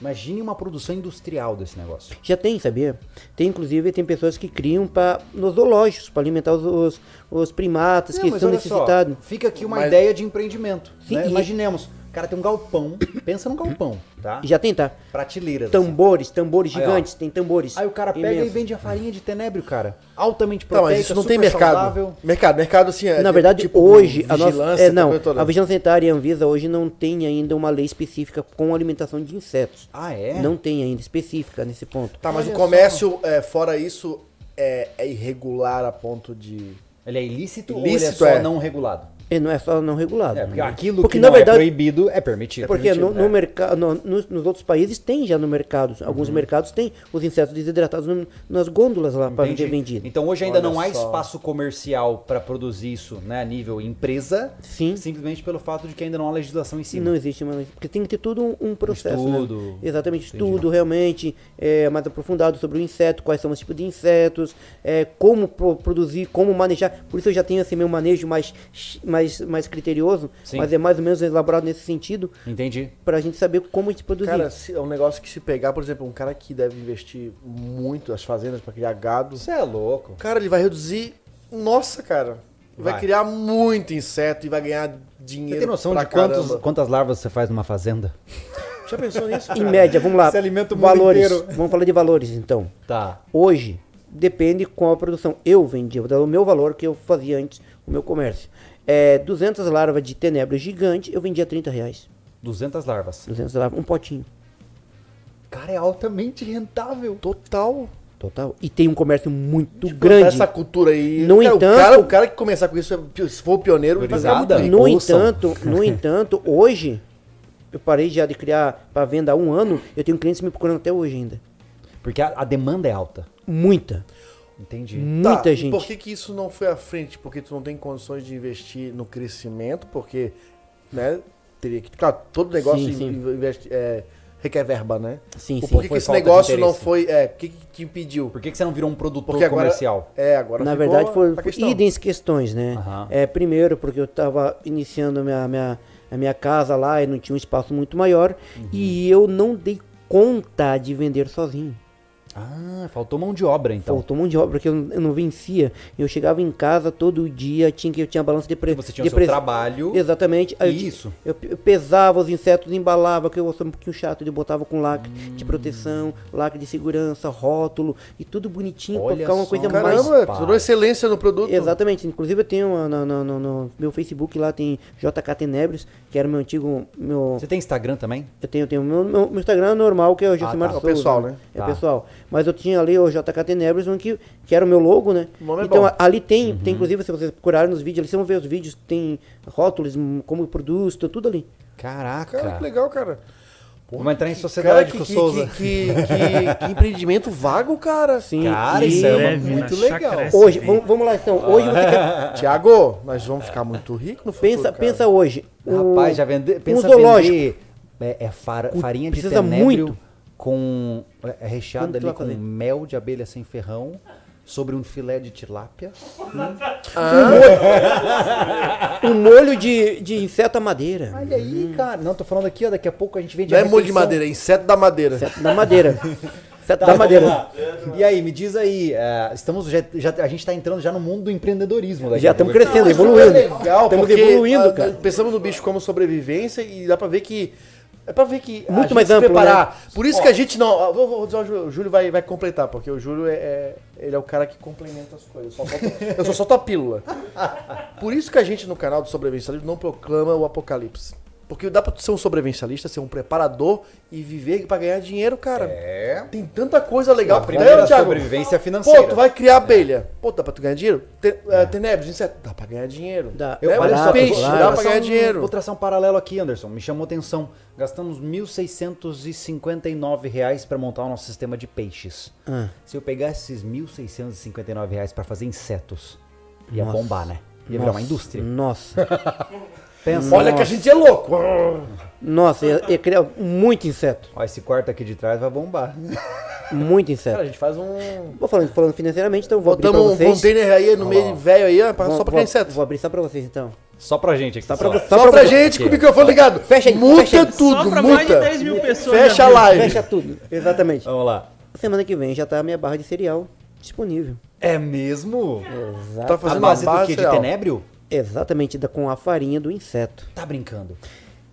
Imagine uma produção industrial desse negócio. já tem, sabia? Tem, inclusive, tem pessoas que criam pra, nos zoológicos, para alimentar os, os- os primatas Não, que mas são olha só, necessitados. fica aqui uma Mas- ideia de empreendimento. Sim, né? e- Imaginemos, o cara tem um galpão, *coughs* pensa num galpão, tá? Já tem, tá? Prateleiras. assim. Tambores, tambores Aí, ó. gigantes, tem tambores. Aí o cara pega imensos. e vende a farinha de tenebro, cara. Altamente Tá, proteica, mas isso não tem super mercado. saudável. Mercado, mercado assim. é Na de- verdade, tipo, hoje, a vigilância, nossa. tá É, essa não, coisa toda. a vigilância sanitária e a Anvisa hoje não tem ainda uma lei específica com alimentação de insetos. Ah, é? Não tem ainda específica nesse ponto. Tá, mas Olha o comércio, é, fora isso, é, é irregular a ponto de. Ele é ilícito, Ilícito, ou ele é só é. não regulado? E não é só não regulado. É, porque né? aquilo Porque, que na não é verdade, proibido é permitido. Porque no, É. no mercado, no- nos, nos outros países tem já no mercado, Uhum. alguns mercados tem os insetos desidratados no- nas gôndolas lá para Entendi. ser vendido. Então hoje ainda Olha não há só. espaço comercial pra produzir isso, né, a nível empresa, Sim. simplesmente pelo fato de que ainda não há legislação em cima. Não existe mais. Porque tem que ter tudo um, um processo. né? estudo. Exatamente, Entendi. estudo realmente é, mais aprofundado sobre o inseto, quais são os tipos de insetos, é, como pro- produzir, como manejar. Por isso eu já tenho assim meu manejo mais, mais, mais criterioso, Sim. mas é mais ou menos elaborado nesse sentido, Entendi. para a gente saber como a gente produzir. Cara, se- é um negócio que se pegar, por exemplo, um cara que deve investir muito as fazendas pra criar gado. Você é louco. Cara, ele vai reduzir. Nossa, cara. Vai, Vai. criar muito inseto e vai ganhar dinheiro. Você tem noção pra de quantos, caramba. quantas larvas você faz numa fazenda? Já pensou nisso? em cara? média, vamos *laughs* lá. se alimenta o mundo valores. inteiro. Vamos falar de valores então. Tá. Hoje, depende com a produção. Eu vendia, vou dar o meu valor que eu fazia antes, o meu comércio. É, 200 larvas de tenebra gigante, eu vendia 30 reais. 200 larvas. 200 larvas, um potinho. Cara, é altamente rentável. Total. Total. E tem um comércio muito Plantar grande. Essa cultura aí. No cara, O entanto- cara, o cara que começar com isso, é- se for o pioneiro, ele vai ficar muito Gurizada, rico. No Ouçam. entanto, no entanto, hoje eu parei já de criar para venda há um ano. Eu tenho clientes me procurando até hoje ainda. Porque a, a demanda é alta. Muita, Entendi. Tá, muita e gente. Por que, que isso não foi à frente? Porque tu não tem condições de investir no crescimento, porque, né, teria que. Claro, todo negócio Sim, sim. in- investe- é, requer verba, né? Sim, Por sim. que, que Foi esse falta de negócio não interesse. foi. É, o que, que te impediu? Por que, que você não virou um produtor Porque agora. comercial? É, agora Na ficou verdade, foram a questão. idens questões, né? Aham. É, primeiro, porque eu estava iniciando a minha, minha, a minha casa lá e não tinha um espaço muito maior. Uhum. E eu não dei conta de vender sozinho. Ah, faltou mão de obra então. Faltou um monte de obra, porque eu, não- eu não vencia. Eu chegava em casa todo dia, tinha que eu tinha balanço de preço. Você tinha o seu trabalho. Exatamente. Aí eu E ti- isso. Eu, pe- eu pesava os insetos, embalava, que eu gostava um pouquinho chato, eu botava com lacre de Hum. proteção, lacre de segurança, rótulo e tudo bonitinho Olha pra ficar uma só. coisa mais Caramba, Mas- tu deu excelência no produto. Exatamente, inclusive eu tenho uma- na- na- no, no meu Facebook lá tem JK Tenebres, que era meu antigo. Meu, Você tem Instagram também? eu tenho, tenho meu, meu, meu Instagram é normal, que é o Josimar tá. É o Souza, pessoal, né? É Tá. pessoal. Mas eu tinha ali o JK Tenebres, um que, que era o meu logo, né? O nome é então bom. a- ali tem, Uhum. tem, inclusive, se vocês procurarem nos vídeos, ali vocês vão ver os vídeos, tem rótulos, hum, como produz, tá tudo ali. Caraca. Cara, que legal, cara. Vamos entrar em Cara, sociedade que, com o que- Souza. que- que- que- que empreendimento vago, cara. Sim. Cara, e isso é uma- Breve na muito legal. Chácara Hoje, SB. vamos, vamos lá então. Ah. Hoje você *laughs* quer, Tiago, nós vamos ficar muito ricos no futuro. pensa, cara. pensa hoje. o- Rapaz, já vende, pensa um zoológico. vender é, é far- farinha de precisa tenebro muito. com é, é recheado Quanto tu ali vai com fazer? mel de abelha sem ferrão sobre um filé de tilápia. um molho de, de inseto à madeira. Olha aí, cara. Não, tô falando aqui, ó, daqui a pouco a gente vende Hum. Não é a molho de refeição. madeira, é inseto da madeira. Inseto *laughs* da madeira. Inseto Tá, da vamos madeira. lá. E aí, me diz aí, é, estamos já, já- a gente tá entrando já no mundo do empreendedorismo. né? daqui Já a pouco. estamos crescendo, Isso evoluindo. É legal, estamos porque, evoluindo, ah, cara. Pensamos no bicho como sobrevivência e dá pra ver que. É pra ver que. a Muito gente mais se amplo, né? preparar. Por isso que a gente não. ah, Vou, vou dizer, o Júlio- o Júlio vai, vai completar, porque o Júlio é, é- Ele é o cara que complementa as coisas. Eu só solto, eu só solto a *laughs* pílula. Por isso que a gente no canal do Sobrevivencialismo não proclama o apocalipse. Porque dá pra tu ser um sobrevivencialista, ser um preparador e viver pra ganhar dinheiro, cara. É. Tem tanta coisa legal. A primeira Não, Thiago, sobrevivência financeira. É. Pô, tu vai criar abelha. Pô, dá pra tu ganhar dinheiro? Te, é. Tenebres, inseto. Dá pra ganhar dinheiro. Dá. É Eu, Eu- É, olha dá os pra- peixes, dá dá pra traçar ganhar um- dinheiro. Vou traçar um paralelo aqui, Anderson. Me chamou atenção. Gastamos R$ 1.659 reais para montar o nosso sistema de peixes. Ah. Se eu pegar esses R$ 1.659 reais para fazer insetos, ia Nossa. bombar, né? Ia virar uma Nossa, indústria. Hum. Nossa, Pensa. Olha que a gente é louco. nossa, ia, ia criar muito inseto. Ó, esse quarto aqui de trás vai bombar. *laughs* Muito Cara, a inseto. gente faz um... Vou falando, falando financeiramente, então vou abrir pra Botamos um vocês. container aí no meio velho aí, ó, pra- Vou- só pra vou- ganhar inseto. Vou abrir só pra vocês então. Só pra gente aqui. Só pra, Só, pra, gente com o microfone ligado. Fecha aí, Muta fecha aí. tudo, Só pra muta. mais de 10 mil pessoas. né? Fecha a já viu. live. Fecha tudo. Exatamente. Vamos lá. Semana que vem já tá a minha barra de cereal disponível. É mesmo? Exato. Tá A fazendo uma assim, base do base quê? De real. tenébrio? Exatamente, da- com a farinha do inseto. Tá brincando.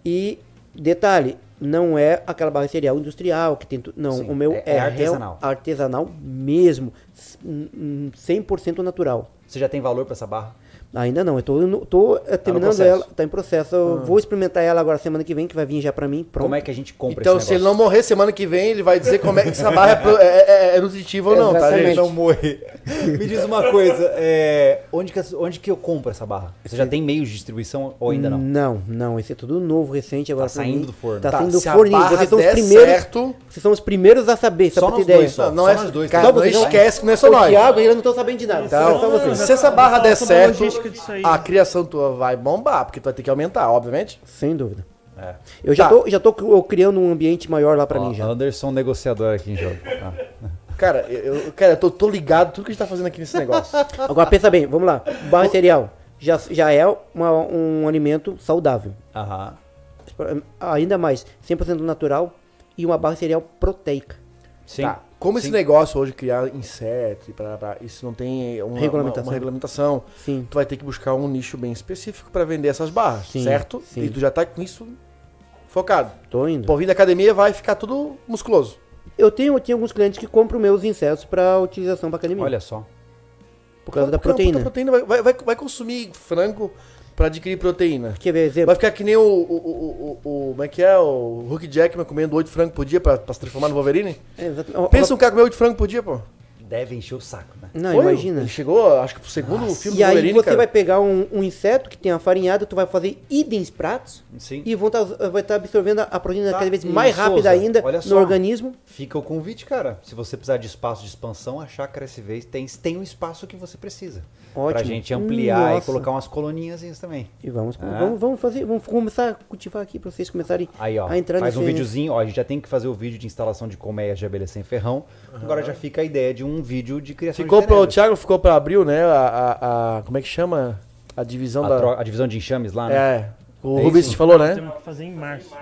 E detalhe, não é aquela barra de cereal industrial que tem tudo. Não, Sim, o meu é- é, é real- artesanal. artesanal mesmo. s- hum, hum, 100% natural. Você já tem valor pra essa barra? Ainda não, eu tô, no- tô, é, terminando processo. Ah. ela, tá em processo. Eu vou experimentar ela agora semana que vem, que vai vir já pra mim. Pronto. Como é que a gente compra Então, esse se ele negócio? não morrer semana que vem, ele vai dizer como é que essa barra é pro- é, é- é nutritiva ou não, tá, Exatamente. gente? não morrer. Me diz uma coisa, é, onde, que, onde que eu compro essa barra? Você já tem meios de distribuição ou ainda não? Não, não, esse é tudo novo, recente agora. Tá pra saindo mim. do forno. Tá, Tá, saindo do se a forno. barra Vocês são os der primeiros. certo- Vocês são os primeiros a saber, só, Só pra ter nós ideia. dois só. Não, não Só é, nós dois, cara, só não vocês, vai. esquece que não é só Só o nós. Thiago tá e eu não estão sabendo de nada. Então, só vocês. se essa barra der Vamos falar sobre a certo, logística disso aí. a criação tua vai bombar, porque tu vai ter que aumentar, obviamente. Sem dúvida. É. Eu já Tá. tô, já tô cri- eu criando um ambiente maior lá pra Ó, mim já. Anderson negociador aqui em jogo. Tá. Cara, eu, eu- cara, eu tô, tô ligado tudo que a gente tá fazendo aqui nesse negócio. Agora pensa bem, vamos lá. Barra de cereal já, já é uma- um alimento saudável. Aham. Ainda mais, 100% natural e uma barra de cereal proteica. Sim. Tá. Como esse negócio hoje, criar inseto e pra, pra- isso não tem uma regulamentação. Regulamentação. Uma, regulamentação, Sim. tu vai ter que buscar um nicho bem específico pra vender essas barras, Sim, certo? sim. E tu já tá com isso focado. Tô indo. Por vir da academia vai ficar tudo musculoso. Eu tenho, eu tenho alguns clientes que compram meus insetos para utilização para academia. Olha só. por causa da Porque é uma proteína. puta proteína vai, vai- vai- vai consumir frango pra adquirir proteína. Quer ver exemplo? Vai ficar que nem o, o, o, o, o- Como é que é? O Hulk Jackman comendo oito frangos por dia pra, pra se transformar no Wolverine? É, exatamente. Ó, Pensa ó, um cara comer oito frangos por dia, pô. Deve encher o saco, né? Não, Foi? imagina. Ele chegou, acho que pro segundo filme E do aí Wolverine, você cara. vai pegar um, um inseto que tem a farinhada, tu vai fazer idens pratos Sim. e vão tá, vai estar absorvendo a- a proteína Tá, cada vez e mais Souza, rápida ainda olha no só. organismo. Fica o convite, cara. Se você precisar de espaço de expansão, a chácara SV tem, tem um espaço que você precisa. Pra Ótimo. gente ampliar e Nossa. colocar umas coloninhas também. E vamos, Ah. vamos, vamos fazer, vamos começar a cultivar aqui pra vocês começarem Aí, ó, a entrar faz nesse... um videozinho, ó, a gente já tem que fazer o vídeo de instalação de colmeias de abelha sem ferrão. Agora já fica a ideia de um vídeo de criação Ficou de pra, o cerejas. Thiago ficou pra abril, né? A, a- a- como é que chama? A divisão a, da. tro- a divisão de enxames lá, né? É. O É Rubens isso? te falou, né? Temos que fazer em março.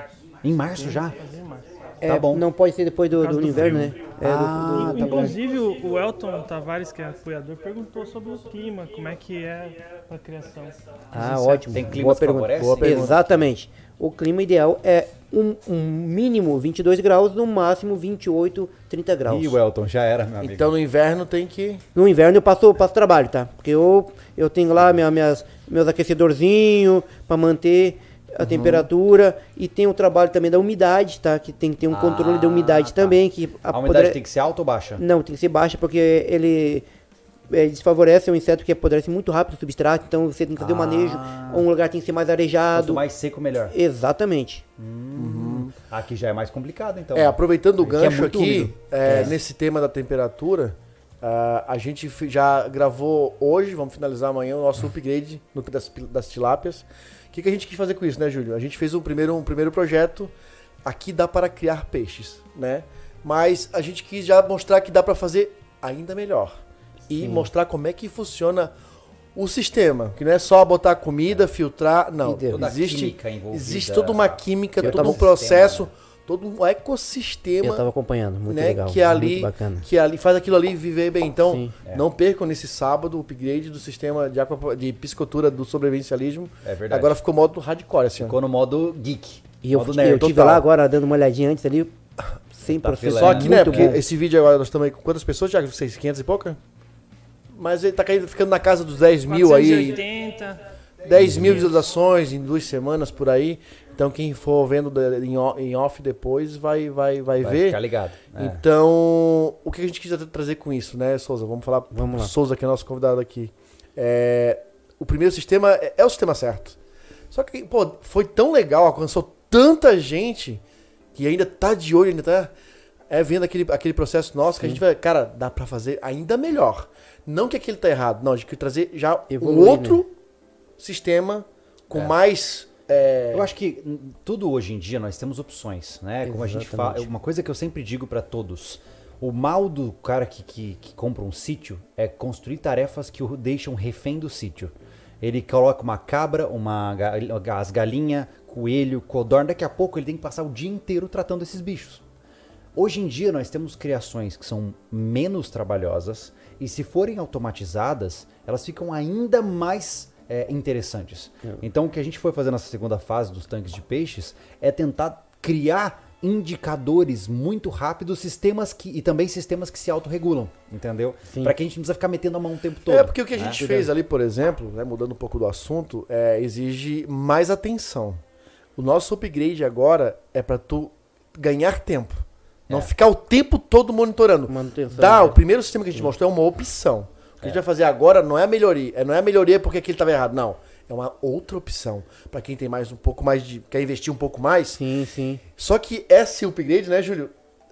Em março já? Fazer em março. É, Tá bom. Ah, Não pode ser depois do, causa do do inverno, né? frio. É, do- tá do- Inclusive, o o Elton Tavares, que é apoiador, perguntou sobre o clima, como é que é a criação. Ah, ótimo. Tem climas boa que pergunta. favorecem? Boa pergunta. Exatamente. O clima ideal é um, um mínimo 22 graus, no máximo 28, 30 graus. Ih, o Elton, já era, meu amigo. Então no inverno tem que. No inverno eu passo, eu passo trabalho, tá? Porque eu, eu tenho lá minha, minhas, meus aquecedorzinhos pra manter Uhum. a temperatura e tem o trabalho também da umidade, tá? Que tem que ter um controle da Ah, umidade tá. também. Que a umidade apodre- tem que ser alta ou baixa? Não, tem que ser baixa porque ele, é, desfavorece o inseto que apodrece muito rápido o substrato, então você tem que fazer um Ah. manejo. Um lugar tem que ser mais Quanto arejado. mais seco, melhor. Exatamente. Aqui já é mais complicado, então. É, aproveitando o Aqui é gancho muito aqui, úmido. é, nesse tema da temperatura, ah, a gente fi- já gravou hoje, vamos finalizar amanhã, o nosso upgrade no, das, pil- das tilápias. O que, que a gente quis fazer com isso, né, Júlio? A gente fez um primeiro, um primeiro projeto, aqui dá para criar peixes, né? Mas a gente quis já mostrar que dá para fazer ainda melhor. E mostrar como é que funciona o sistema, que não é só botar comida, filtrar, não. E deu. É. Toda a Existe, química envolvida. existe toda uma química, Eu todo tava- um processo, todo um ecossistema Eu tava acompanhando, muito né, legal. que ali, Muito bacana. que é ali faz aquilo ali viver bem. Então, Sim. É. não percam nesse sábado o upgrade do sistema de, aqua, de piscicultura do sobrevivencialismo. É verdade. Agora ficou modo hardcore, assim. Ficou no modo geek. E eu, modo fui- nerd. Tá eu tive total. lá agora dando uma olhadinha antes ali. 100%. filé, Só que, né, muito porque bom. esse vídeo agora nós estamos aí com quantas pessoas, Thiago? Vocês, 500 e pouca? Mas ele tá caindo, ficando na casa dos 10 mil aí, 480, 10 mil visualizações em duas semanas por aí. Então quem for vendo da- em o- em off depois vai, vai, vai, Vai ver. ficar ligado. É. Então, o que a gente quis tra- trazer com isso, né, Souza? Vamos falar Vamos lá. pro Souza, que é nosso convidado aqui. É, o primeiro sistema é, é o sistema certo. Só que, pô, foi tão legal, alcançou tanta gente que ainda tá de olho, ainda tá é, vendo aquele, aquele processo nosso que a gente vai, cara, dá pra fazer ainda melhor. Não que aquele tá errado, não, a gente quer trazer já Evoluir, um outro sistema com mais. é, Eu acho que hum, tudo hoje em dia nós temos opções, né? Como a gente fala, Exatamente. uma coisa que eu sempre digo pra todos. O mal do cara que, que, que compra um sítio é construir tarefas que o deixam refém do sítio. Ele coloca uma cabra, uma ga- as galinha, coelho, codorna, daqui a pouco ele tem que passar o dia inteiro tratando esses bichos. Hoje em dia nós temos criações que são menos trabalhosas e se forem automatizadas, elas ficam ainda mais é, interessantes. É. Então o que a gente foi fazer nessa segunda fase dos tanques de peixes é tentar criar indicadores muito rápidos, sistemas que e também sistemas que se autorregulam, entendeu? Para que a gente não precisa ficar metendo a mão o tempo todo. É, porque o que a né? gente fez ali, por exemplo, né, mudando um pouco do assunto, é, exige mais atenção. O nosso upgrade agora é pra tu ganhar tempo. Não É. ficar o tempo todo monitorando. Manutenção, Dá, né? o primeiro sistema que a gente mostrou é uma opção. O que a gente vai fazer agora não é a melhoria. é- Não é a melhoria porque aquele estava errado. Não. É uma outra opção. Pra quem tem mais um pouco mais de. Quer investir um pouco mais? Sim, sim. Só que esse upgrade, né, Júlio?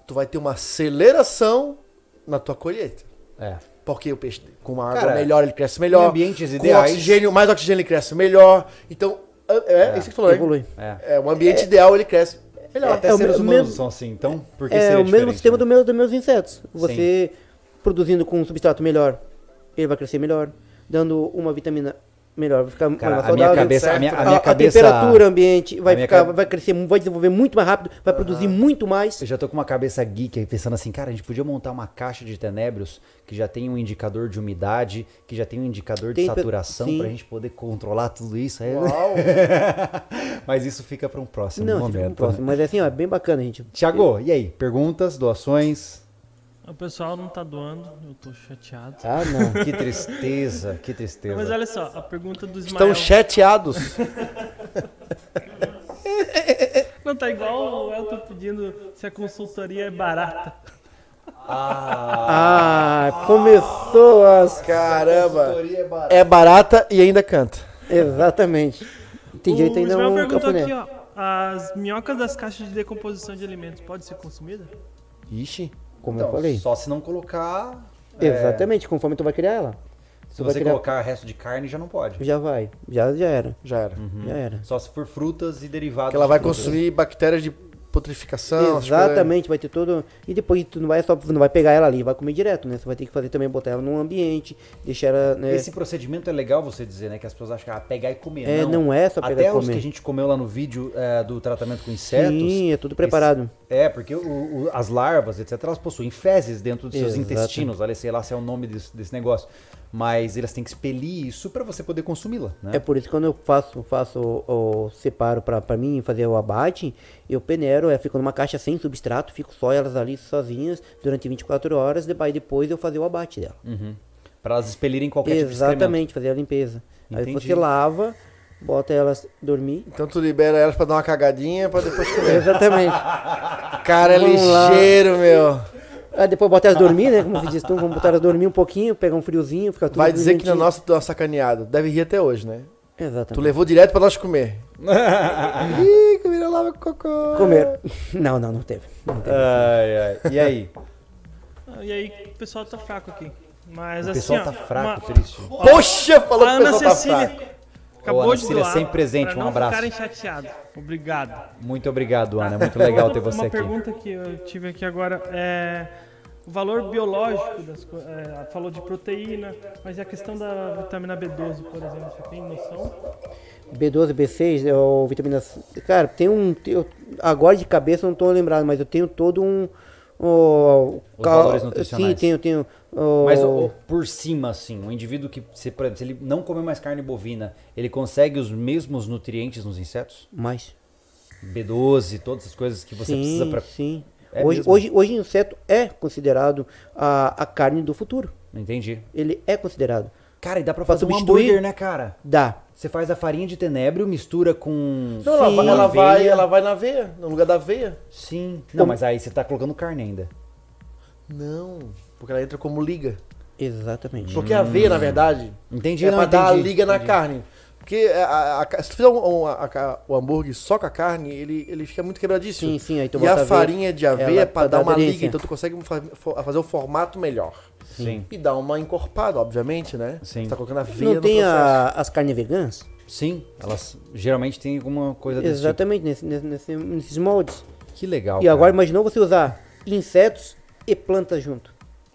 Tu vai ter uma aceleração na tua colheita. É. Porque o peixe com uma água Cara, melhor, ele cresce melhor. em ambientes com ideais- Oxigênio, mais oxigênio ele cresce melhor. Então, é, é isso que tu falou, né? Evolui. É. É, um ambiente ideal ele cresce melhor. Até É o seres me- humanos mesmo- são assim, então por que É seria o mesmo diferente, sistema né? do meu, dos meus insetos. Você produzindo com um substrato melhor, ele vai crescer melhor. Dando uma vitamina melhor, vai Cara, ficar mais a minha saudável. cabeça, a minha, a A, minha a cabeça temperatura ambiente vai a minha Ah. ficar, ca- vai crescer, vai desenvolver muito mais rápido, vai produzir muito mais. Eu já tô com uma cabeça geek aí pensando assim, cara, a gente podia montar uma caixa de tenebrios que já tem um indicador de umidade, que já tem um indicador de Tem pe- saturação sim. pra gente poder controlar tudo isso. aí- Uau. *laughs* Mas isso fica pra um próximo Não, fica pro momento. né? próximo, mas é assim, ó, é bem bacana, gente. Tiago, e aí? Perguntas, doações? o pessoal não tá doando, eu tô chateado. Ah, não. Que tristeza, que tristeza. Mas olha só, a pergunta do Ismael. Estão *laughs* chateados. Não, tá igual o Elton pedindo se a consultoria é barata. *laughs* Ah, começou as. Caramba! Consultoria é barata. É barata e ainda canta. Exatamente. Tem jeito ainda Ismael um perguntou cafuné. aqui, ó. As minhocas das caixas de decomposição de alimentos podem ser consumidas? Ixi. Como Então, eu falei. Só se não colocar. é, Exatamente, conforme tu vai criar ela. se tu você vai criar- colocar resto de carne, já não pode. Já vai. Já, já era. Já era. Já era. Só se for frutas e derivados. Porque ela vai de frutas. consumir bactérias de putrificação. é- essas coisas. Exatamente, vai ter todo. E depois tu não vai só não vai pegar ela ali, e vai comer direto, né? Você vai ter que fazer também, botar ela num ambiente, deixar ela. Né? Esse procedimento é legal você dizer, né? Que as pessoas acham que ah, pegar e comer. É, não é só pegar Até e os comer. que a gente comeu lá no vídeo é, do tratamento com insetos. Sim, é tudo preparado. esse- é, porque o- o- as larvas, etc., elas possuem fezes dentro dos seus Exato. intestinos. Olha, sei lá se é o nome desse, desse negócio. Mas elas têm que expelir isso pra você poder consumi-la, né? É por isso que quando eu faço, faço o, o separo pra, pra mim fazer o abate, eu peneiro, eu fico numa caixa sem substrato, fico só elas ali sozinhas durante 24 horas, de- aí depois eu fazer o abate dela. Uhum. Pra elas expelirem qualquer tipo de excremento. Exatamente, fazer a limpeza. Aí Entendi. você lava, bota elas dormir. Então tu libera elas pra dar uma cagadinha pra depois comer. *laughs* Exatamente. Cara, é *laughs* Vamos lá. ligeiro, meu. Aí Ah, depois bota elas dormir, né? Como se diz, então vamos botar elas dormir um pouquinho, pegar um friozinho, ficar tudo Vai dizer que na brilhantinho. nossa tu deu uma sacaneada. Deve rir até hoje, né? Tu Exatamente. levou direto pra nós comer. *laughs* Ih, comida lava com cocô. Comer. Não, não, não teve. Não teve. Ai, ai. E aí? Ah, E aí, o pessoal tá fraco aqui. Mas O assim, pessoal tá ó, fraco, uma- triste. Poxa, falou a que o Ana pessoal tá Cecília fraco. acabou Ô, Ana de Cecília, doar, sempre presente, pra um não abraço. ficarem chateados. Obrigado. Muito obrigado, Ana. É muito legal ter Outra- você Uma aqui. pergunta que eu tive aqui agora é o valor biológico das coisas. falou de proteína, mas e a questão da vitamina B12, por exemplo, você tem noção? B12, B6, né, ou vitamina C. Cara, tem um. tem- Eu, agora de cabeça eu não tô lembrado, mas eu tenho todo um. ó, Os cal- valores nutricionais. Sim, tenho, tenho. ó, Mas ô, ô, por cima, assim, um indivíduo que, se, por exemplo, se ele não comer mais carne bovina, ele consegue os mesmos nutrientes nos insetos? Mais. B12, todas as coisas que você sim, precisa pra. sim. É hoje, mesmo? hoje, hoje, inseto é considerado a, a carne do futuro. Entendi. Ele é considerado. Cara, e dá pra Pra fazer um substituir? hambúrguer, né, cara? Dá. Você faz a farinha de tenebro, mistura com. Não, Então, ela, Sim. vai, ela, Aveia. vai, ela vai na veia, no lugar da veia. Sim. Não, mas aí você tá colocando carne ainda. Não, porque ela entra como liga. Exatamente. Porque a veia, na verdade, Entendi, é não, pra dar a entendi, liga na entendi. carne. Porque a- a- a- se tu fizer um- um- a- a- o hambúrguer só com a carne, ele, ele fica muito quebradiço. Sim, sim, aí tu e bota a a veia, farinha de aveia ela é pra dá dar uma aderência. liga, então tu consegue fa- fo- fazer um formato melhor. Sim. E dar uma encorpada, obviamente, né? Sim. Você tá colocando a veia Não no tem processo. a- as carnes vegãs? Sim. Elas geralmente têm alguma coisa desse tipo. Exatamente, nesse- nesse- nesse- nesses moldes. Que legal. E agora cara. imaginou você usar insetos e plantas junto.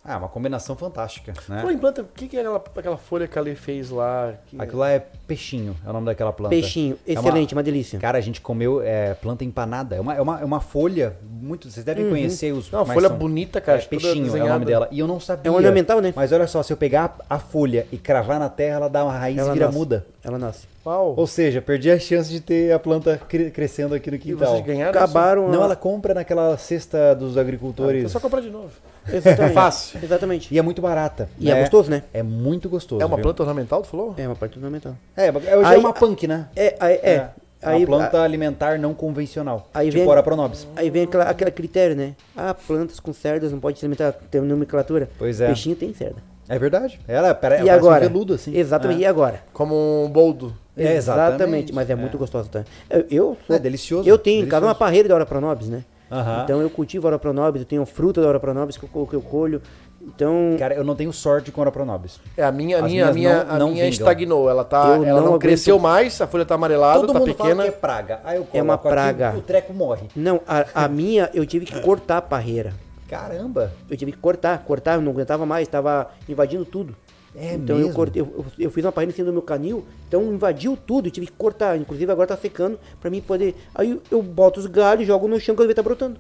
Ah, uma combinação fantástica, né? Pô, implanta, o que, que é aquela, aquela folha que a Lê fez lá? Que... Aquilo lá é peixinho, é o nome daquela planta. Peixinho, É uma- excelente, uma delícia. Cara, a gente comeu é, planta empanada. É uma, é, uma, é uma folha muito. Vocês Uhum. devem conhecer os. Não, uma mas folha são- bonita, cara. é, toda peixinho é o desenhada. nome dela. E eu não sabia. É ornamental, né? Mas olha só, se eu pegar a a folha e cravar na terra, ela dá uma raiz e vira nasce. muda. Ela nasce. Uau. Ou seja, perdi a chance de ter a planta cre- crescendo aqui no E quintal. vocês ganharam? isso? Não, Acabaram. a- Ah, então ela *laughs* compra naquela cesta dos É agricultores. só comprar de novo. é Exatamente. Fácil. Exatamente. E é muito barata. E é gostoso, né? É muito gostoso. É uma viu? planta ornamental, tu falou? É uma parte ornamental. É, é, hoje é Aí- uma punk, né? É, aí, é. Aí, uma planta alimentar não convencional. Aí tipo vem- Ora Pronobis. aí vem aquela- aquele critério, né? Ah, plantas com cerdas não pode se alimentar, tem uma nomenclatura. Pois é. Peixinho tem cerda. É verdade. Ela, pare- e parece agora? um veludo, assim. Exatamente. E agora? Como um boldo. É, exatamente. Mas é, muito gostoso, tá? Eu, eu sou- É delicioso, Eu tenho em casa delicioso. uma parreira de Ora Pronobis, né? Aham. Então eu cultivo Ora Pronobis, eu tenho fruta da Ora Pronobis que eu, co- que eu colho. Então, Cara, eu não tenho sorte com Ora Pronobis. É, a minha, a As minha, a minhas minha, não- a não minha vingam. estagnou. Ela, tá, ela Eu não não, aguento. cresceu mais, a folha tá amarelada, Todo tá mundo fala pequena. que é praga. Aí eu coloco É uma aqui, praga. o treco morre. não, a, *laughs* a minha eu tive que cortar a parreira. Caramba. *laughs* Eu tive que cortar, cortar, eu não aguentava mais, tava invadindo tudo. É então eu mesmo? cortei, eu, eu- eu fiz uma parreira em cima do meu canil, então invadiu tudo, eu tive que cortar. Inclusive agora tá secando pra mim poder. Aí eu, eu boto os galhos, jogo no chão que eu devia estar brotando.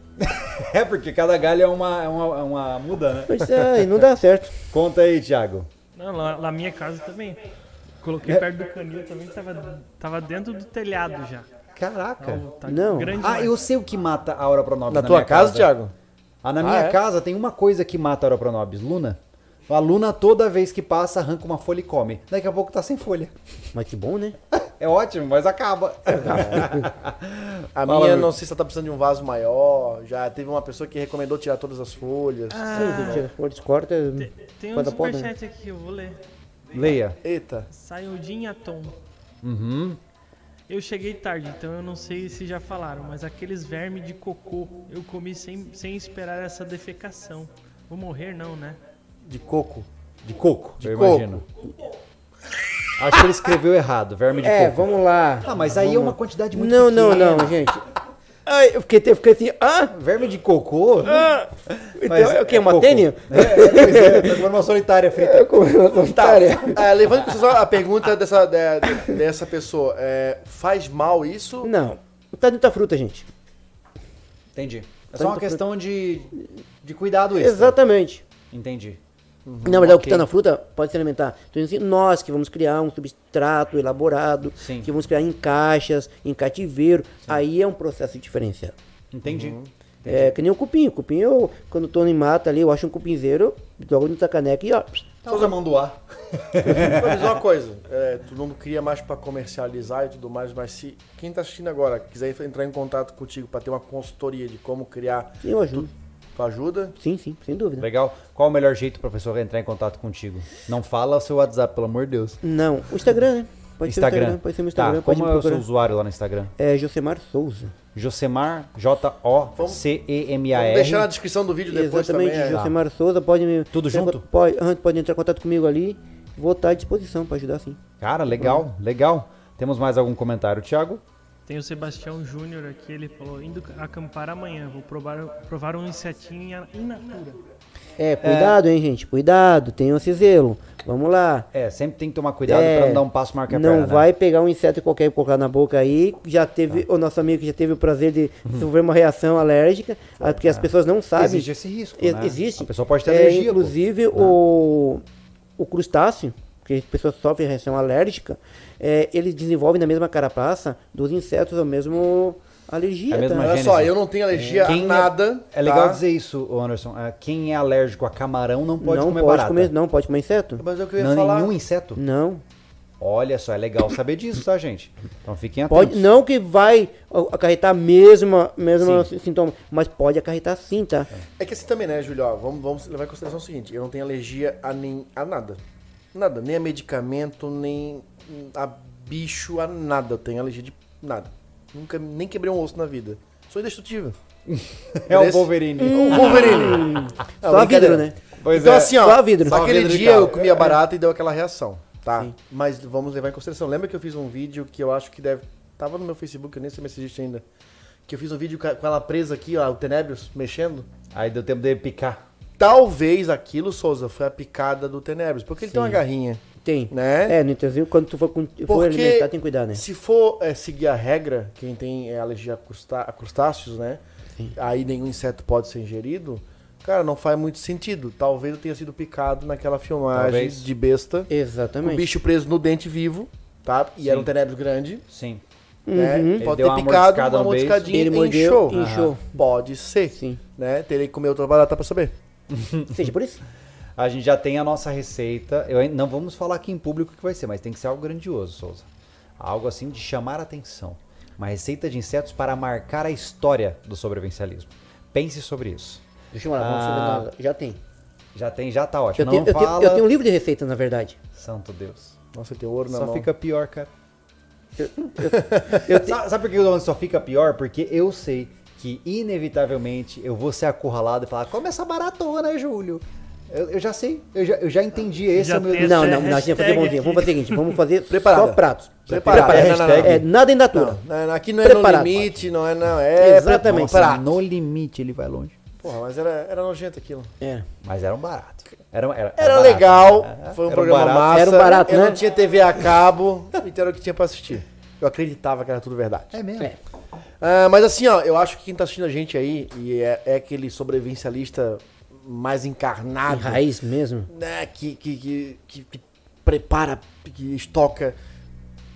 É porque cada galho é uma, é uma, é uma muda, né? *laughs* Mas é, não dá certo. Conta aí, Thiago. Não, lá, lá na minha casa também. Coloquei É. perto do canil também, que tava, tava dentro do telhado já. Caraca. Tá Não. grande Ah, demais. eu sei o que mata a Ora Pronobis. Na, tua minha casa, Thiago? Ah, na minha Ah, é? casa tem uma coisa que mata a Ora Pronobis. Luna. A Luna toda vez que passa arranca uma folha e come. Daqui a pouco tá sem folha. Mas que bom, né? É ótimo, *laughs* mas acaba. A Fala, minha, meu. não sei se ela tá precisando de um vaso maior. Já teve uma pessoa que recomendou tirar todas as folhas. Ah. Sim, tira as cores, corta. Ah. Tem, tem um Quando aponta, né? superchat aqui, eu vou ler. Leia. Eita. Sayudin Atom. Uhum. Eu cheguei tarde, então eu não sei se já falaram, mas aqueles vermes de cocô eu comi sem, sem esperar essa defecação. Vou morrer não, né? De coco. De coco, De eu coco. imagino. Acho que ele escreveu errado, verme de É, coco. vamos lá. Um Ah, mas aí é uma quantidade muito Não, não, pequena. não, gente. Ai, eu fiquei, eu fiquei assim, hã? Verme de cocô? Então, Mas é o quê? é Uma coco. tênia? É. Pois é, tá comendo uma solitária frita. Eu comi uma Tá. solitária. Ah, levando em consideração a pergunta dessa, de- de- dessa pessoa, é, faz mal isso? Não, tá muita fruta, gente. Entendi. Tá É só uma questão de, de cuidado extra. Exatamente. Entendi. Na verdade, o que Uhum, ok. está na fruta pode se alimentar. Então, assim, nós que vamos criar um substrato elaborado, Sim. que vamos criar em caixas, em cativeiro, aí é um processo diferenciado. Entendi. É que nem o cupim. O cupim, eu, quando estou em mata ali, eu acho um cupinzeiro, eu jogo no sacaneca e ó. Tá os amanduá. Vou dizer uma coisa, é, tu não cria mais pra comercializar e tudo mais, mas se quem tá assistindo agora quiser entrar em contato contigo pra ter uma consultoria de como criar, Eu ajudo. tu ajuda? Sim, sim, sem dúvida. Legal. Qual o melhor jeito pra pessoa entrar em contato contigo? Não fala o seu WhatsApp, pelo amor de Deus. Não, o Instagram, né? Pode ser o Instagram, pode ser o Instagram, Tá, pode como me é o seu procurar. usuário lá no Instagram? É Josemar Souza. Josemar, Vamos deixar na J-O-C-E-M-A-R. descrição do vídeo depois Ah, é? Exatamente, também. é. Josemar Souza, pode me. Tudo entrar em junto? con- Pode, aham, pode entrar em contato comigo ali. Vou estar à disposição para ajudar sim. Cara, legal, legal. Temos mais algum comentário, Thiago? Tem o Sebastião Júnior aqui, ele falou, indo acampar amanhã, vou provar, provar um insetinho in- in natura. É, cuidado, hein, gente. Cuidado, tenham esse zelo. Vamos lá. É, sempre tem que tomar cuidado pra não dar um passo marca a É. Não perna, né? Tá. vai pegar um inseto qualquer e colocar na boca aí. Já teve, o nosso amigo que já teve o prazer de sofrer uma reação alérgica, ah, porque as pessoas não sabem. Uhum. É. Existe esse risco, E- né? Existe. A pessoa pode ter É, alergia, pô. Tá. Inclusive, o, o crustáceo, que as pessoas sofrem reação alérgica, é, ele desenvolve na mesma carapaça dos insetos a mesmo alergia. É A mesma tá? Olha só, eu não tenho alergia a Quem é- nada. É, legal tá? dizer isso, ô Anderson. É, Quem é alérgico a camarão não pode não comer pode barata. Tá comer, não pode comer inseto. Mas é o que eu ia Não, falar. nenhum inseto. Não. Olha só, é legal saber disso, tá, gente? Então fiquem atentos. Pode, não que vai ó, acarretar a mesma, mesma Sim. si- sintoma, mas pode acarretar sim, tá? É que assim também, né, Júlio? Ó, vamos, vamos levar em consideração o seguinte: eu não tenho alergia a, nem, a nada. Nada. Nem a medicamento, nem a bicho, a nada. Eu tenho alergia de nada. Nunca nem quebrei um osso na vida. Sou indestrutível. É o Esse- Wolverine. Hum. O Ah. Wolverine. Não, Só vidro, brincadeira. né? Pois então, é. assim, ó, Só vidro. É. Só aquele vidro de dia carro. eu comia barata e deu aquela reação, tá? Mas vamos levar em consideração. Lembra que eu fiz um vídeo que eu acho que deve. Tava no meu Facebook, eu nem sei se existe ainda. Que eu fiz um vídeo ca- com ela presa aqui, ó, o Tenebrius, mexendo. Aí deu tempo dele picar. Talvez aquilo, Souza, foi a picada do Tenebrius, porque ele tem uma garrinha. Tem. Né? É, no entanto, quando tu for, com- for Porque alimentar, tem que cuidar, né? Se for é, seguir a regra, quem tem é, alergia a, crustá- a crustáceos, né? Aí nenhum inseto pode ser ingerido. Cara, não faz muito sentido. Talvez eu tenha sido picado naquela filmagem Talvez. de besta. com O Exatamente. bicho preso no dente vivo, tá? E era um tenebro grande, Sim. né? Pode deu ter uma picado, mordiscada uma no beiço. mordiscadinha Uhum. Ele e mordeu, inchou. inchou. Aham. Pode ser. Sim. Né? Terei que comer outra barata pra saber. Seja por isso. A gente já tem a nossa receita. Eu, ainda- não vamos falar aqui em público o que vai ser, mas tem que ser algo grandioso, Souza. Algo assim de chamar a atenção. Uma receita de insetos para marcar a história do sobrevivencialismo. Pense sobre isso. Deixa eu lá, vamos Ah. sobre nada. Já tem. Já tem, já tá ótimo. Eu tenho, Não eu, tenho, fala. eu tenho um livro de receitas, na verdade. Santo Deus. Nossa, tem ouro na Só mão. fica pior, cara. Eu te- Sa- Sabe por que o só fica pior? Porque eu sei que, inevitavelmente, eu vou ser acurralado e falar: come essa baratona, Júlio. Eu, eu já sei, eu já, eu já entendi esse Já é o meu. Não, tem Essa não, é a não, a gente vai fazer hashtag bonzinho. aqui. Vamos fazer o seguinte, vamos fazer Preparada. só pratos. Preparada. Preparada. Não, não, não. É, nada em natura. Não, não, aqui não é Preparado, no limite, não é não. É Exatamente. pra- pra- no limite ele vai longe. Porra, mas era, era nojento aquilo. É. Mas era um barato. Era, era, Era barato. legal, É, Era- foi um era programa barato. massa. Era um barato, eu né? não tinha TV a cabo, então era o que tinha pra assistir. Eu acreditava que era tudo verdade. É mesmo. É. Ah, mas assim, ó, eu acho que quem tá assistindo a gente aí, e é, é aquele sobrevivencialista mais Em encarnado, raiz mesmo. né, que, que, que, que- que prepara, que estoca.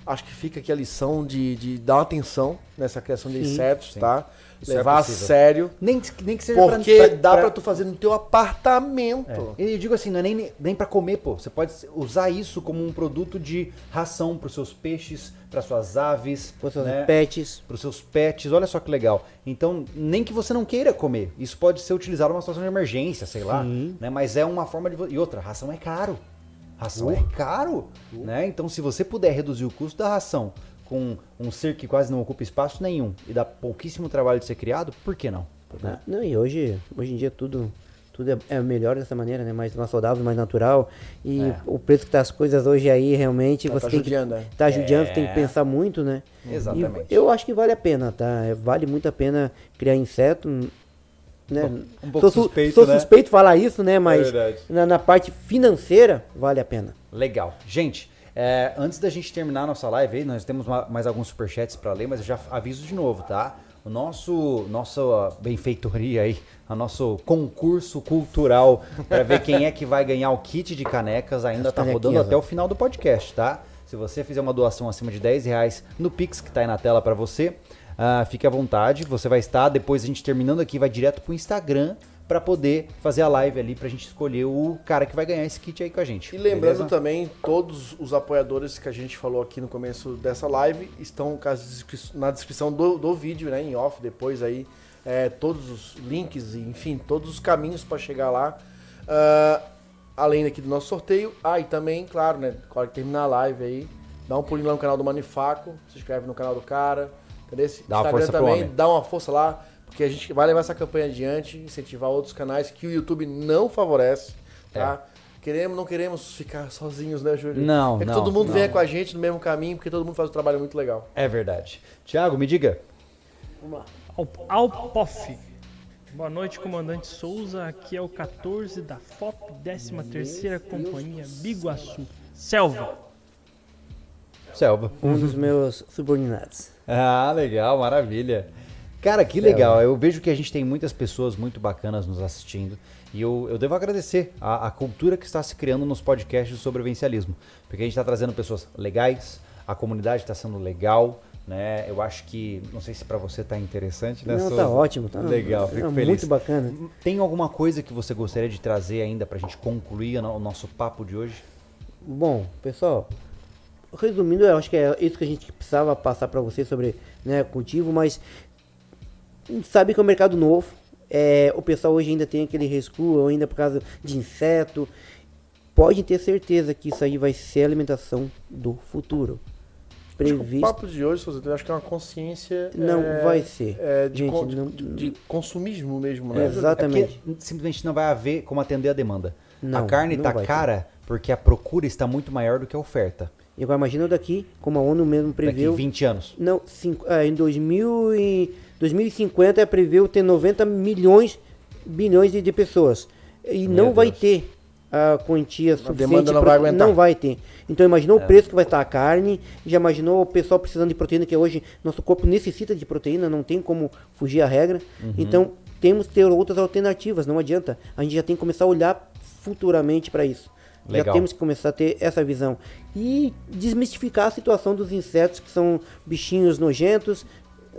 Acho que fica aqui a lição de, de dar uma atenção nessa criação de Sim. insetos, Sim. tá? Isso é Levar a possível. sério. Nem, que- nem que seja pra- Porque pra- dá pra- pra tu fazer no teu apartamento. É. E eu digo assim, não é nem, nem para comer, pô. Você pode usar isso como um produto de ração pros seus peixes, para suas aves, Com seus né? pets. para os seus pets, olha só que legal. Então, nem que você não queira comer, isso pode ser utilizado numa situação de emergência, sei lá, Sim. né? Mas é uma forma de vo- e outra, ração é caro. Ração Uh. é caro, né? Então, se você puder reduzir o custo da ração com um ser que quase não ocupa espaço nenhum e dá pouquíssimo trabalho de ser criado, por que não? Ah, Não, e hoje, hoje em dia tudo, tudo é, é melhor dessa maneira, né? Mais, mais saudável, mais natural. E É. o preço que tá as coisas hoje aí, realmente, Tá- você tá tem judiando, que, né? tá judiando, você tem É. que pensar muito, né? Exatamente. E eu acho que vale a pena, tá? É, Vale muito a pena criar inseto, né? um pouco sou, su- suspeito, sou né? É suspeito falar isso, né? Mas verdade. na, na parte financeira, vale a pena. Legal. Gente, é, antes da gente terminar a nossa live aí, nós temos ma- mais alguns superchats para ler, mas eu já aviso de novo, tá? O nosso, nossa benfeitoria aí, o nosso concurso cultural para ver quem é que vai ganhar o kit de canecas ainda As tá rodando canequinhas, até o final do podcast, tá? Se você fizer uma doação acima de 10 reais no Pix que tá aí na tela para você, ah, fique à vontade, você vai estar, depois a gente terminando aqui, vai direto pro Instagram para poder fazer a live ali pra gente escolher o cara que vai ganhar esse kit aí com a gente. E lembrando beleza? também, todos os apoiadores que a gente falou aqui no começo dessa live estão com as descri- na descrição do, do vídeo, né? Em off, depois aí. é, todos os links, e, enfim, todos os caminhos para chegar lá. Ah, além aqui do nosso sorteio. Ah, e também, claro, né? Quando terminar a live aí, dá um pulinho lá no canal do Manifaco. Se inscreve no canal do cara. Entendeu? Dá uma força pro também, homem. dá uma força lá, porque a gente vai levar essa campanha adiante, incentivar outros canais que o YouTube não favorece, tá? Queremos, não queremos ficar sozinhos, né, Júlio? Não, É que não, todo mundo não. venha com a gente no mesmo caminho, porque todo mundo faz um trabalho muito legal. É verdade. Tiago, me diga. Alp- Alpof. Boa noite, comandante Souza. Aqui é o 14 da FOP, 13ª Companhia Biguaçu. Selva. Selva. Um dos meus subordinados. Ah, legal, maravilha. Cara, que legal. Eu vejo que a gente tem muitas pessoas muito bacanas nos assistindo. E eu, eu devo agradecer a, a cultura que está se criando nos podcasts de sobrevivencialismo. Porque a gente está trazendo pessoas legais, a comunidade está sendo legal, né? Eu acho que, não sei se para você tá interessante, né, Não, tá Souza? ótimo, tá- Legal, fico tá feliz. muito bacana. Tem alguma coisa que você gostaria de trazer ainda pra gente concluir o no- o nosso papo de hoje? Bom, pessoal, resumindo, eu acho que é isso que a gente precisava passar para vocês sobre né, cultivo, mas a gente sabe que é um mercado novo. é, o pessoal hoje ainda tem aquele rescuo, ainda por causa de inseto. Pode ter certeza que isso aí vai ser a alimentação do futuro. Acho que O Previsto. papo de hoje, Souza, eu acho que é uma consciência. Não é, vai ser. é, de, Gente, con- não- de- de consumismo mesmo, né? Exato. Exatamente. É porque simplesmente não vai haver como atender a demanda. Não, a carne não tá vai ter. cara porque a procura está muito maior do que a oferta. E agora imagina daqui, como a ONU mesmo Daqui previu. 20 anos. Não, cinco, é, em 2000 e 2050 é preveu ter 90 milhões, bilhões de, de pessoas. E não vai ter a quantia suficiente. demanda não pra- vai aguentar. Não vai ter. Então imaginou o preço que vai estar a carne, já imaginou o pessoal precisando de proteína, que hoje nosso corpo necessita de proteína, não tem como fugir à regra. Então temos que ter outras alternativas, não adianta. A gente já tem que começar a olhar futuramente para isso. Já Legal. temos que começar a ter essa visão. E desmistificar a situação dos insetos, que são bichinhos nojentos,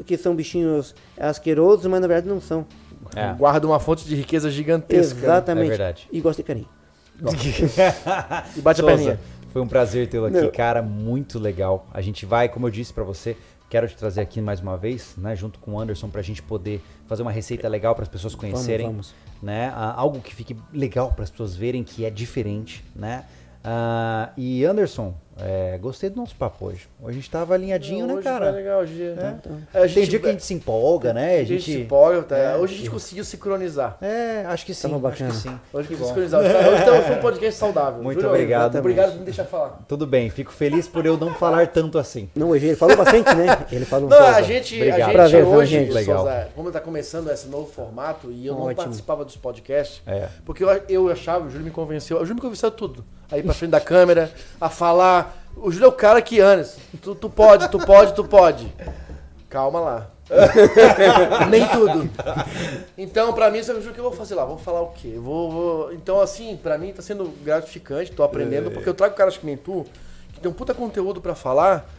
que são bichinhos asquerosos, mas na verdade não são. É. Guarda uma fonte de riqueza gigantesca. né? Exatamente. É verdade. E gosta de carinho. E bate a Souza, perninha. Foi um prazer tê-lo aqui, Não. cara, muito legal. A gente vai, como eu disse pra você, quero te trazer aqui mais uma vez, né, junto com o Anderson pra gente poder fazer uma receita legal para as pessoas conhecerem, vamos. né? a- Algo que fique legal para as pessoas verem que é diferente, né? Ah, e Anderson, é, gostei do nosso papo hoje. Hoje a gente tava alinhadinho, né, Hoje tá cara? Foi legal o dia. É, Tem dia que a gente se empolga, né? é, A gente se empolga, tá? Hoje a gente conseguiu sincronizar. É, acho que sim. Tava acho bacana. que sim. Hoje que sincronizar. Então foi um podcast saudável. Muito Júlio, obrigado. Obrigado por me deixar falar. Tudo bem, fico feliz por eu não falar tanto assim. Não, hoje ele falou bastante, né? Ele falou Não, pouco. a gente, a Obrigado. gente Prazer, hoje, gente. Legal. Souza, como está começando esse novo formato e eu não Ótimo. participava dos podcasts, É. porque eu, eu achava, o Júlio me convenceu, o Júlio me convenceu a tudo. Aí pra frente da câmera, a falar. O Júlio é o cara que, Anderson, tu, tu pode, tu pode, tu pode. Calma lá. *laughs* Nem tudo. Então, pra mim, sabe o que eu vou fazer lá? Vou falar o quê? Eu Vou, vou- Então, assim, pra mim É. tá sendo gratificante, tô aprendendo, porque eu trago caras que nem tu, que tem um puta conteúdo pra falar,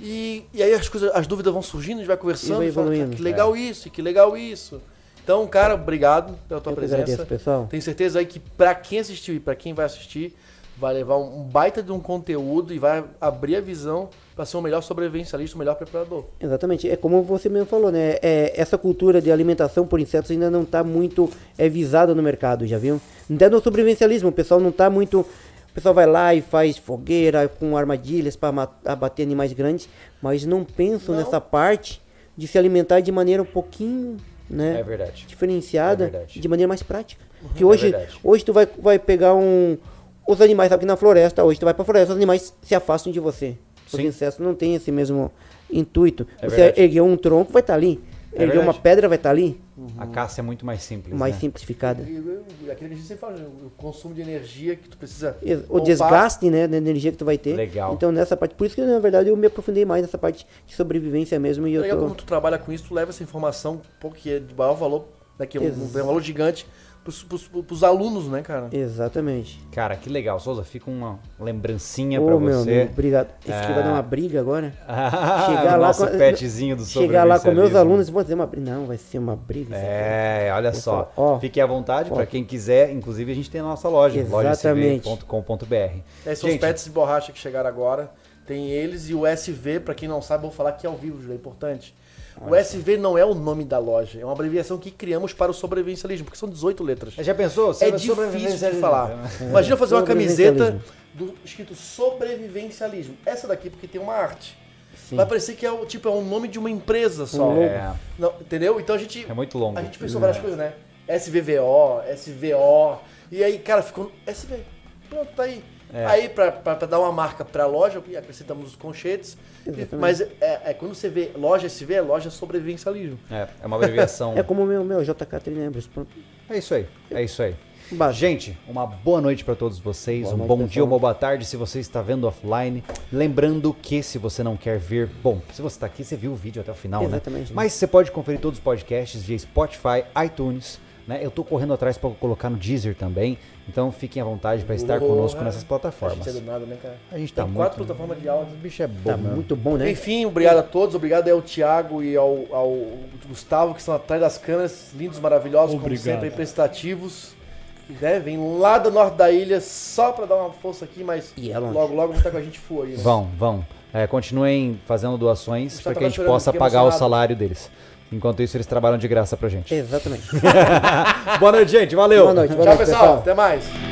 E, e aí as, coisas, as dúvidas vão surgindo, a gente vai conversando. E vai e fala, evoluindo. é. que legal isso, que legal isso. Então, cara, obrigado pela tua Eu que agradeço, presença. pessoal. Tenho certeza aí que pra quem assistiu e pra quem vai assistir, vai levar um baita de um conteúdo e vai abrir a visão pra ser o melhor sobrevivencialista, o melhor preparador. Exatamente. É como você mesmo falou, né? É, essa cultura de alimentação por insetos ainda não está muito é, visada no mercado, já viu? Até no sobrevivencialismo, o pessoal não está muito. O pessoal vai lá e faz fogueira com armadilhas para abater animais grandes, mas não pensam Não. nessa parte de se alimentar de maneira um pouquinho, né? É verdade. Diferenciada, É verdade. Uhum. É de maneira mais prática. Porque hoje, verdade. hoje tu vai, vai pegar um. Os animais, sabe que na floresta, hoje tu vai pra floresta, os animais se afastam de você. Os Sim. insetos não têm esse mesmo intuito. É você verdade. ergueu um tronco, vai estar ali. É ergueu uma verdade. pedra, vai estar ali. A caça é muito mais simples. Mais né? simplificada. E eu- eu- Aquilo que a gente sempre fala, né? o consumo de energia que tu precisa. Ex- O poupar. desgaste, né, da energia que tu vai ter. Legal. Então nessa parte, por isso que na verdade eu me aprofundei mais nessa parte de sobrevivência mesmo e eu Legal tô... como tu trabalha com isso, tu leva essa informação, pô, que é de maior valor, né, que é um, Ex- um valor gigante, pros, pros, pros alunos, né, cara? Exatamente. Cara, que legal. Souza, fica uma lembrancinha Ô, pra meu você. *laughs* amigo, obrigado. Esse que vai É. dar uma briga agora. Ah, Chegar o lá nosso com- petzinho do Chegar lá com meus sobrevivencialismo. alunos e vou dizer uma briga. Não, vai ser uma briga. isso aqui. É, olha só. falar, ó, Fique à vontade ó. para quem quiser. Inclusive, a gente tem a nossa loja, Exatamente. lojacv.com.br. Esses É, são os pets de borracha que chegaram agora. Tem eles e o SV, pra quem não sabe, eu vou falar aqui ao vivo, Júlio, é importante. O SV não é o nome da loja, é uma abreviação que criamos para o sobrevivencialismo, porque são 18 letras. Já pensou? É Sobre- difícil de sobrevivencialismo. falar. Imagina fazer uma camiseta Sobrevivencialismo. do, escrito sobrevivencialismo. Essa daqui, porque tem uma arte. Sim. Vai parecer que é o tipo é o nome de uma empresa só. Um logo. É, Não, entendeu? Então a gente é muito longo. a gente pensou várias coisas, né? SVVO, SVO. E aí, cara, ficou SV. Pronto, tá aí. Aí, pra, pra, pra dar uma marca pra loja, acrescentamos os conchetes. Exatamente. Mas é, é- quando você vê loja SV, é loja sobrevivencialismo. É, é uma *laughs* abreviação. É como o meu, meu JK Trilembros. pronto. é isso aí. É isso aí. Basta. Gente, uma boa noite para todos vocês, Boa um noite, bom pessoal. dia, uma boa tarde se você está vendo offline. Lembrando que se você não quer ver, bom, se você está aqui, você viu o vídeo até o final, Exatamente, né? né? Mas você pode conferir todos os podcasts via Spotify, iTunes, né? Eu tô correndo atrás para colocar no Deezer também, então fiquem à vontade para estar Porra. conosco nessas A plataformas. gente é do nada, né, cara? A gente tá Tem quatro muito- plataformas de áudio. O bicho é bom, Tá né? muito bom, né? Enfim, obrigado a todos. Obrigado ao Thiago e ao, ao Gustavo, que estão atrás das câmeras. Lindos, maravilhosos, Obrigado. como sempre, prestativos. Né? Vem lá do norte da ilha só pra dar uma força aqui, mas E é longe. logo, logo vão estar com a gente full aí. né? Vão, vão. É, continuem fazendo doações Gustavo para que tá a gente chorando, possa fiquei pagar o emocionado. salário deles. Enquanto isso, eles trabalham de graça pra gente. Exatamente. boa noite, gente. Valeu. Boa noite, boa Tchau, noite, pessoal. Até mais.